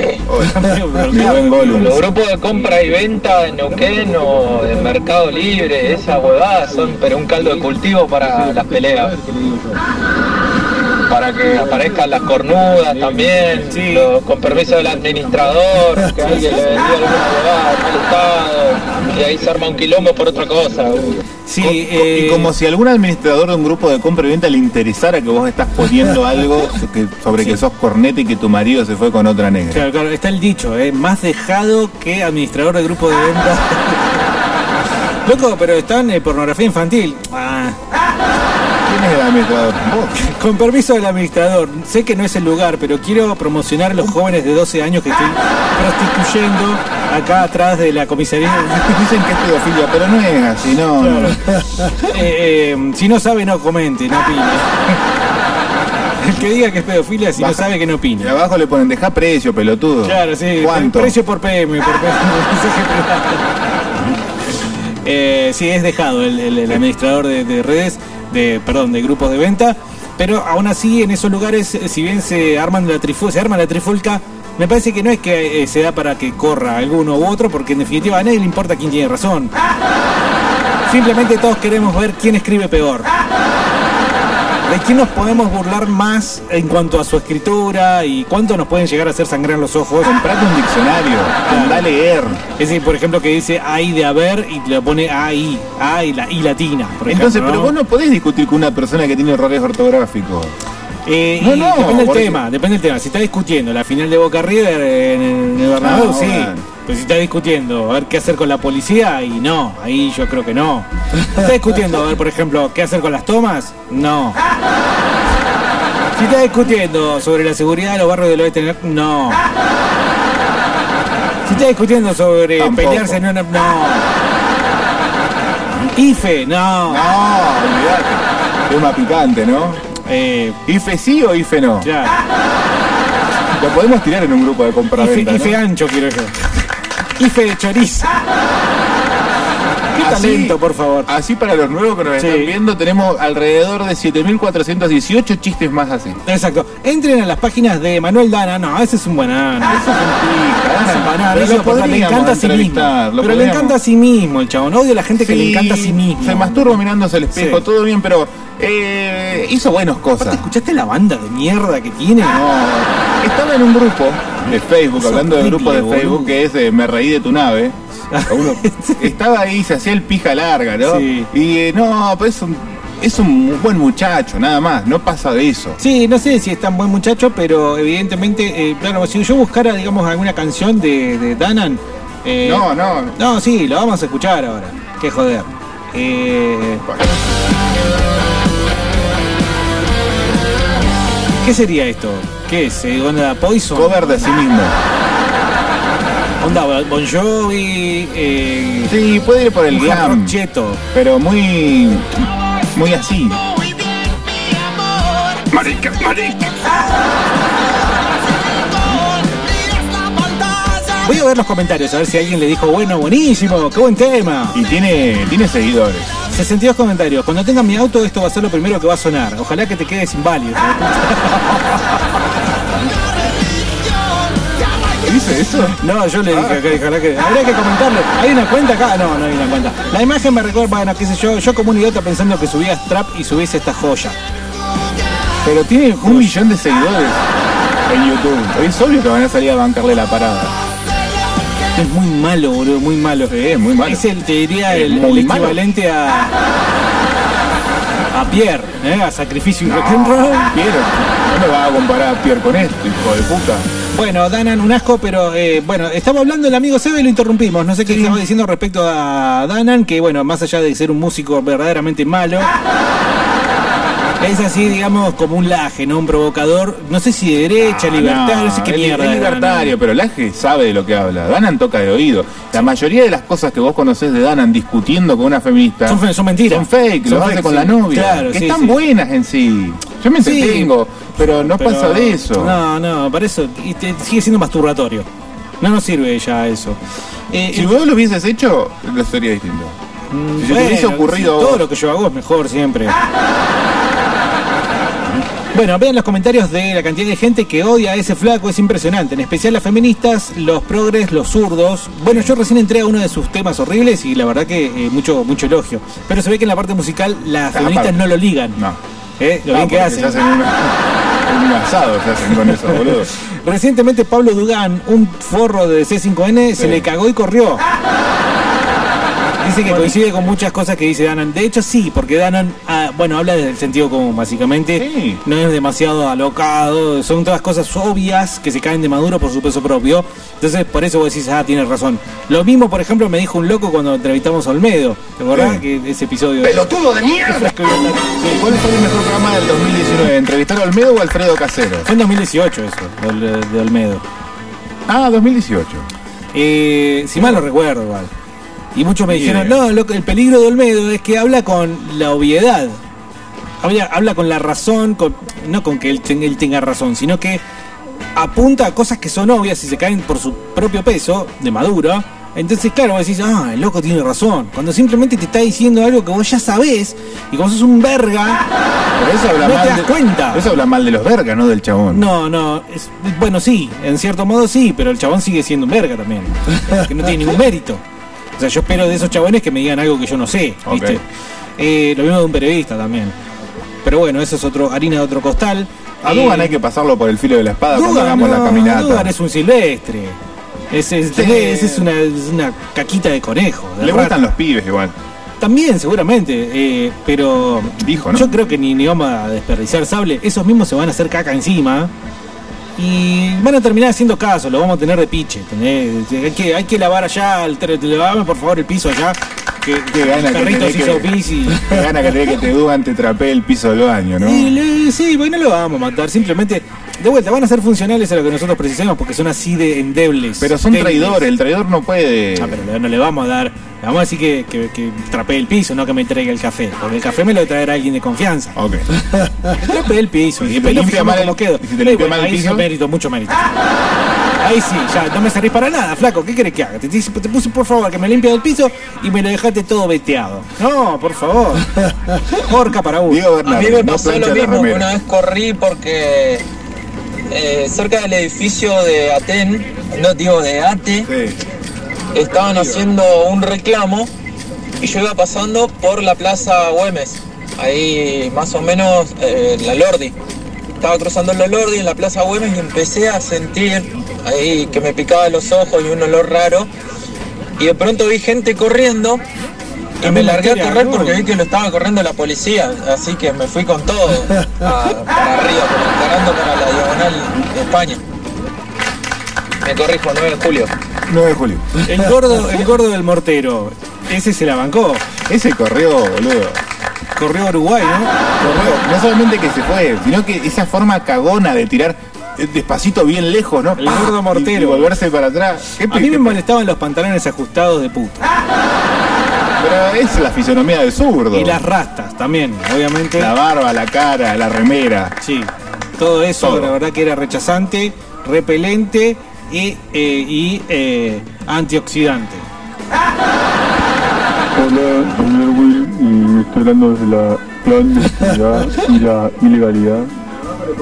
Speaker 5: <laughs>
Speaker 2: Mi buen Gollum.
Speaker 16: Los grupos de compra y venta de Neuquén o de Mercado Libre, esas huevadas son pero un caldo de cultivo para las peleas. Para que aparezcan las cornudas también, los- con permiso del administrador, que alguien le vendió alguna huevada mal estado, y ahí se arma un quilombo por otra cosa.
Speaker 2: Sí, eh,
Speaker 5: Y como si algún administrador de un grupo de compra y venta le interesara que vos estás
Speaker 2: <laughs>
Speaker 5: poniendo algo que- sobre que sos corneta y que tu marido se fue con otra negra.
Speaker 2: Claro, claro, está el dicho, eh, más dejado que administrador de grupo de
Speaker 5: <laughs>
Speaker 2: ventas. Loco, pero están en pornografía infantil. Ah.
Speaker 5: ¿Quién es el administrador?
Speaker 2: <laughs> Con permiso del administrador, sé que no es el lugar, pero quiero promocionar a los jóvenes de 12 años que estén prostituyendo acá atrás de la comisaría.
Speaker 5: Dicen que es pedofilia, pero no es así, no. no.
Speaker 2: Eh, eh, si no sabe, no comente, no opine. <laughs> El que diga que es pedofilia, si no sabe, que no opine.
Speaker 5: Y abajo le ponen, deja precio, pelotudo.
Speaker 2: Claro, sí.
Speaker 5: ¿Cuánto?
Speaker 2: Precio por PM, por PM, mensaje privado. <laughs> Eh, sí, es dejado el, el- el administrador de, de redes, de, perdón, de grupos de venta. Pero aún así, en esos lugares, eh, si bien se arman la trifu- se arma la trifulca, me parece que no es que eh, se da para que corra alguno u otro, porque en definitiva a nadie le importa quién tiene razón. Simplemente todos queremos ver quién escribe peor. ¿De quién nos podemos burlar más en cuanto a su escritura y cuánto nos pueden llegar a hacer sangrar los ojos?
Speaker 5: Comprate un diccionario, anda a leer.
Speaker 2: Es decir, por ejemplo, que dice hay de haber y le pone ahí, A y la, y latina. por
Speaker 5: Entonces,
Speaker 2: ejemplo, ¿no?
Speaker 5: pero vos no podés discutir con una persona que tiene errores ortográficos.
Speaker 2: Eh,
Speaker 5: No,
Speaker 2: y
Speaker 5: no,
Speaker 2: depende del
Speaker 5: porque-
Speaker 2: tema, depende del tema. Si está discutiendo la final de Boca River en el, en el Bernabéu,
Speaker 5: Ah,
Speaker 2: sí.
Speaker 5: bueno.
Speaker 2: Pero si está discutiendo a ver qué hacer con la policía, y no, ahí yo creo que no. Está discutiendo a ver, por ejemplo, qué hacer con las tomas, no. Si está discutiendo sobre la seguridad de los barrios del oeste, no. Si está discutiendo sobre
Speaker 5: Tampoco.
Speaker 2: pelearse, no, no, no. IFE, no.
Speaker 5: No,
Speaker 2: Ah.
Speaker 5: olvidate. Tema picante, ¿no?
Speaker 2: Eh,
Speaker 5: ¿Ife sí o IFE no? Lo podemos tirar en un grupo de compra
Speaker 2: Ife,
Speaker 5: venta
Speaker 2: ife ancho, quiero yo. Ife de chorizo. Qué
Speaker 5: Ah,
Speaker 2: talento, por favor.
Speaker 5: Así para los nuevos que nos
Speaker 2: Sí.
Speaker 5: están viendo, tenemos alrededor de 7.418 chistes
Speaker 2: <laughs>
Speaker 5: más así.
Speaker 2: Exacto. Entren a las páginas de Manuel Dana. No, ese es un buen Dana. Ese es un pica, ese es un banana.
Speaker 5: Ah, Pero
Speaker 2: Ese
Speaker 5: lo
Speaker 2: porque le
Speaker 5: podríamos
Speaker 2: encanta a sí mismo.
Speaker 5: entrevistar, lo
Speaker 2: Pero le
Speaker 5: podríamos.
Speaker 2: encanta a sí mismo el chabón. Odio a la gente que le
Speaker 5: Sí,
Speaker 2: encanta a sí mismo.
Speaker 5: Se masturba mirándose al espejo,
Speaker 2: Sí.
Speaker 5: todo bien, pero eh, hizo buenas cosas.
Speaker 2: ¿Escuchaste la banda de mierda que tiene?
Speaker 5: Ah. No. Estaba en un grupo de Facebook,
Speaker 2: Eso
Speaker 5: hablando del
Speaker 2: horrible,
Speaker 5: grupo de
Speaker 2: boludo.
Speaker 5: Facebook que es eh, Me reí de tu nave.
Speaker 2: <laughs>
Speaker 5: Uno estaba ahí, se hacía el pija larga, ¿no?
Speaker 2: Sí.
Speaker 5: Y eh, no, pues es un, es un buen muchacho, nada más, no pasa de eso.
Speaker 2: Sí, no sé si es tan buen muchacho, pero evidentemente, eh, claro, si yo buscara, digamos, alguna canción de, de Danan. eh,
Speaker 5: No, no.
Speaker 2: No, sí, la vamos a escuchar ahora. Qué joder. Eh, ¿Qué sería esto? ¿Qué es? Eh, ¿Onda Poison?
Speaker 5: Cover de sí mismo.
Speaker 2: ¿Onda Bon- Bon Jovi? Eh,
Speaker 5: Sí, puede ir por el
Speaker 2: un hard rock
Speaker 5: glam,
Speaker 2: cheto.
Speaker 5: pero muy, muy así.
Speaker 14: Marica, marica.
Speaker 2: Voy a ver los comentarios, a ver si alguien le dijo, bueno, buenísimo, qué buen tema.
Speaker 5: Y tiene, tiene seguidores.
Speaker 2: 62 comentarios. Cuando tenga mi auto, esto va a ser lo primero que va a sonar. Ojalá que te quedes inválido.
Speaker 5: ¿Dice eso?
Speaker 2: No, yo le dije, que- ojalá que. Habría que comentarle. ¿Hay una cuenta acá? No, no hay una cuenta. La imagen me recuerda, bueno, qué sé yo, yo como un idiota pensando que subías trap y subís esta joya.
Speaker 5: Pero tiene un millón de seguidores en YouTube. Es obvio que van a salir a bancarle la parada.
Speaker 2: Es muy malo, boludo, muy malo.
Speaker 5: Es muy malo.
Speaker 2: Es el, te diría,
Speaker 5: Es
Speaker 2: el,
Speaker 5: muy
Speaker 2: el
Speaker 5: malo.
Speaker 2: equivalente a. A Pierre, ¿eh? a Sacrificio y Rock and Roll.
Speaker 5: Quiero. No me vas a comparar a Pierre con esto, hijo de puta.
Speaker 2: Bueno, Danan, un asco, pero eh, bueno, estaba hablando el amigo Sebe y lo interrumpimos. No sé qué estaba diciendo respecto a Danan, que bueno, más allá de ser un músico verdaderamente
Speaker 5: <laughs>
Speaker 2: malo, es así, digamos, como un laje, ¿no? Un provocador, no sé si de derecha, libertario, no sé qué
Speaker 5: él-
Speaker 2: mierda.
Speaker 5: es
Speaker 2: es
Speaker 5: libertario, pero Laje sabe de lo que habla. Danan toca de oído. La mayoría de las cosas que vos conocés de Danan discutiendo con una feminista
Speaker 2: Danan. Son, fe- son mentiras.
Speaker 5: son fake,
Speaker 2: Son
Speaker 5: lo hace
Speaker 2: fake,
Speaker 5: con
Speaker 2: sí.
Speaker 5: la novia.
Speaker 2: Claro,
Speaker 5: que
Speaker 2: sí,
Speaker 5: están
Speaker 2: sí.
Speaker 5: buenas en sí. Yo me
Speaker 2: Sí.
Speaker 5: entretengo, pero no
Speaker 2: Pero-
Speaker 5: pasa de eso.
Speaker 2: No, no, para eso y te- sigue siendo masturbatorio. No nos sirve ya eso. Eh,
Speaker 5: Si
Speaker 2: eh,
Speaker 5: vos lo hubieses hecho, lo sería distinto.
Speaker 2: mm,
Speaker 5: si se te hubiese ocurrido a
Speaker 2: Todo
Speaker 5: vos.
Speaker 2: lo que yo hago es mejor
Speaker 5: <laughs>
Speaker 2: siempre. Bueno, vean los comentarios de la cantidad de gente que odia a ese flaco, es impresionante. En especial las feministas, los progres, los zurdos. Bueno, yo recién entré a uno de sus temas horribles y la verdad que eh, mucho, mucho elogio. Pero se ve que en la parte musical las
Speaker 5: Ah,
Speaker 2: feministas
Speaker 5: aparte.
Speaker 2: no lo ligan.
Speaker 5: No.
Speaker 2: ¿eh? Lo
Speaker 5: Ah,
Speaker 2: bien que
Speaker 5: porque
Speaker 2: hacen.
Speaker 5: Se hacen una- <laughs> un asado se hacen con eso,
Speaker 2: <laughs>
Speaker 5: boludo.
Speaker 2: Recientemente Pablo Dugán, un forro de C5N, se
Speaker 5: Sí.
Speaker 2: le cagó y corrió. Dice que coincide con muchas cosas que dice Danan. De hecho, sí, porque Danan, ah, bueno, habla del sentido común, básicamente.
Speaker 5: Sí.
Speaker 2: No es demasiado alocado, son todas cosas obvias que se caen de maduro por su peso propio. Entonces, por eso vos decís, ah, tienes razón. Lo mismo, por ejemplo, me dijo un loco cuando entrevistamos a Olmedo. ¿Te acordás
Speaker 5: Sí.
Speaker 2: que ese episodio?
Speaker 10: ¡Pelotudo de mierda!
Speaker 5: Sí, ¿Cuál fue el mejor programa del 2019? ¿Entrevistar a Olmedo o Alfredo Casero?
Speaker 2: Fue en 2018 eso, de, de Olmedo.
Speaker 5: Ah, 2018.
Speaker 2: Eh, si mal no recuerdo, igual. Y muchos me
Speaker 5: Ni
Speaker 2: dijeron,
Speaker 5: idea.
Speaker 2: no, loco, el peligro de Olmedo es que habla con la obviedad. Habla, habla con la razón, con- no con que él, ten- él tenga razón, sino que apunta a cosas que son obvias y se caen por su propio peso, de maduro. Entonces, claro, vos decís, ah, el loco tiene razón. Cuando simplemente te está diciendo algo que vos ya sabés, y como sos un verga,
Speaker 5: Pero eso habla
Speaker 2: No te
Speaker 5: mal
Speaker 2: das
Speaker 5: de,
Speaker 2: cuenta.
Speaker 5: Eso habla mal de los vergas, no del chabón.
Speaker 2: no, no, es- bueno, sí, en cierto modo sí, pero el chabón sigue siendo un verga también, <laughs> que no tiene ningún mérito. O sea, yo espero de esos chabones que me digan algo que yo no sé,
Speaker 5: Ok.
Speaker 2: ¿viste? Eh, lo mismo de un periodista también. Pero bueno, eso es otro harina de otro costal.
Speaker 5: A
Speaker 2: Eh,
Speaker 5: Dugan hay que pasarlo por el filo de la espada cuando
Speaker 2: Dugan,
Speaker 5: hagamos
Speaker 2: no,
Speaker 5: la caminata.
Speaker 2: Dugan es un silvestre. Ese es,
Speaker 5: Sí.
Speaker 2: ese es una, es una caquita de conejo. de
Speaker 5: Le
Speaker 2: rata.
Speaker 5: gustan los pibes igual.
Speaker 2: También, seguramente, eh, pero
Speaker 5: Dijo, ¿no?
Speaker 2: yo creo que ni, ni vamos a desperdiciar sable. Esos mismos se van a hacer caca encima y van a terminar haciendo caso. Lo vamos a tener de piche. ¿entendés? Hay que, hay que lavar allá, el tre- lavame por favor el piso allá. Que,
Speaker 5: Qué gana
Speaker 2: el
Speaker 5: que
Speaker 2: perrito
Speaker 5: tenés
Speaker 2: se
Speaker 5: que-
Speaker 2: hizo pis y.
Speaker 5: Qué gana que tenés que te Dugan te trapee el piso del baño, <laughs> ¿no?
Speaker 2: Y le- sí, bueno, no lo vamos a matar. Simplemente, de vuelta, van a ser funcionales a lo que nosotros precisamos porque son así de endebles.
Speaker 5: Pero son
Speaker 2: débiles.
Speaker 5: traidores, el traidor no puede.
Speaker 2: Ah, pero le- no le vamos a dar. Le vamos a decir que, que, que trapee el piso, no que me traiga el café. Porque el café me lo traerá alguien de confianza.
Speaker 5: <laughs> Ok.
Speaker 2: Trapee el piso.
Speaker 5: ¿Y
Speaker 2: Y después
Speaker 5: Pues si te
Speaker 2: nos
Speaker 5: limpia
Speaker 2: fijamos
Speaker 5: mal el-
Speaker 2: cómo quedo.
Speaker 5: y si te
Speaker 2: Eh,
Speaker 5: limpia
Speaker 2: bueno,
Speaker 5: mal el
Speaker 2: ahí sí,
Speaker 5: piso?
Speaker 2: mérito, mucho mérito. Ahí sí, ya no me servís para nada, flaco. ¿Qué querés que haga? Te, te- te puse, por favor, que me limpie el piso y me lo dejaste todo veteado. No, por
Speaker 5: <laughs>
Speaker 2: favor. Horca para uno.
Speaker 5: Bernardo,
Speaker 16: A mí me
Speaker 5: no
Speaker 16: pasó
Speaker 5: plancha
Speaker 16: lo
Speaker 5: la
Speaker 16: mismo que
Speaker 5: remera.
Speaker 16: una vez corrí porque eh, cerca del edificio de Aten, no digo de Ate, estaban haciendo un reclamo y yo iba pasando por la Plaza Güemes, ahí más o menos eh, la Lordi. Estaba cruzando la Lordi en la Plaza Güemes y empecé a sentir ahí que me picaba los ojos y un olor raro. Y de pronto vi gente corriendo y me largué a correr porque vi que lo estaba corriendo la policía, así que me fui con todo a- para arriba, como encarando para la diagonal de España. Me corrijo, 9 de julio.
Speaker 5: 9 de julio.
Speaker 2: El gordo, el gordo del mortero. Ese se la bancó.
Speaker 5: Ese corrió, boludo.
Speaker 2: Corrió a Uruguay, ¿no?
Speaker 5: Corrió. No solamente que se fue, sino que esa forma cagona de tirar eh, despacito bien lejos, ¿no? El gordo mortero. Y, volverse para atrás.
Speaker 2: A mí me molestaban los pantalones ajustados de puta.
Speaker 5: Pero es la fisonomía del zurdo.
Speaker 2: Y las rastas también, obviamente.
Speaker 5: La barba, la cara, la remera.
Speaker 2: Sí. Todo eso,
Speaker 5: Todo.
Speaker 2: la verdad que era rechazante, repelente y, eh, y, eh, antioxidante.
Speaker 17: Hola, soy Erwin y estoy hablando de la clandestinidad y la ilegalidad.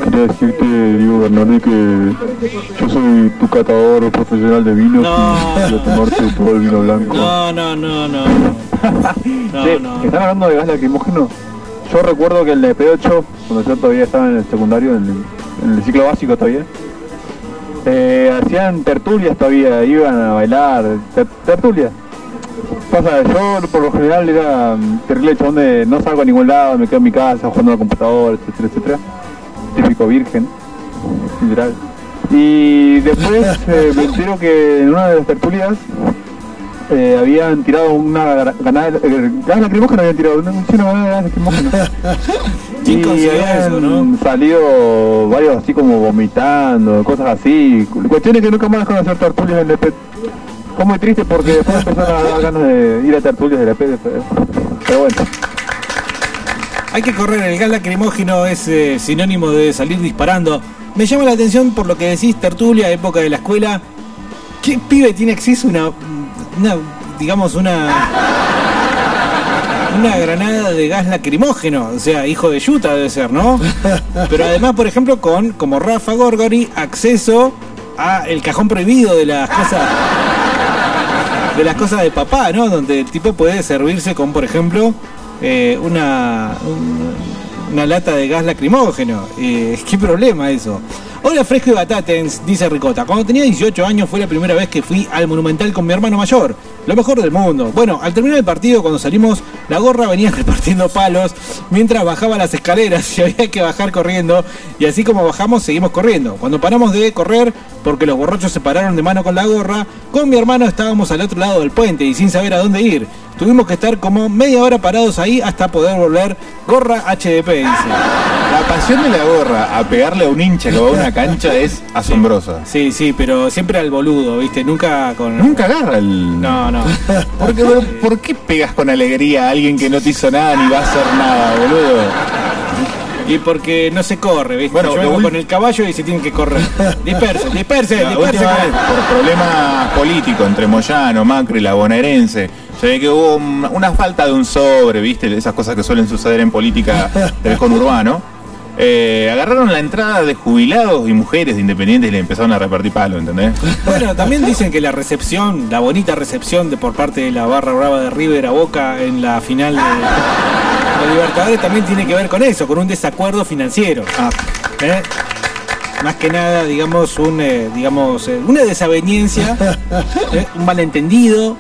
Speaker 17: Quería decirte, Diego Bernardi, que yo soy tu catador profesional de vinos y voy a tomarte todo el vino blanco.
Speaker 2: No, no, no, no.
Speaker 17: Che, ¿Están hablando de gas lacrimógeno? Yo recuerdo que el de P8, cuando yo todavía estaba en el secundario, en el, en el ciclo básico todavía, eh, hacían tertulias todavía, iban a bailar, ter- tertulias. Pasa, yo por lo general era mm, terrible chabón de no salgo a ningún lado, me quedo en mi casa jugando a la computadora, etcétera, etcétera. Típico virgen, literal. Y después eh, me entero que en una de las tertulias eh, habían tirado una gra- ganada, eh, gas lacrimógeno habían tirado, una- un chino ganada de gas lacrimógeno. y habían salido varios así como vomitando, cosas así, cu- cuestiones que nunca más dejaron de hacer tertulias en el PET. Fue muy triste porque después empezaron a dar ganas de ir a tertulias de la PET. Pero bueno.
Speaker 2: Hay que correr, el gas lacrimógeno es eh, sinónimo de salir disparando. Me llama la atención por lo que decís, tertulia, época de la escuela. ¿Qué pibe tiene acceso a una, una, digamos, una... Una granada de gas lacrimógeno, o sea, hijo de yuta debe ser, ¿no? Pero además, por ejemplo, con, como Rafa Gorgori, acceso a el cajón prohibido de las cosas de las cosas de papá, ¿no? Donde el tipo puede servirse con, por ejemplo, eh, una, un- una lata de gas lacrimógeno. Eh, <laughs> ¿Qué problema eso? Hola, fresco y batatens, dice Ricota. Cuando tenía 18 años fue la primera vez que fui al Monumental con mi hermano mayor. Lo mejor del mundo. Bueno, al terminar el partido, cuando salimos, la gorra venía <laughs> repartiendo palos mientras bajaba las escaleras <laughs> y había que bajar corriendo. Y así como bajamos, seguimos corriendo. Cuando paramos de correr, porque los borrachos se pararon de mano con la gorra, con mi hermano estábamos al otro lado del puente y sin saber a dónde ir. Tuvimos que estar como media hora parados ahí hasta poder volver. Gorra HDP, dice.
Speaker 5: La pasión de la gorra a pegarle a un hincha que va a una cancha es asombrosa.
Speaker 2: Sí, sí, pero siempre al boludo, ¿viste? Nunca con...
Speaker 5: Nunca agarra el...
Speaker 2: No, no.
Speaker 5: ¿Por qué, por qué pegas con alegría a alguien que no te hizo nada ni va a hacer nada, boludo?
Speaker 2: Y porque no se corre, ¿viste?
Speaker 5: Bueno,
Speaker 2: Yo
Speaker 5: lo
Speaker 2: vengo
Speaker 5: ul-
Speaker 2: con el caballo y se tienen que
Speaker 5: <laughs>
Speaker 2: correr. Dispersen, dispersen,
Speaker 5: La
Speaker 2: dispersen.
Speaker 5: última vez, por problemas políticos entre Moyano, Macri y la bonaerense, se ve que hubo un- una falta de un sobre, ¿viste? Esas cosas que suelen suceder en política del conurbano. Eh, agarraron la entrada de jubilados y mujeres de independientes y le empezaron a repartir palo, ¿entendés?
Speaker 2: Bueno, también dicen que la recepción, la bonita recepción de por parte de la barra brava de River a Boca en la final de, de Libertadores también tiene que ver con eso, con un desacuerdo financiero.
Speaker 5: Ah.
Speaker 2: ¿Eh? Más que nada, digamos, un, eh, digamos, eh, una
Speaker 5: <laughs>
Speaker 2: desaveniencia, ¿eh? un malentendido,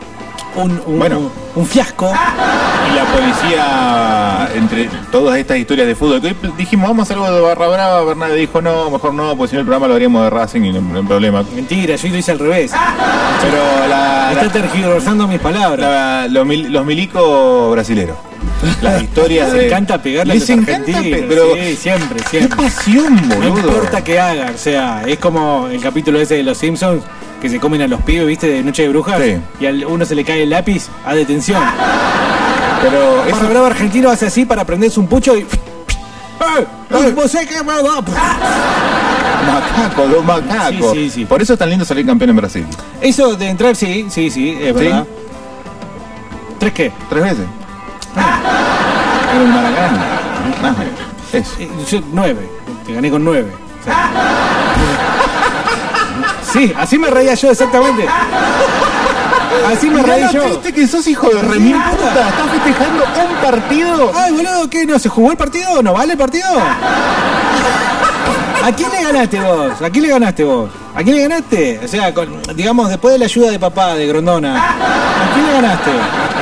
Speaker 2: un, un- un fiasco.
Speaker 5: Y la policía, entre todas estas historias de fútbol, que hoy dijimos, vamos a hacer algo de barra brava, Bernardo dijo, no, mejor no, porque si no el programa lo haríamos de Racing y no no hay problema.
Speaker 2: Mentira, yo lo hice al revés.
Speaker 5: Ah. Pero la...
Speaker 2: Está tergiversando mis palabras.
Speaker 5: La- los, mil- los milicos brasileros.
Speaker 2: <laughs>
Speaker 5: Las historias
Speaker 2: Les
Speaker 5: de.
Speaker 2: encanta pegarle a
Speaker 5: Les
Speaker 2: los
Speaker 5: encanta
Speaker 2: argentinos,
Speaker 5: pe- pero
Speaker 2: sí, siempre, siempre.
Speaker 5: ¡Qué pasión, boludo!
Speaker 2: No importa que hagan, o sea, es como el capítulo ese de los Simpsons que se comen a los pibes, ¿viste? De Noche de Brujas
Speaker 5: Sí. Ah.
Speaker 2: y a uno se le cae el lápiz a detención.
Speaker 5: Pero
Speaker 2: Barra Brava argentino hace
Speaker 5: ¡Eh!
Speaker 2: así para prenderse un pucho y. ¡Eh! ¡Eh! ¿Vos sabés qué, boludo?
Speaker 5: Macacos, los macacos.
Speaker 2: Sí, sí, sí.
Speaker 5: Por eso es tan lindo salir campeón en Brasil.
Speaker 2: Eso de entrar, sí, sí, sí, es
Speaker 5: ¿Sí?
Speaker 2: verdad. ¿Tres qué?
Speaker 5: Tres
Speaker 2: <laughs>
Speaker 5: veces. Era un Maracaná. Ah, eso.
Speaker 2: Eh, Yo nueve. Te gané con nueve. O sea.
Speaker 5: <laughs>
Speaker 2: Sí, así me reía yo exactamente. Así me
Speaker 5: Mirá
Speaker 2: reí
Speaker 5: lo
Speaker 2: yo.
Speaker 5: triste que sos hijo de remil puta. Estás festejando un partido.
Speaker 2: Ay, boludo, ¿qué? ¿No se jugó el partido? ¿No vale el partido? ¿A quién le ganaste vos? ¿A quién le ganaste vos? ¿A quién le ganaste? O sea, con- digamos, después de la ayuda de papá, de Grondona, ¿a quién le ganaste?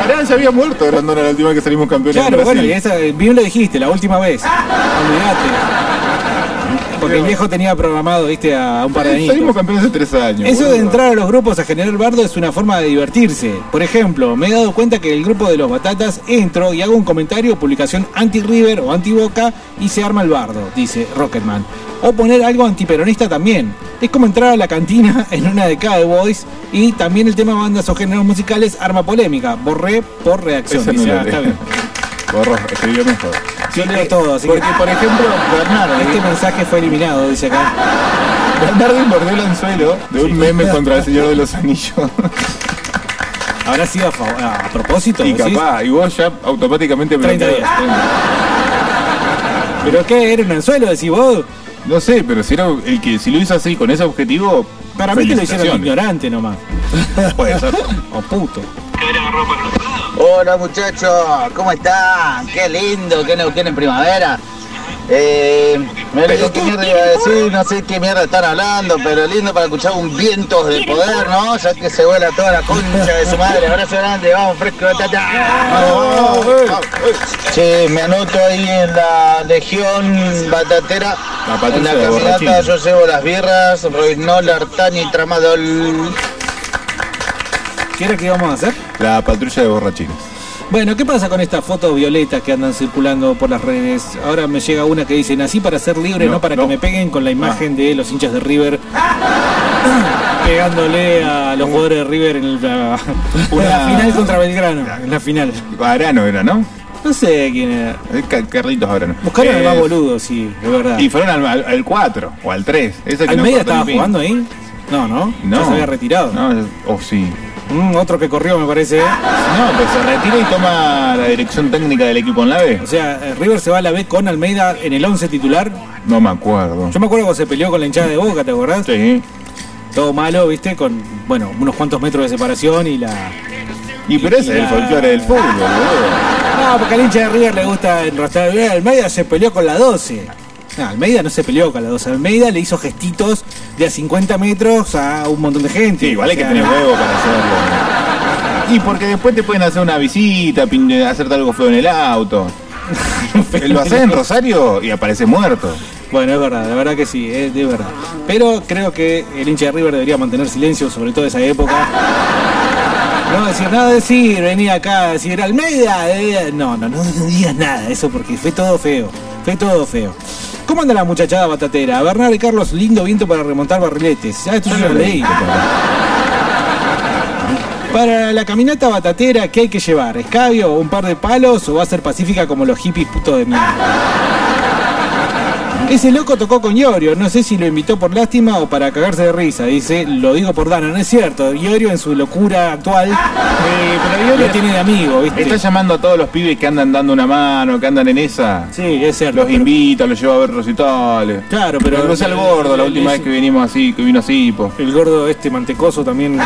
Speaker 5: Arán se había muerto Grandona la última vez que salimos campeones en
Speaker 2: Claro,
Speaker 5: Brasil.
Speaker 2: bueno, y esa, eh, bien lo dijiste, la última vez. Olvidate. Porque el viejo tenía programado, viste, a un par de niños.
Speaker 5: Salimos campeones hace tres años.
Speaker 2: Eso de
Speaker 5: boludo.
Speaker 2: entrar a los grupos a generar bardo es una forma de divertirse. Por ejemplo, me he dado cuenta que el grupo de los batatas entro y hago un comentario o publicación anti-River o anti-Boca y se arma el bardo, dice Rocketman. O poner algo antiperonista también. Es como entrar a la cantina <laughs> en una de cada Boys y también el tema bandas o géneros musicales arma polémica. Borré por reacción.
Speaker 5: Ese no
Speaker 2: dice,
Speaker 5: lo
Speaker 2: "Ah,
Speaker 5: leí.
Speaker 2: está bien".
Speaker 5: Borró, escribió mejor.
Speaker 2: Yo leo todo, así
Speaker 5: Porque,
Speaker 2: que-
Speaker 5: por ejemplo, Bernardo.
Speaker 2: Este mensaje fue eliminado, dice acá.
Speaker 5: Bernardo mordió el anzuelo de un meme contra el Señor de
Speaker 2: <laughs>
Speaker 5: los Anillos.
Speaker 2: Habrá sido a, favor- a propósito.
Speaker 5: Ah. Y
Speaker 2: ¿decís?
Speaker 5: capaz, y vos ya automáticamente me
Speaker 2: 30 días. ¿Pero qué? ¿Era un anzuelo, decís vos?
Speaker 5: No sé, pero si, era el que, si lo hizo así, con ese objetivo.
Speaker 2: Para mí que lo hicieron
Speaker 5: felicitaciones.
Speaker 2: ignorante nomás.
Speaker 5: Puede ser. <laughs>
Speaker 2: O puto.
Speaker 18: Hola muchachos, ¿cómo están? Qué lindo, qué neuquén en primavera. Eh, me olvidé qué mierda iba a decir, no sé qué mierda están hablando, pero lindo para escuchar un vientos de poder, ¿no? Ya que se vuela toda la concha de su madre. Abrazo grande, vamos, fresco, batata.
Speaker 5: Ah,
Speaker 2: Ah,
Speaker 18: Vamos, vamos. Sí, me anoto ahí en la Legión Batatera.
Speaker 5: La
Speaker 18: En la
Speaker 5: patrulla de
Speaker 18: caminata
Speaker 5: borrachín.
Speaker 18: yo llevo las birras, Roinol, Artani, Tramadol.
Speaker 2: ¿Qué era que íbamos a hacer?
Speaker 5: La patrulla de borrachines.
Speaker 2: Bueno, ¿qué pasa con estas fotos violetas que andan circulando por las redes? Ahora me llega una que dice, nací para ser libre, no,
Speaker 5: No,
Speaker 2: para
Speaker 5: no. Ah.
Speaker 2: que me peguen con la imagen de los hinchas de
Speaker 5: <laughs>
Speaker 2: River pegándole a los jugadores de River en el- la, la final contra Belgrano. En la final.
Speaker 5: Arano era, ¿no?
Speaker 2: No sé quién era.
Speaker 5: Eh, Ca- Carlitos Arano.
Speaker 2: Buscaron al
Speaker 5: Eh,
Speaker 2: más boludo, sí, de verdad.
Speaker 5: Y fueron al- al al 4 o al 3. Ese que
Speaker 2: ¿Al
Speaker 5: no
Speaker 2: media
Speaker 5: cortó ni
Speaker 2: estaba
Speaker 5: pin.
Speaker 2: jugando ahí? No, ¿no?
Speaker 5: No.
Speaker 2: Ya se había retirado.
Speaker 5: No, es- o sí.
Speaker 2: Mm, otro que corrió, me parece. ¿eh?
Speaker 5: No, pues se retira y toma la dirección técnica del equipo en la B.
Speaker 2: O sea, eh, River se va a la B con Almeida en el 11 titular.
Speaker 5: No me acuerdo.
Speaker 2: Yo me acuerdo cuando se peleó con la hinchada de Boca, ¿te acordás?
Speaker 5: Sí.
Speaker 2: Todo malo, ¿viste? Con, bueno, unos cuantos metros de separación y la...
Speaker 5: Y pero ese es el folclore del fútbol, boludo.
Speaker 2: Ah, porque al hincha de River le gusta enrostrar. Eh, Almeida se peleó con la 12. No, Almeida no se peleó con la 12. Almeida le hizo gestitos de a 50 metros a un montón de gente.
Speaker 5: Sí, igual hay
Speaker 2: O
Speaker 5: que
Speaker 2: sea,
Speaker 5: tener huevo para hacerlo. Y porque después te pueden hacer una visita, pin- hacerte algo feo en
Speaker 2: <laughs>
Speaker 5: el auto. Lo haces en Rosario y aparece muerto.
Speaker 2: Bueno, es verdad, la verdad que sí, es de verdad. Pero creo que el hincha de River debería mantener silencio, sobre todo esa época. No decir nada, decir, venir acá, a decir Almeida. eh, No, no, no digas nada, eso porque fue todo feo. Fue todo feo. ¿Cómo anda la muchachada batatera? Bernardo y Carlos, lindo viento para remontar barriletes. Ah, esto yo lo leí. Para la caminata batatera, ¿qué hay que llevar? ¿Escabio, un par de palos o va a ser pacífica como los hippies putos de mierda? Ese loco tocó con Iorio, no sé si lo invitó por lástima o para cagarse de risa, dice, lo digo por Dana, no es cierto, Iorio en su locura actual
Speaker 5: Eh, pero
Speaker 2: lo tiene de amigo, ¿viste?
Speaker 5: Está llamando a todos los pibes que andan dando una mano, que andan en esa.
Speaker 2: Sí, es cierto.
Speaker 5: Los invita, los lleva a ver recitales.
Speaker 2: Claro, pero-
Speaker 5: Me crucé al gordo la última
Speaker 2: Es-
Speaker 5: vez que vinimos así, que vino así, po.
Speaker 2: El gordo este mantecoso también.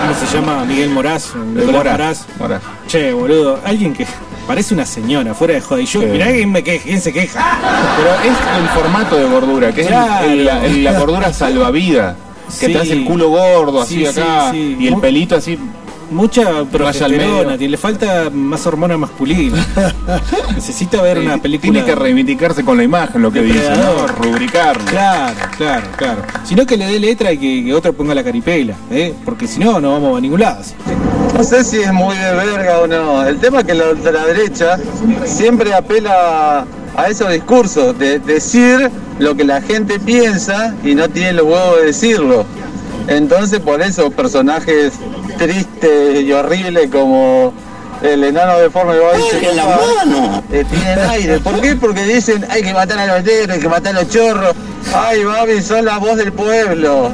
Speaker 2: ¿Cómo se llama? Miguel Moraz. Nicolás
Speaker 5: Moraz,
Speaker 2: Moraz.
Speaker 5: Moraz.
Speaker 2: Che, boludo, alguien que <laughs> parece una señora, fuera de joda. Y yo,
Speaker 5: Sí.
Speaker 2: mirá quién, me que- quién se queja.
Speaker 5: Pero es el formato de gordura, que es el-
Speaker 2: Claro.
Speaker 5: el- la, el- la gordura salvavidas. Que
Speaker 2: Sí.
Speaker 5: te hace el culo gordo así
Speaker 2: Sí, sí,
Speaker 5: acá
Speaker 2: sí.
Speaker 5: y el
Speaker 2: Mu-
Speaker 5: pelito así.
Speaker 2: Mucha
Speaker 5: medio.
Speaker 2: progesterona, tiene- le falta más hormona
Speaker 5: <laughs>
Speaker 2: masculina. Necesita ver una película.
Speaker 5: eh, Tiene que reivindicarse con la imagen lo que dice, ¿no?
Speaker 2: Depredador.
Speaker 5: Rubricarlo.
Speaker 2: Claro, claro, claro. Sino que le dé letra y que, que otro ponga la caripela, ¿eh? Porque si no, no vamos a ningún lado. así.
Speaker 19: No sé si es muy de verga o no. El tema es que la ultraderecha siempre apela a esos discursos de decir lo que la gente piensa y no tiene los huevos de decirlo. Entonces por eso personajes tristes y horribles como
Speaker 20: el enano deforme va y se
Speaker 21: Peguen la
Speaker 20: copa,
Speaker 21: mano.
Speaker 20: eh, tienen aire. ¿Por qué? Porque dicen hay que matar al vetero, hay que matar a los chorros. Ay, Babi, son la voz del pueblo.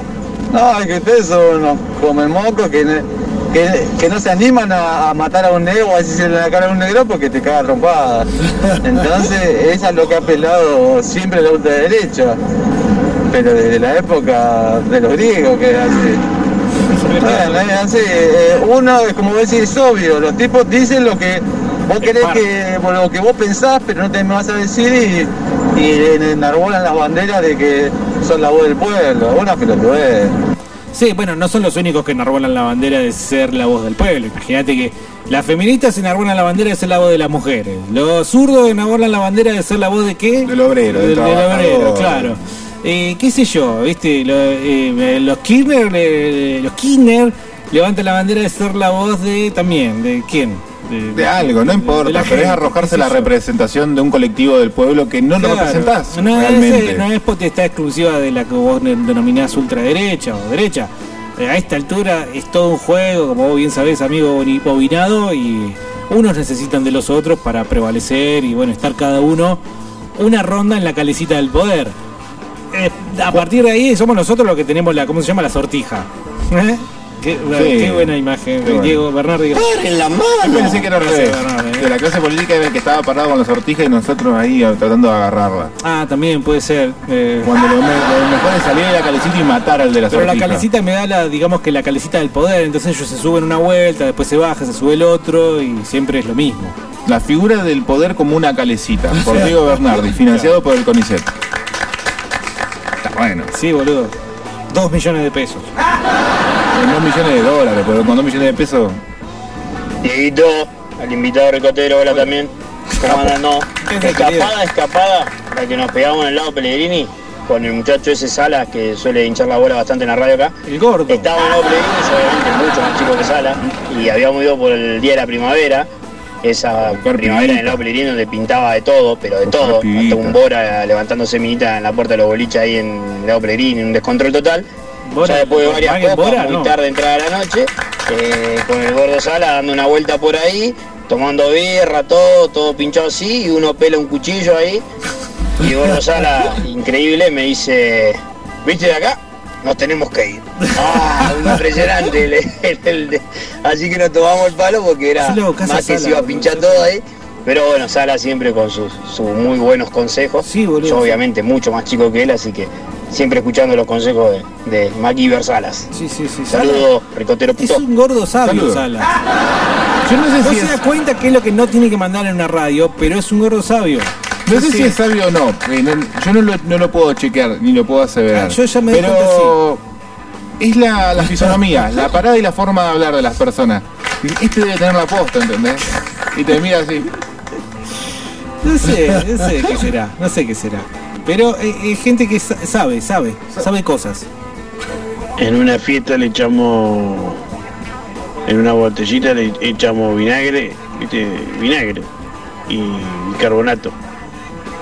Speaker 20: No, ay, que ustedes son unos comen mocos que, ne- que, que no se animan a, a matar a un negro, a decirle en la cara a un negro porque te caga trompada. Entonces, esa es lo que ha apelado siempre la ultraderecha. Pero desde la época de los griegos que era así. Bueno, es así, eh, uno es como decir, es obvio, los tipos dicen lo que vos querés que, bueno, lo que vos pensás, pero no te me vas a decir y, y en- enarbolan las banderas de que son la voz del pueblo, una pelotudez.
Speaker 2: Sí, bueno, no son los únicos que enarbolan la bandera de ser la voz del pueblo. Imagínate que las feministas enarbolan la bandera de ser la voz de las mujeres. Los zurdos enarbolan la bandera de ser la voz de qué? Del
Speaker 5: obrero, del
Speaker 2: del, obrero,
Speaker 5: trabajador.
Speaker 2: claro. Eh, ¿Qué sé yo? ¿Viste? Lo- eh, eh, los Kirchner, eh, los Kirchner levantan la bandera de ser la voz de también, ¿de quién? De,
Speaker 5: De algo, no
Speaker 2: de-
Speaker 5: importa,
Speaker 2: de la
Speaker 5: pero
Speaker 2: gente,
Speaker 5: es arrojarse
Speaker 2: qué
Speaker 5: la
Speaker 2: sé yo.
Speaker 5: representación de un colectivo del pueblo que no lo
Speaker 2: Claro,
Speaker 5: representás
Speaker 2: No
Speaker 5: realmente.
Speaker 2: es, no es potestad exclusiva de la que vos ne- denominás ultraderecha o derecha. Eh, A esta altura es todo un juego, como vos bien sabés, amigo boni- bobinado, y unos necesitan de los otros para prevalecer y bueno, estar cada uno una ronda en la calecita del poder. Eh, a partir de ahí somos nosotros los que tenemos la, ¿cómo se llama? La sortija. <laughs> ¿Eh? Qué, qué buena imagen,
Speaker 5: Qué bueno.
Speaker 2: Diego Bernardo. Diego.
Speaker 5: Yo pensé que era al
Speaker 2: Gracias,
Speaker 5: revés,
Speaker 2: Bernardo, eh.
Speaker 5: que la clase política era el que estaba parado con la sortija y nosotros ahí ah, tratando de agarrarla.
Speaker 2: Ah, también puede ser. eh.
Speaker 5: Cuando lo, me- lo mejor es salir de la calecita y matar al de la
Speaker 2: Pero la
Speaker 5: sortija.
Speaker 2: calecita me da la, digamos que la calecita del poder, entonces ellos se suben una vuelta, después se baja, se sube el otro y siempre es lo mismo.
Speaker 5: La figura del poder como
Speaker 2: <laughs>
Speaker 5: una calecita, por Diego Bernardi, financiado por el CONICET. Está bueno.
Speaker 2: Sí, boludo. Dos millones de
Speaker 9: <laughs>
Speaker 2: pesos.
Speaker 5: Con dos millones de dólares, pero con dos millones de pesos.
Speaker 9: Dieguito, al invitado ricotero, hola también. ¿Cómo andan? No. Escapada, escapada, la que nos pegamos en el lado Pellegrini, con el muchacho ese Salas, que suele hinchar la bola bastante en la radio acá.
Speaker 2: El gordo.
Speaker 9: Estábamos en el lado Pellegrini, obviamente mucho más chico que Salas, y habíamos ido por el Día de la Primavera, esa primavera en el lado Pellegrini donde pintaba de todo, pero de todo, hasta un Bora levantándose minita en la puerta de los boliches ahí en el lado Pellegrini, un descontrol total.
Speaker 2: Bora,
Speaker 9: ya después de varias
Speaker 2: Volkswagen
Speaker 9: copas,
Speaker 2: Bora,
Speaker 9: muy
Speaker 2: no.
Speaker 9: tarde entrada la noche, eh, con el gordo Sala dando una vuelta por ahí, tomando birra, todo, todo pinchado así, y uno pela un cuchillo ahí. Y el gordo Sala, increíble, me dice, ¿viste de acá? Nos tenemos que ir. Ah, un impresionante. el- el- el de- así que nos tomamos el palo porque era
Speaker 2: Hacele bocaza
Speaker 9: más que
Speaker 2: a Sala,
Speaker 9: se iba a
Speaker 2: boludo.
Speaker 9: pinchar todo ahí. Pero bueno, Sala siempre con sus, sus muy buenos consejos. Yo obviamente mucho más chico que él, así que siempre escuchando los consejos de, de MacGyver Salas.
Speaker 2: Sí, sí, sí.
Speaker 9: Saludos, ricotero
Speaker 2: Es
Speaker 9: puto.
Speaker 2: un gordo sabio,
Speaker 9: Saludos.
Speaker 2: Salas.
Speaker 9: <laughs>
Speaker 2: Yo no sé si se da cuenta que es lo que no tiene que mandar en una radio, pero es un gordo sabio.
Speaker 5: No sé si es sabio o no. eh, no- yo no lo, no lo puedo chequear ni lo puedo aseverar.
Speaker 2: Ah, yo ya me di
Speaker 5: Pero es la, la fisonomía, la parada y la forma de hablar de las personas. Este debe tener la posta, ¿entendés? Y te mira así.
Speaker 2: No sé, no sé qué será, no sé qué será. Pero eh, eh, gente que sa- sabe, sabe, sabe cosas.
Speaker 9: En una fiesta le echamos.
Speaker 15: En una botellita le echamos vinagre, ¿viste? Vinagre y bicarbonato.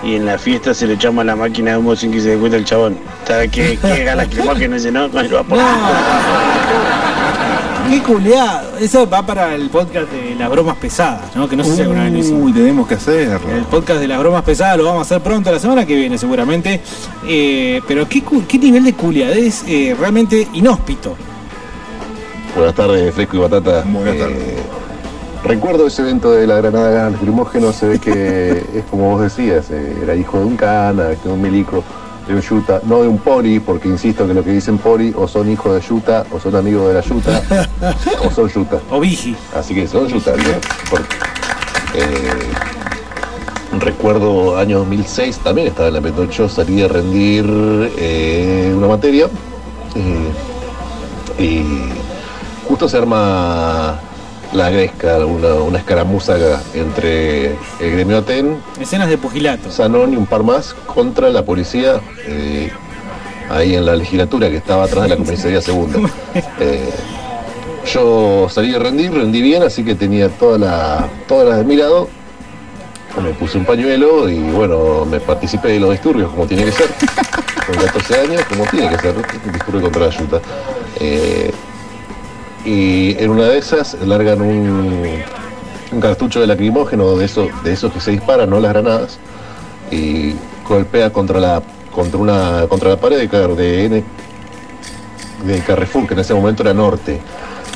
Speaker 15: Y en la fiesta se le echamos a la máquina de humo sin que se dé cuenta el chabón. ¿Sabes qué? ¿Qué galas lacrimógenas ese, no? Con el vapor.
Speaker 2: Qué culeado. Eso va para el podcast de las bromas pesadas, ¿no? Que no sé si alguna vez lo hicimos.
Speaker 9: Uh.
Speaker 5: Uy, tenemos que hacerlo.
Speaker 2: El podcast de las bromas pesadas lo vamos a hacer pronto, la semana que viene seguramente. Eh, pero qué, cu- qué nivel de culiadez eh, realmente inhóspito.
Speaker 21: Buenas tardes, Fresco y Batata.
Speaker 5: Eh,
Speaker 21: Buenas tardes. recuerdo ese evento de la Granada Gana Lacrimógeno, se ve que es como vos decías, eh, era hijo de un cana, de un milico, de un yuta, no de un pori, porque insisto que lo que dicen pori o son hijos de yuta, o son amigos de la yuta, o son yuta.
Speaker 2: O vigi.
Speaker 21: Así que son yuta, ¿no? Porque, eh, recuerdo año 2006, también estaba en la Petocho, salí a rendir eh, una materia. eh, y justo se arma la gresca, una, una escaramuza entre el gremio Aten,
Speaker 2: Escenas de pugilato.
Speaker 21: Sanón y un par más contra la policía eh, ahí en la legislatura que estaba atrás de la comisaría segunda. Eh, yo salí a rendir, rendí bien, así que tenía toda la, todas las de mi lado. Me puse un pañuelo y bueno, me participé de los disturbios como tiene que ser. Con 14 años, como tiene que ser, un disturbio contra la yuta. Eh, y en una de esas largan un,
Speaker 9: un cartucho de lacrimógeno, de esos de esos que se disparan, no las granadas, y golpea contra la contra una contra la pared de, Car- de N- de Carrefour, que en ese momento era norte.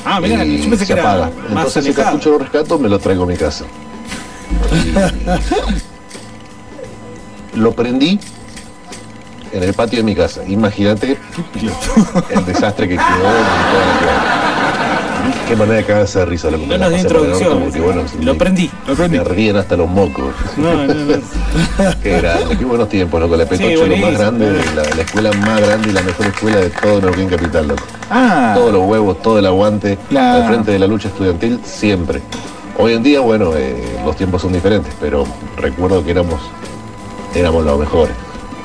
Speaker 2: Ah, mirá,
Speaker 9: y
Speaker 2: yo pensé
Speaker 9: se
Speaker 2: que era
Speaker 9: apaga.
Speaker 2: más
Speaker 9: Entonces ese
Speaker 2: alejado.
Speaker 9: cartucho lo rescato, me lo traigo a
Speaker 2: <laughs>
Speaker 9: mi casa. Lo prendí en el patio de mi casa. Imagínate el desastre que quedó. en toda la ciudad. Qué manera de cagarse de risa lo que
Speaker 2: No
Speaker 9: me la
Speaker 2: nos dio
Speaker 9: pasé por el orto,
Speaker 2: introducción.
Speaker 9: porque, bueno,
Speaker 2: Lo prendí.
Speaker 9: Me ríen hasta los mocos.
Speaker 2: No, no,
Speaker 9: <laughs>
Speaker 2: no.
Speaker 9: Qué grande, qué buenos tiempos, loco. La
Speaker 2: Sí,
Speaker 9: Pecocho, lo
Speaker 2: buenísimo.
Speaker 9: más grande, de la, la escuela más grande y la mejor escuela de todo Neuquén Capital, loco.
Speaker 5: Ah.
Speaker 9: Todos los huevos, todo el aguante,
Speaker 5: La-
Speaker 9: al frente de la lucha estudiantil, siempre. Hoy en día, bueno, eh, los tiempos son diferentes, pero recuerdo que éramos, éramos los mejores.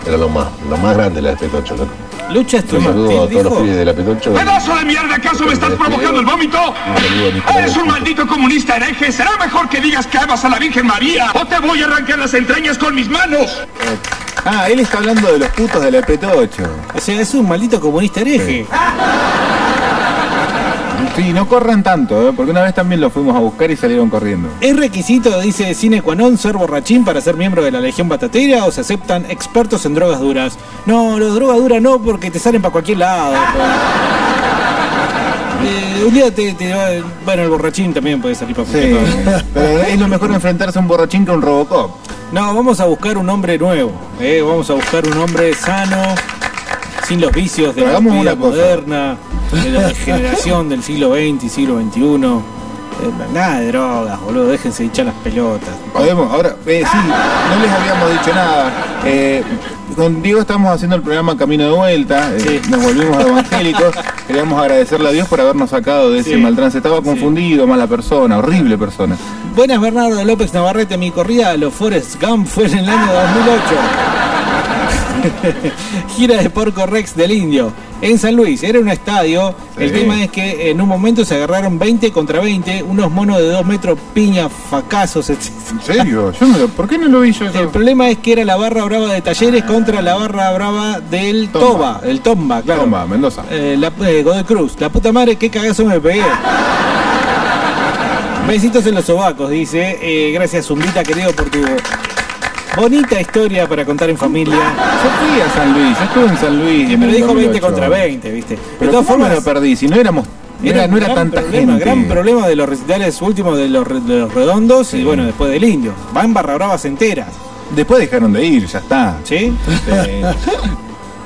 Speaker 9: Era lo más, lo más grande la de Pecocho, loco.
Speaker 2: Lucha
Speaker 9: Un saludo a todos los pibes de la Pecocho.
Speaker 14: ¡Pedazo de mierda! ¿Acaso me estás provocando el vómito?
Speaker 9: Un saludo a mi colega
Speaker 14: ¡Eres un maldito comunista hereje! ¡Será mejor que digas que amas a la Virgen María! ¡O te voy a arrancar las entrañas con mis manos!
Speaker 5: Ah, él está hablando de los putos de la P8.
Speaker 2: O sea, es un maldito comunista hereje.
Speaker 5: Sí, no corran tanto, ¿eh? porque una vez también los fuimos a buscar y salieron corriendo.
Speaker 2: ¿Es requisito, dice Cine Cuanón, ser borrachín para ser miembro de la Legión Batatera o se aceptan expertos en drogas duras? No, los drogas duras no porque te salen para cualquier lado.
Speaker 5: <laughs>
Speaker 2: Eh, un día te, te va- Bueno, el borrachín también puede salir para
Speaker 5: Sí, pero es lo mejor enfrentarse a un borrachín que a un Robocop.
Speaker 2: No, vamos a buscar un hombre nuevo. eh, vamos a buscar un hombre sano, sin los vicios de
Speaker 5: Pero
Speaker 2: la
Speaker 5: hagamos
Speaker 2: vida
Speaker 5: una cosa.
Speaker 2: moderna, de
Speaker 5: <laughs>
Speaker 2: la generación del siglo XX y siglo XXI. Eh, nada de drogas, boludo, déjense hinchar las pelotas.
Speaker 5: Podemos, ahora, eh, sí, no les habíamos dicho nada. Eh, con Diego estamos haciendo el programa Camino de Vuelta, eh, nos volvimos
Speaker 2: <laughs>
Speaker 5: evangélicos. Queríamos agradecerle a Dios por habernos sacado de ese
Speaker 2: Sí.
Speaker 5: maltrance. Estaba confundido, mala persona, horrible persona.
Speaker 2: Buenas Bernardo López Navarrete, mi corrida a los Forest Gump fue en el año 2008. <laughs> Gira de Porco Rex del Indio, en San Luis, era un estadio. El tema es que en un momento se agarraron 20 contra 20, unos monos de 2 metros, piña, facazos, etc. ¿En
Speaker 5: <laughs> serio? ¿Por qué no lo vi yo
Speaker 2: El problema es que era la barra brava de Talleres contra la barra brava del Toba, el Tomba, claro.
Speaker 5: Tomba, Mendoza.
Speaker 2: Eh, la, eh, Godoy Cruz, la puta madre, qué cagazo me pegué. Besitos en los sobacos, dice. Eh, gracias, Zumbita, querido, por tu bonita historia para contar en familia.
Speaker 5: Yo fui a San Luis, yo estuve en San Luis. en
Speaker 2: pero
Speaker 5: el
Speaker 2: dijo 20
Speaker 5: 2008.
Speaker 2: contra 20, ¿viste?
Speaker 5: Pero
Speaker 2: de todas
Speaker 5: ¿cómo me
Speaker 2: formas,
Speaker 5: lo perdí, si no éramos, no era,
Speaker 2: un
Speaker 5: no era
Speaker 2: gran
Speaker 5: tanta
Speaker 2: problema,
Speaker 5: gente.
Speaker 2: gran problema de los recitales últimos de los, re- de los redondos y bueno, después del indio. Van barra bravas enteras.
Speaker 5: Después dejaron de ir, ya está.
Speaker 2: ¿Sí?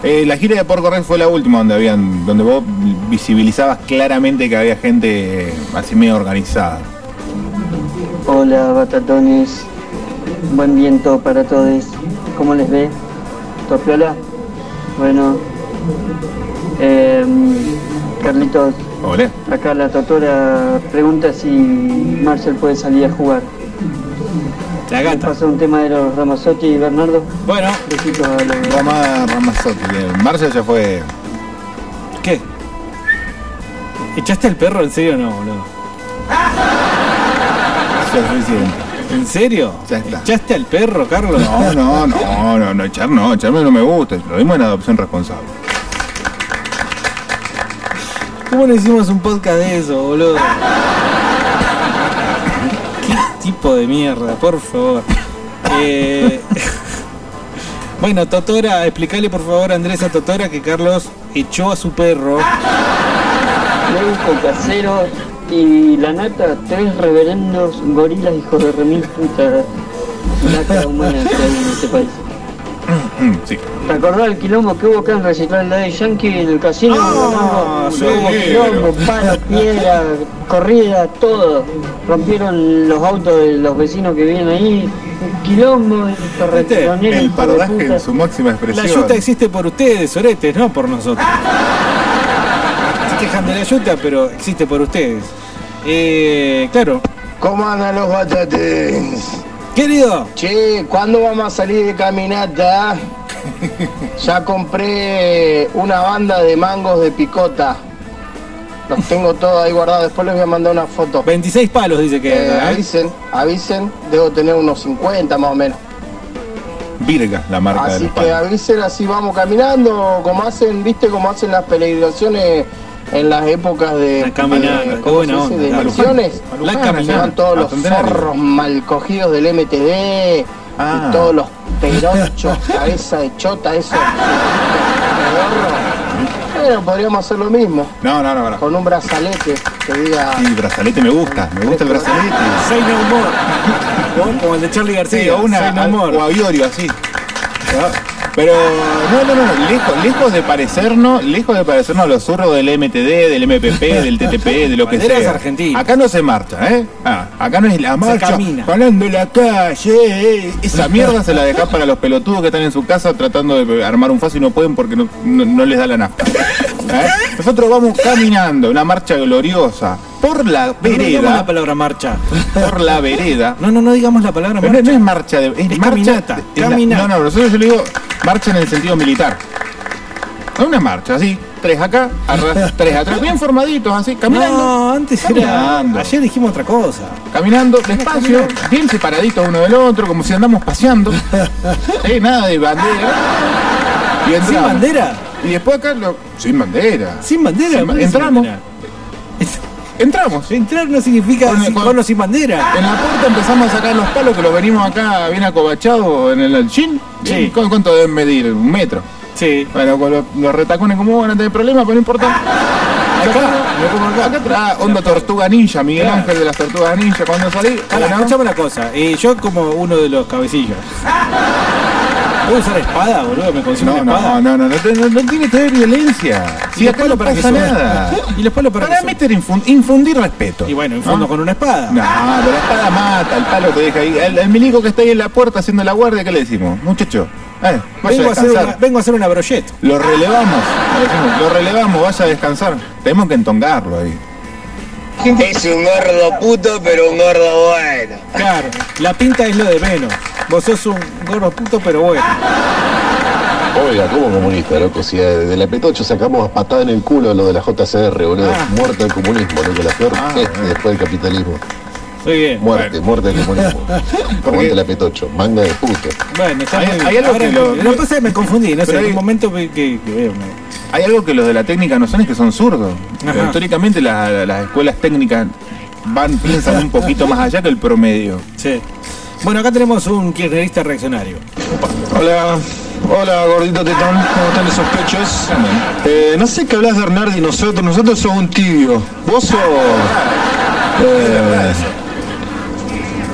Speaker 5: Eh, la gira de Porco Rex fue la última donde habían, donde vos visibilizabas claramente que había gente eh, así medio organizada.
Speaker 22: Hola batatones, buen viento para todos. ¿Cómo les ve? ¿Topiola? Bueno, em, Carlitos,
Speaker 5: Hola.
Speaker 22: acá la totora pregunta si Marcel puede salir a jugar.
Speaker 2: La
Speaker 22: gata. ¿Pasa un tema de los Ramazotti y Bernardo?
Speaker 2: Bueno.
Speaker 22: Besitos a los...
Speaker 5: Rama, Ramazotti, eh, Marcia ya fue.
Speaker 2: ¿Qué? ¿Echaste al perro en serio o no, boludo? ¿En serio? ¿Echaste al perro, Carlos?
Speaker 5: No, no, no, no, no, echar no, echarme no me gusta, lo dimos en adopción responsable.
Speaker 2: ¿Cómo no hicimos un podcast de eso, boludo? ¿Qué tipo de mierda? Por favor. Eh, <laughs> Bueno, Totora, explícale por favor a Andrés a Totora que Carlos echó a su perro.
Speaker 22: Neuco Casero y La Nata, tres reverendos gorilas hijos de remil puta laca humana que hay en este país.
Speaker 5: Mm, Sí.
Speaker 22: ¿Te acordás del quilombo que hubo acá en Reciclar la de Yankee en el casino?
Speaker 5: Ah,
Speaker 22: Hubo quilombo, palos, piedras, corridas, todo. Rompieron los autos de los vecinos que vivían ahí. Un quilombo, carretonero,
Speaker 5: El
Speaker 22: hijo de
Speaker 5: pardaje
Speaker 22: puta.
Speaker 5: en su máxima
Speaker 2: La
Speaker 5: expresión.
Speaker 2: yuta existe por ustedes, oretes, no por nosotros. Se quejan de la yuta, pero existe por ustedes. Eh, claro.
Speaker 23: ¿Cómo andan los batates?
Speaker 2: Querido.
Speaker 23: Che, ¿cuándo vamos a salir de
Speaker 22: <laughs>
Speaker 23: caminata? ya compré una banda de mangos de picota. Los tengo todos ahí guardados, después les voy a mandar una foto.
Speaker 2: 26 palos dice que...
Speaker 23: Eh,
Speaker 2: era, ¿eh?
Speaker 23: avisen, avisen, debo tener unos 50 más o menos.
Speaker 5: Virga, la marca
Speaker 23: Así
Speaker 5: del
Speaker 23: que
Speaker 5: pan.
Speaker 23: avisen así vamos caminando, como hacen, viste, como hacen las peregrinaciones en las épocas de,
Speaker 2: La caminada,
Speaker 23: de-
Speaker 2: qué
Speaker 23: ¿cómo
Speaker 2: buena
Speaker 23: se dice?
Speaker 2: onda,
Speaker 23: de
Speaker 2: la
Speaker 23: elecciones,
Speaker 2: Luján. La caminada,
Speaker 23: llevan todos
Speaker 2: al
Speaker 23: los
Speaker 2: centenario.
Speaker 23: forros mal cogidos del MTD
Speaker 2: Ah.
Speaker 23: y todos los
Speaker 2: <laughs>
Speaker 23: perochos, cabeza de chota, eso. Pero podríamos hacer lo mismo.
Speaker 5: No, no, no, no.
Speaker 23: Con un brazalete que diga.
Speaker 5: Sí, brazalete me gusta, me gusta el brazalete.
Speaker 2: Say no more. O- Como el de Charlie García.
Speaker 5: Sí, o una
Speaker 2: Say no
Speaker 5: al-
Speaker 2: more.
Speaker 5: o a Iorio, así. ¿No? Pero no, no, no, lejos, lejos de parecernos, lejos de parecernos a los zurros del MTD, del
Speaker 2: <laughs>
Speaker 5: MPP, del TTP, de lo que
Speaker 2: Banderas
Speaker 5: sea.
Speaker 2: argentinas.
Speaker 5: Acá no se marcha, ¿eh? Ah, acá no es la marcha.
Speaker 2: camina.
Speaker 5: Hablando en la calle. eh. Esa mierda se la dejás para los pelotudos que están en su casa tratando de armar un faso y no pueden porque no, no- no les da la nafta. ¿Eh? Nosotros vamos caminando, una marcha gloriosa, por la
Speaker 2: No, no digamos la
Speaker 5: vereda,
Speaker 2: palabra marcha.
Speaker 5: por la vereda.
Speaker 2: No, no, no digamos la palabra
Speaker 5: Pero no,
Speaker 2: marcha.
Speaker 5: no es marcha, de, es, marcha
Speaker 2: caminata,
Speaker 5: es la-
Speaker 2: caminata.
Speaker 5: no, no, nosotros yo le digo marcha en el sentido militar. No una marcha, así, tres acá,
Speaker 2: <laughs>
Speaker 5: arras- tres atrás, bien formaditos, así, caminando.
Speaker 2: No, antes
Speaker 5: Caminando.
Speaker 2: era. Ayer dijimos otra cosa.
Speaker 5: Caminando despacio, bien separaditos uno del otro, como si andamos
Speaker 2: <laughs>
Speaker 5: paseando. Sí, nada de bandera. Y entramos.
Speaker 2: ¿Sin bandera?
Speaker 5: Y después acá lo. Sin bandera.
Speaker 2: Sin bandera,
Speaker 5: Sin ba-
Speaker 2: ¿por qué sin
Speaker 5: entramos.
Speaker 2: bandera?
Speaker 5: Entramos.
Speaker 2: Entrar no significa
Speaker 5: Con-
Speaker 2: sin-
Speaker 5: con- Ah.
Speaker 2: con o sin bandera.
Speaker 5: En la puerta empezamos a sacar los palos que los venimos acá bien acobachados en el alchín.
Speaker 2: Sí.
Speaker 5: ¿Cu- ¿Cuánto deben medir? ¿Un metro?
Speaker 2: Sí.
Speaker 5: Bueno, con los, los retacones como van a tener problemas, pero no importa. Acá, me pongo acá. Acá atrás, onda tortuga ninja, Miguel
Speaker 2: Claro.
Speaker 5: Ángel de las tortugas ninja, cuando salí.
Speaker 2: Ahora,
Speaker 5: bueno,
Speaker 2: escuchame una cosa. eh, yo como uno de los cabecillas. ¿Puedo usar espada, boludo? ¿Me consigo
Speaker 5: No,
Speaker 2: una espada?
Speaker 5: no, no, no, no, te- no, no tiene que haber violencia. Si
Speaker 2: Y
Speaker 5: acá no
Speaker 2: los palos para que
Speaker 5: pasa
Speaker 2: suban.
Speaker 5: nada.
Speaker 2: Y los palos para
Speaker 5: Para
Speaker 2: que
Speaker 5: mí te infun- infundir respeto.
Speaker 2: Y bueno, en fondo
Speaker 5: ¿no?
Speaker 2: con una espada.
Speaker 5: No, pero la espada mata, el palo te deja ahí. El, el milico que está ahí en la puerta haciendo la guardia, ¿qué le decimos? Muchacho, eh, vaya
Speaker 2: vengo,
Speaker 5: a
Speaker 2: a hacer
Speaker 5: descansar.
Speaker 2: una, vengo a hacer una brocheta.
Speaker 5: Lo relevamos, le decimos, lo relevamos, vaya a descansar. Tenemos que entongarlo ahí.
Speaker 15: Es un gordo puto, pero un gordo bueno.
Speaker 2: Claro, la pinta es lo de menos. Vos sos un gordo puto, pero bueno.
Speaker 9: Oiga, ¿cómo comunista, loco? Si eh, de la P8 sacamos a patada en el culo lo de la JCR, boludo.
Speaker 2: Ah.
Speaker 9: Muerto el comunismo, loco. La peor peste después del capitalismo.
Speaker 2: Muy bien.
Speaker 9: Muerte, muerte
Speaker 2: <laughs>
Speaker 9: del comunismo. Aguante la P8, manga de puto.
Speaker 2: Bueno, está
Speaker 5: Hay-
Speaker 2: muy bien.
Speaker 5: hay algo
Speaker 2: Ahora
Speaker 5: que lo-
Speaker 2: entiendo. Lo que pasa es que me confundí, no sé,
Speaker 5: Pero
Speaker 2: en
Speaker 5: hay-
Speaker 2: un momento que... que- que veo, me-
Speaker 5: Hay algo que los de la técnica no son, es que son zurdos.
Speaker 2: Ajá.
Speaker 5: Históricamente la- la- las escuelas técnicas van, piensan un poquito más allá que el promedio.
Speaker 2: Sí. Bueno, acá tenemos un kirchnerista <laughs> reaccionario.
Speaker 1: Hola, hola gordito tetón, ¿cómo están esos pechos? Eh, no sé qué hablas de Hernardi nosotros, nosotros sos un tibio. Vos sos. eh,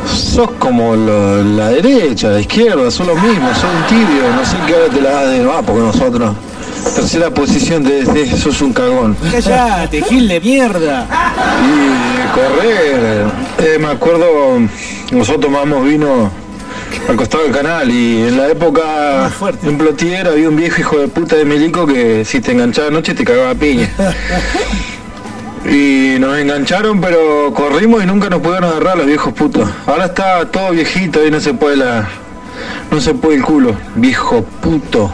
Speaker 1: sos como lo- la derecha, la izquierda, son los mismos, sos un tibio, no sé qué hablas te la das de va porque nosotros. Tercera posición de, de- sos un cagón.
Speaker 2: Callate, Gil de mierda.
Speaker 1: Y correr. eh, me acuerdo, nosotros tomamos vino al costado del canal y en la época en Plotier había un viejo hijo de puta de Milico que si te enganchaba anoche te cagaba a
Speaker 5: <laughs>
Speaker 1: piña. Y nos engancharon, pero corrimos y nunca nos pudieron agarrar los viejos putos. Ahora está todo viejito y no se puede la. No se puede el culo. Viejo puto.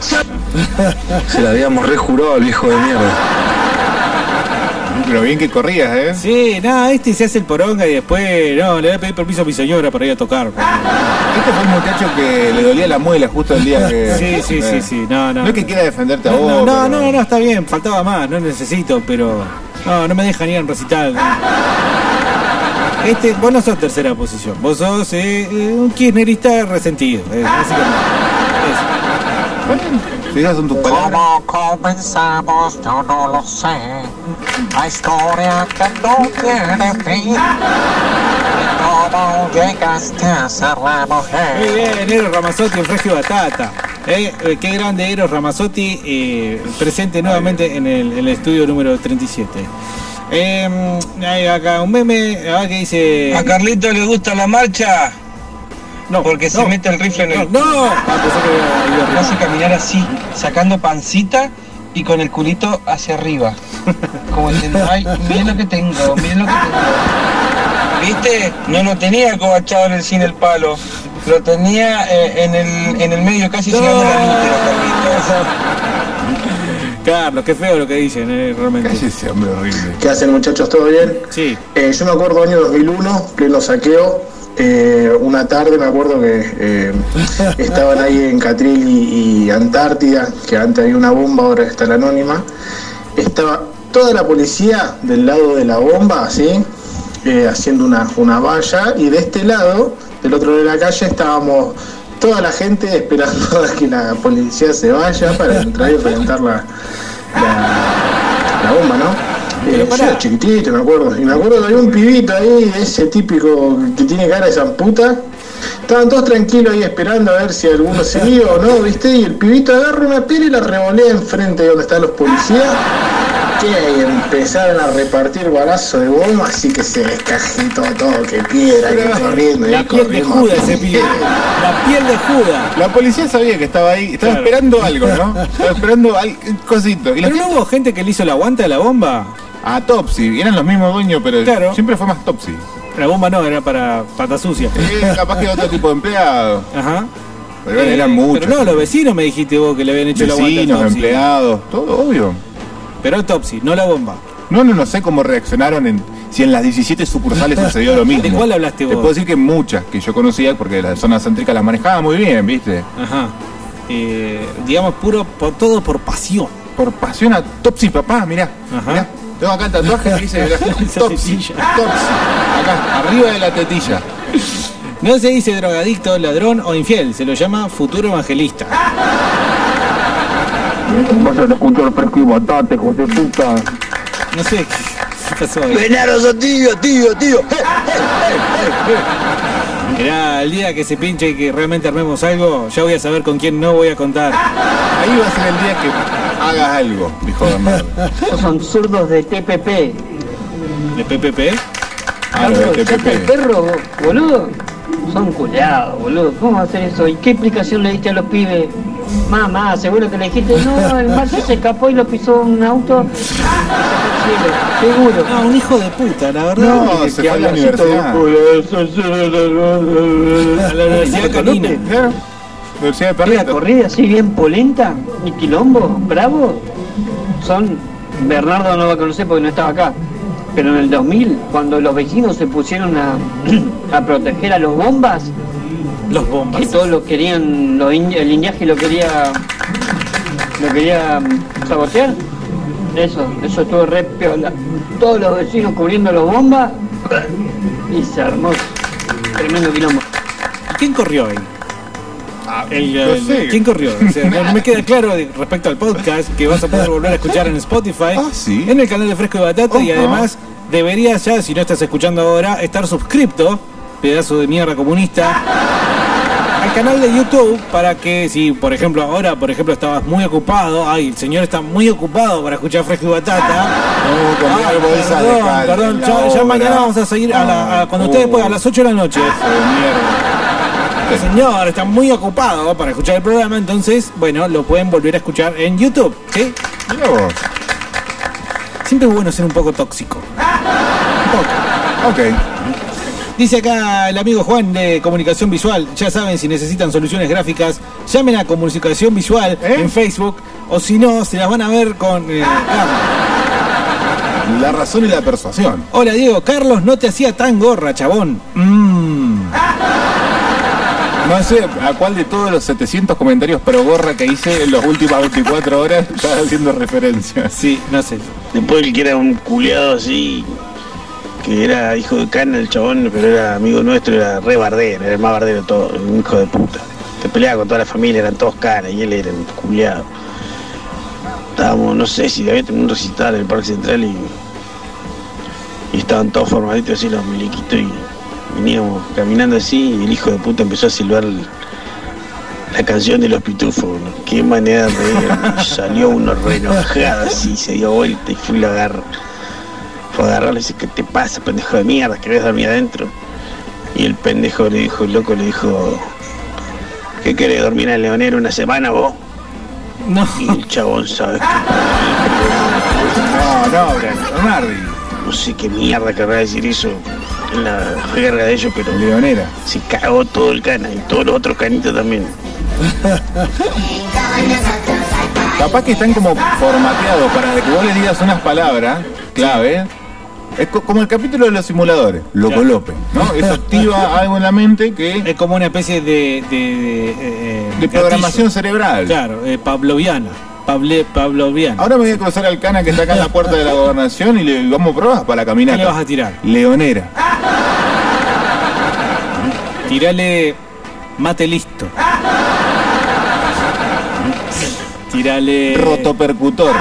Speaker 1: Se la habíamos rejurado al viejo de mierda.
Speaker 5: Pero bien que corrías, ¿eh?
Speaker 2: Sí, nada, este se hace el poronga y después, no, le voy a pedir permiso a mi señora para ir a tocar. pues.
Speaker 5: Este fue un muchacho que le dolía la muela justo el día que... Eh,
Speaker 2: Sí, sí, sí, sí, no, no.
Speaker 5: No es que quiera defenderte a
Speaker 2: No,
Speaker 5: vos.
Speaker 2: no, no,
Speaker 5: pero-
Speaker 2: no, no, está bien, faltaba más, no necesito, pero. No, no me dejan ir a un recital. Este, vos no sos tercera posición, vos sos eh, eh, un kirchnerista resentido. eh,
Speaker 5: Si esas son tus palabras.
Speaker 24: ¿Cómo comenzamos? Yo no lo sé. La historia que no tiene fin. ¿Y cómo llegaste a ser la
Speaker 2: Muy
Speaker 24: mujer?
Speaker 2: bien, Eros Ramazzotti en Fresco y Batata. Eh, eh, qué grande Eros Ramazzotti, eh, presente nuevamente en el, en el estudio número 37. Eh, hay acá un meme, acá que dice...
Speaker 16: ¿A Carlito le gusta la marcha?
Speaker 2: No,
Speaker 16: porque se
Speaker 2: no.
Speaker 16: mete el rifle en el.
Speaker 2: ¡No! no.
Speaker 5: Ah,
Speaker 2: que
Speaker 16: Lo hace caminar así, sacando pancita y con el culito hacia arriba. Como diciendo, ay, miren lo que tengo, miren lo que tengo. ¿Viste? No lo tenía cobachado en el cine el palo. Lo tenía eh, en, el, en el medio, casi llegando a la mitad.
Speaker 2: Carlos, qué feo lo que dicen, eh, realmente.
Speaker 5: Cállese, hombre horrible.
Speaker 25: ¿Qué hacen muchachos? ¿Todo bien?
Speaker 2: Sí.
Speaker 25: Eh, yo me acuerdo año 2001, pleno saqueo. eh, una tarde me acuerdo que eh, estaban ahí en Catril y, y Antártida, que antes había una bomba, ahora está la anónima. Estaba toda la policía del lado de la bomba, ¿sí? Eh, haciendo una, una valla, y de este lado, del otro lado de la calle, estábamos toda la gente esperando a que la policía se vaya para entrar y reventar la, la, la bomba, ¿no? Eh, yo era chiquitito, me acuerdo. Y me acuerdo que había un pibito ahí, ese típico que tiene cara de zamputa. Estaban todos tranquilos ahí esperando a ver si alguno se iba o no, ¿viste? Y el pibito agarra una piedra y la revolea enfrente de donde están los policías. Que empezaron a repartir balazos de bomba, así que se descajetó todo, que piedra, que corriendo.
Speaker 2: La piel de Judas ese pibe. La piel de Judas.
Speaker 5: La policía sabía que estaba ahí, estaba
Speaker 2: Claro.
Speaker 5: esperando algo, ¿no?
Speaker 2: <laughs>
Speaker 5: Estaba esperando al- un cosito. Y la
Speaker 2: ¿Pero no
Speaker 5: gente-
Speaker 2: hubo gente que le hizo la guanta a la bomba?
Speaker 5: A Topsy, eran los mismos dueños, pero
Speaker 2: Claro.
Speaker 5: siempre fue más Topsy.
Speaker 2: La bomba no, era para pata sucia.
Speaker 5: Eh, capaz que otro tipo de empleado.
Speaker 2: Ajá.
Speaker 5: Pero bueno,
Speaker 2: Eh,
Speaker 5: eran muchos.
Speaker 2: Pero no, los vecinos me dijiste vos que le habían hecho la guanta. a
Speaker 5: Vecinos,
Speaker 2: Topsy.
Speaker 5: empleados, todo, obvio.
Speaker 2: Pero Topsy, no la bomba.
Speaker 5: No, no, no sé cómo reaccionaron en, si en las 17
Speaker 2: <laughs>
Speaker 5: sucursales sucedió lo mismo.
Speaker 2: ¿De cuál hablaste
Speaker 5: Te
Speaker 2: vos?
Speaker 5: puedo decir que muchas que yo conocía, porque las zonas céntricas las manejaba muy bien, ¿viste?
Speaker 2: Ajá. Eh, digamos, puro, por, todo por pasión.
Speaker 5: Por pasión a Topsy, papá, mirá.
Speaker 2: Ajá.
Speaker 5: mirá. Tengo acá el tatuaje que dice
Speaker 2: <laughs>
Speaker 5: mirá,
Speaker 2: Esa
Speaker 5: Topsy, Topsy,
Speaker 2: tetilla.
Speaker 5: acá, arriba de la tetilla.
Speaker 2: No se dice drogadicto, ladrón o infiel, se lo llama futuro evangelista.
Speaker 17: Vas a escuchar fresco y batante, hijo de puta.
Speaker 2: No sé qué pasó ahí.
Speaker 17: Venaro
Speaker 15: tío, tío, tío.
Speaker 2: Mirá, el día que se pinche y que realmente armemos algo, ya voy a saber con quién no voy a contar.
Speaker 5: Ahí va a ser el día que hagas algo,
Speaker 2: <laughs>
Speaker 5: dijo Bernardo.
Speaker 22: Estos son zurdos de TPP.
Speaker 2: ¿De PPP?
Speaker 5: Ah, lo de
Speaker 22: ¿Sacaste el
Speaker 5: TPP.
Speaker 22: perro, boludo? Son culiados, boludo. ¿Cómo vas a hacer eso? ¿Y qué explicación le diste a los pibes? Mamá, seguro que le dijiste, no, el macho se escapó y lo pisó un auto. y se fue al cielo, Seguro.
Speaker 2: No, Ah, un hijo de puta, la verdad.
Speaker 5: No, se fue a la universidad.
Speaker 2: A la Universidad Canina.
Speaker 5: Claro. ¿Eh? Universidad de
Speaker 22: Una
Speaker 5: Perrito.
Speaker 22: corrida así bien polenta, y quilombo, bravo. Son, Bernardo no va a conocer porque no estaba acá, pero en el 2000, cuando los vecinos se pusieron a, a proteger a los bombas,
Speaker 2: Los bombas.
Speaker 22: que todos lo querían, los in- el indiaje lo quería, lo quería mm, sabotear, eso, eso estuvo re piola. Todos los vecinos cubriendo los bombas, y se armó tremendo quilombo.
Speaker 2: ¿Y ¿Quién corrió ahí? El,
Speaker 22: no
Speaker 5: Pues
Speaker 2: el-
Speaker 22: sé.
Speaker 2: ¿Quién corrió? O sea, no, no me queda claro de- respecto al podcast que vas a poder volver a escuchar en Spotify,
Speaker 5: Ah,
Speaker 2: en el canal de Fresco y Batata y
Speaker 5: Ojo.
Speaker 2: además deberías ya, si no estás escuchando ahora, estar suscripto, pedazo de mierda comunista, al canal de YouTube para que si, por ejemplo, ahora, por ejemplo, estabas muy ocupado, ay, el señor está muy ocupado para escuchar Fresco y Batata.
Speaker 5: con
Speaker 2: Ay,
Speaker 5: la bolsa de
Speaker 2: perdón,
Speaker 5: cal, Uh.
Speaker 2: perdón,
Speaker 5: la
Speaker 2: ya, ya
Speaker 5: obra.
Speaker 2: mañana vamos a seguir a la- a- cuando ustedes puedan, a las 8 de la noche. El Este señor está muy ocupado para escuchar el programa, entonces, bueno, lo pueden volver a escuchar en YouTube, ¿sí? Siempre es bueno ser un poco tóxico.
Speaker 5: Ok.
Speaker 2: Dice acá el amigo Juan de Comunicación Visual, ya saben, si necesitan soluciones gráficas, llamen a Comunicación Visual
Speaker 5: ¿Eh?
Speaker 2: en Facebook, o si no, se las van a ver con... eh,
Speaker 5: La razón y la persuasión.
Speaker 2: Hola Diego, Carlos no te hacía tan gorra, chabón.
Speaker 5: Mmm. No sé a cuál de todos los 700 comentarios pro gorra que hice en las últimas 24 horas estaba haciendo referencia.
Speaker 2: Sí, no sé.
Speaker 15: Después el que era un culiado así, que era hijo de cana el chabón, pero era amigo nuestro, era re bardero, era el más bardero de todo, un hijo de puta. Te peleaba con toda la familia, eran todos canas y él era un culiado. Estábamos, no sé si había tenido un recital en el Parque Central y, y estaban todos formaditos así los miliquitos y veníamos caminando así y el hijo de puta empezó a silbar el- la canción de los pitufos, ¿no? qué manera de reír. Y Salió uno re enojado así, se dio vuelta y fui y lo agarro. Fue a agarrarlo y dice, ¿qué te pasa, pendejo de mierda? ¿Querés dormir adentro? Y el pendejo le dijo, el loco le dijo, ¿qué querés dormir al leonero una semana vos?
Speaker 2: No.
Speaker 15: Y el chabón sabe que...
Speaker 5: No, no, Bernardi.
Speaker 15: No sé qué mierda querrá decir eso en la jerga de ellos, pero...
Speaker 5: Leonera.
Speaker 15: Se cagó todo el cana y todos los otros canitos también.
Speaker 5: Capaz que están como formateados para que vos les digas unas palabras clave. Es co- como el capítulo de los simuladores, Loco
Speaker 2: Claro.
Speaker 5: López, ¿no? Eso activa algo en la mente que...
Speaker 2: Es como una especie de... De, de, eh,
Speaker 5: De programación cerebral.
Speaker 2: Claro, eh, pavloviana. Pablo, Pablo Vian.
Speaker 5: Ahora me voy a cruzar al cana que está acá en la puerta de la gobernación y le vamos a probar para caminar.
Speaker 2: ¿Qué le vas a tirar? Ah,
Speaker 5: Leonera.
Speaker 2: Tirale mate listo. Tirale.
Speaker 5: Rotopercutor.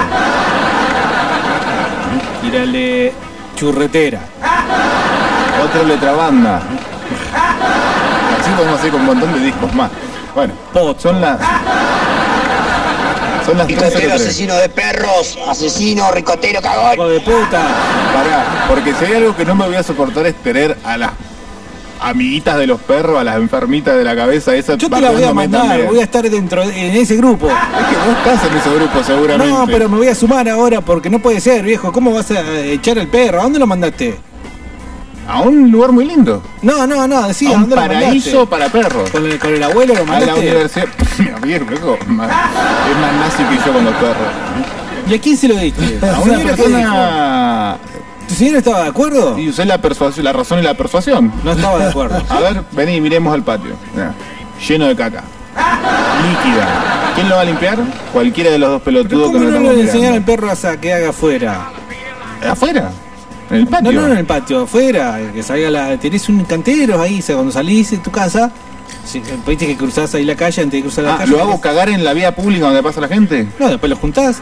Speaker 2: Tirale churretera.
Speaker 5: Otro letrabanda. Así podemos hacer con un montón de discos más. Bueno, son las. Son las
Speaker 15: Ricotero
Speaker 5: 13:03.
Speaker 15: asesino de perros, asesino, ricotero, cagón.
Speaker 2: de puta.
Speaker 5: Pará, porque si hay algo que no me voy a soportar es tener a las amiguitas de los perros, a las enfermitas de la cabeza, esa
Speaker 2: Yo te la voy a mandar, voy a estar dentro de- en ese grupo.
Speaker 5: que vos estás en ese grupo seguramente.
Speaker 2: No, pero me voy a sumar ahora porque no puede ser, viejo. ¿Cómo vas a echar el perro? ¿A dónde lo mandaste?
Speaker 5: A un lugar muy lindo.
Speaker 2: No, no, no, decía,
Speaker 5: A un
Speaker 2: ¿dónde
Speaker 5: paraíso
Speaker 2: lo mandaste?
Speaker 5: para perros.
Speaker 2: Con el, con el abuelo lo
Speaker 5: A
Speaker 2: mandaste.
Speaker 5: la universidad. <laughs> Bien, viejo. más- Es más nazi que yo con los perros.
Speaker 2: ¿Y a quién se lo
Speaker 5: <laughs>
Speaker 2: diste?
Speaker 5: A una
Speaker 2: señora qué
Speaker 5: persona.
Speaker 2: ¿Tu señora estaba de acuerdo?
Speaker 5: Y usé la persuasión, la razón y la persuasión.
Speaker 2: No estaba de acuerdo.
Speaker 5: A ver, vení, miremos al patio. Mirá, Lleno de caca. Líquida. ¿Quién lo va a limpiar? Cualquiera de los dos pelotudos
Speaker 2: ¿Cómo
Speaker 5: que nos
Speaker 2: no le
Speaker 5: estamos
Speaker 2: enseñaron
Speaker 5: mirando.
Speaker 2: al perro a que haga afuera?
Speaker 5: ¿Afuera? ¿En el patio?
Speaker 2: No, no, en el patio, afuera, que salga la. Tenés un cantero ahí, o sea, cuando salís de tu casa, si, eh, viste que cruzás ahí la calle antes de cruzar la
Speaker 5: Ah,
Speaker 2: calle.
Speaker 5: ¿Lo hago cagar en la vía pública donde pasa la gente?
Speaker 2: No, después lo juntás.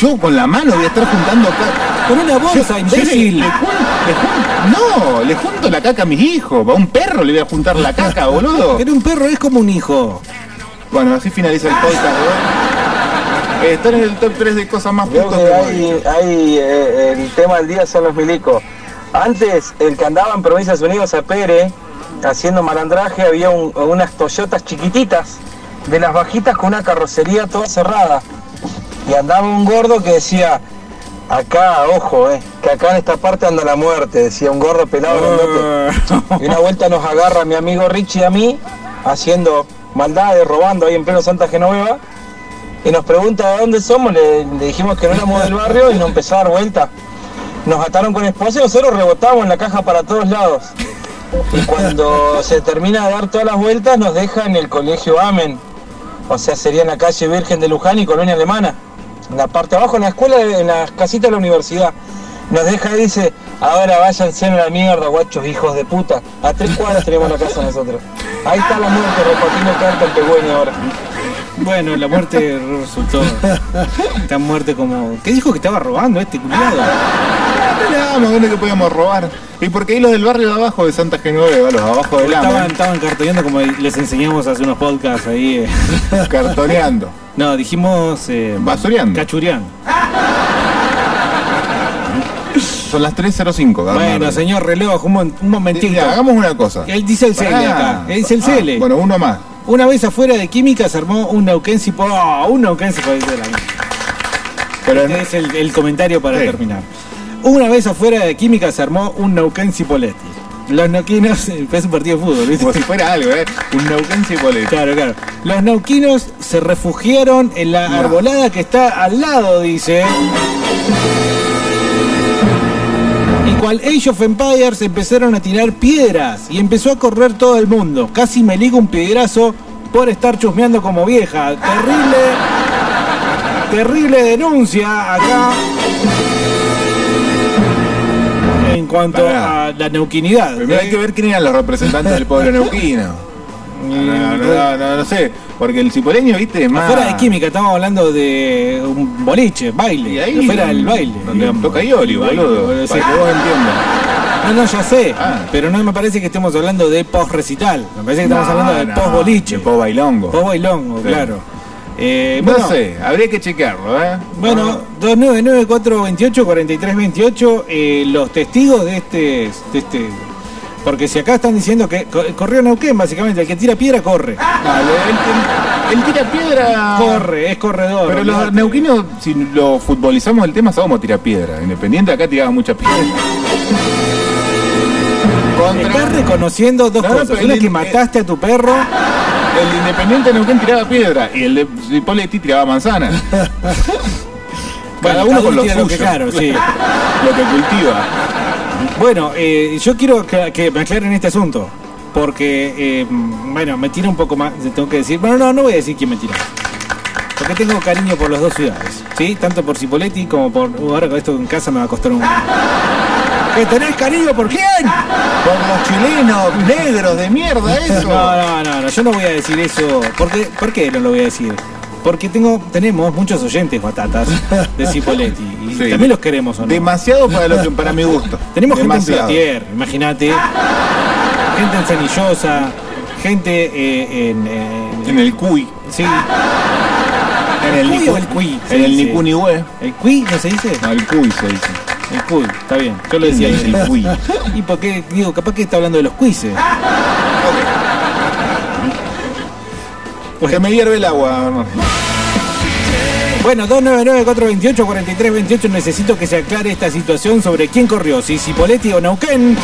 Speaker 5: Yo con la mano voy a estar juntando caca.
Speaker 2: Con una bolsa,
Speaker 5: <laughs> Yo- yo le-
Speaker 2: imbécil.
Speaker 5: le jun- le jun- no, le junto la caca a mis hijos. A un perro le voy a juntar la caca, boludo.
Speaker 2: Pero un perro es como un hijo.
Speaker 5: Bueno, así finaliza el podcast de hoy. Eh, Están en el top 3 de cosas más
Speaker 19: Creo
Speaker 5: putas
Speaker 19: que
Speaker 5: que
Speaker 2: <laughs>
Speaker 5: hay.
Speaker 19: hay, hay, eh, el tema del día son los milicos. Antes, el que andaba en Provincias Unidos a Pérez, haciendo malandraje, había un- unas Toyotas chiquititas, de las bajitas con una carrocería toda cerrada. Y andaba un gordo que decía, acá, ojo, eh, que acá en esta parte anda la muerte, decía un gordo pelado. grandote. Y una vuelta nos agarra mi amigo Richie a mí, haciendo maldades, robando ahí en pleno Santa Genoveva y nos pregunta de dónde somos, le, le dijimos que no éramos del barrio y nos empezó a dar vuelta. Nos ataron con esposa y nosotros rebotamos en la caja para todos lados. Y cuando se termina de dar todas las vueltas nos deja en el colegio Amen. O sea, sería en la calle Virgen de Luján y Colonia Alemana. En la parte de abajo, en la escuela, en las casitas de la universidad. Nos deja y dice, ahora váyanse a la mierda, guachos, hijos de puta. A tres cuadras tenemos la casa nosotros. Ahí está la muerte repartiendo carta en Pegüeño ahora.
Speaker 2: Bueno, la muerte resultó tan muerte como. ¿Qué dijo que estaba robando este culiado?
Speaker 5: Nada más bueno que podíamos robar. Y porque ahí los del barrio de abajo de Santa Genoveva, los de abajo del Lama,
Speaker 2: Estaban, estaban cartoneando como les enseñamos hace unos podcasts ahí. eh.
Speaker 5: cartoneando,
Speaker 2: No, dijimos. Eh,
Speaker 5: basureando.
Speaker 2: Cachureando.
Speaker 5: Son las 3.05,
Speaker 2: Bueno, señor reloj, un, mon- un momentito.
Speaker 5: Mira, hagamos una cosa.
Speaker 2: Él dice el CL
Speaker 5: Pará.
Speaker 2: acá. Él dice el
Speaker 5: Ah,
Speaker 2: CL.
Speaker 5: bueno, uno más.
Speaker 2: Una vez afuera de química se armó un Neuquense por. ¡Ah! un Neuquense por ahí de la mierda.
Speaker 5: Pero
Speaker 2: Este es el, el comentario para
Speaker 5: Sí.
Speaker 2: terminar. Una vez afuera de química se armó un Neuquense Poletti. Los neuquinos. Fue un partido de fútbol, ¿viste?
Speaker 5: como si fuera algo, ¿eh? Un neuquense y boleto.
Speaker 2: Claro, claro. Los neuquinos se refugiaron en la arbolada que está al lado, dice. Y cual Age of Empires empezaron a tirar piedras y empezó a correr todo el mundo. Casi me ligo un piedrazo por estar chusmeando como vieja. Terrible. Terrible denuncia acá. En cuanto
Speaker 5: Pará.
Speaker 2: a la neuquinidad. ¿eh?
Speaker 5: Primero hay que ver quién eran los representantes del pueblo neuquino. <laughs> No, no, no, no, no sé. Porque el cipoleño, viste, es más.
Speaker 2: Afuera de química, estamos hablando de un boliche, baile.
Speaker 5: Y ahí,
Speaker 2: afuera del baile.
Speaker 5: donde
Speaker 2: digamos.
Speaker 5: toca Ioli, boludo, Ah,
Speaker 2: Baile,
Speaker 5: para que vos entiendas.
Speaker 2: No, no, ya sé. Pero no me parece que estemos hablando de post-recital. Me parece que estamos
Speaker 5: No,
Speaker 2: hablando de
Speaker 5: no,
Speaker 2: post-boliche.
Speaker 5: de post-bailongo.
Speaker 2: Post-bailongo,
Speaker 5: Sí.
Speaker 2: claro. Eh,
Speaker 5: No
Speaker 2: bueno,
Speaker 5: sé, habría que chequearlo, ¿eh?
Speaker 2: bueno 299-428-4328, eh, los testigos de este, de este... Porque si acá están diciendo que co- corrió Neuquén, básicamente, el que tira piedra corre.
Speaker 5: Dale, él, tira él tira piedra.
Speaker 2: Corre, es corredor.
Speaker 5: Ah. Pero los
Speaker 2: olvidate.
Speaker 5: neuquinos, si lo futbolizamos el tema, sabemos tirar piedra. Independiente acá tiraba mucha piedra.
Speaker 2: Estás reconociendo dos
Speaker 5: No, no,
Speaker 2: cosas.
Speaker 5: pero
Speaker 2: Una
Speaker 5: el-
Speaker 2: que mataste a tu perro.
Speaker 5: El independiente de Neuquén tiraba piedra y el de Cipolletti tiraba
Speaker 2: <laughs>
Speaker 5: manzana. Cada
Speaker 2: Bueno,
Speaker 5: uno con lo
Speaker 2: tira
Speaker 5: suyo.
Speaker 2: que claro, sí.
Speaker 5: <laughs> Lo que cultiva.
Speaker 2: Bueno, eh, yo quiero que, que me aclaren este asunto. Porque, eh, bueno, me tira un poco más. Tengo que decir. Bueno, no, no voy a decir quién me tira. Porque que tengo cariño por las dos ciudades, ¿sí? Tanto por Cipoletti como por. Uh, ahora con esto en casa me va a costar un. ¿Que tenés cariño por quién?
Speaker 12: Por los chilenos, negros de mierda, eso.
Speaker 2: <laughs> No, no, no, no, yo no voy a decir eso. ¿Por qué, por qué no lo voy a decir? Porque tengo, tenemos muchos oyentes batatas de Cipoletti. Y
Speaker 5: Sí.
Speaker 2: también los queremos, ¿o no?
Speaker 5: Demasiado para, lo que- para mi gusto.
Speaker 2: Tenemos
Speaker 5: Demasiado.
Speaker 2: gente en Platier, imagínate. Gente en Cenillosa, gente eh, en,
Speaker 5: En el CUI.
Speaker 2: Sí.
Speaker 5: En el
Speaker 2: CUI
Speaker 5: Nicu-
Speaker 2: o el CUI?
Speaker 5: en el Nicunihue.
Speaker 2: ¿El CUI no se dice?
Speaker 5: No, el CUI se dice.
Speaker 2: El CUI, está bien. Yo lo decía
Speaker 5: El
Speaker 2: ahí.
Speaker 5: CUI.
Speaker 2: ¿Y por qué? Digo, capaz que está hablando de los cuises.
Speaker 5: Que me hierve el agua, Bernardo.
Speaker 2: Bueno, 299-428-4328, necesito que se aclare esta situación sobre quién corrió, si Cipoletti o Neuquén.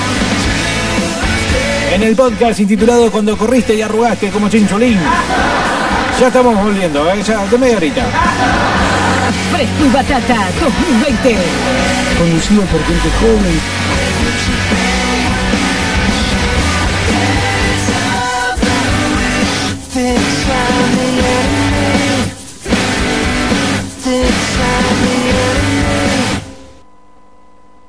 Speaker 2: En el podcast intitulado Cuando corriste y arrugaste como chincholín. Ya estamos volviendo, ¿eh? ya de media horita.
Speaker 3: Fresco y Batata 2020.
Speaker 6: Conducido por gente joven,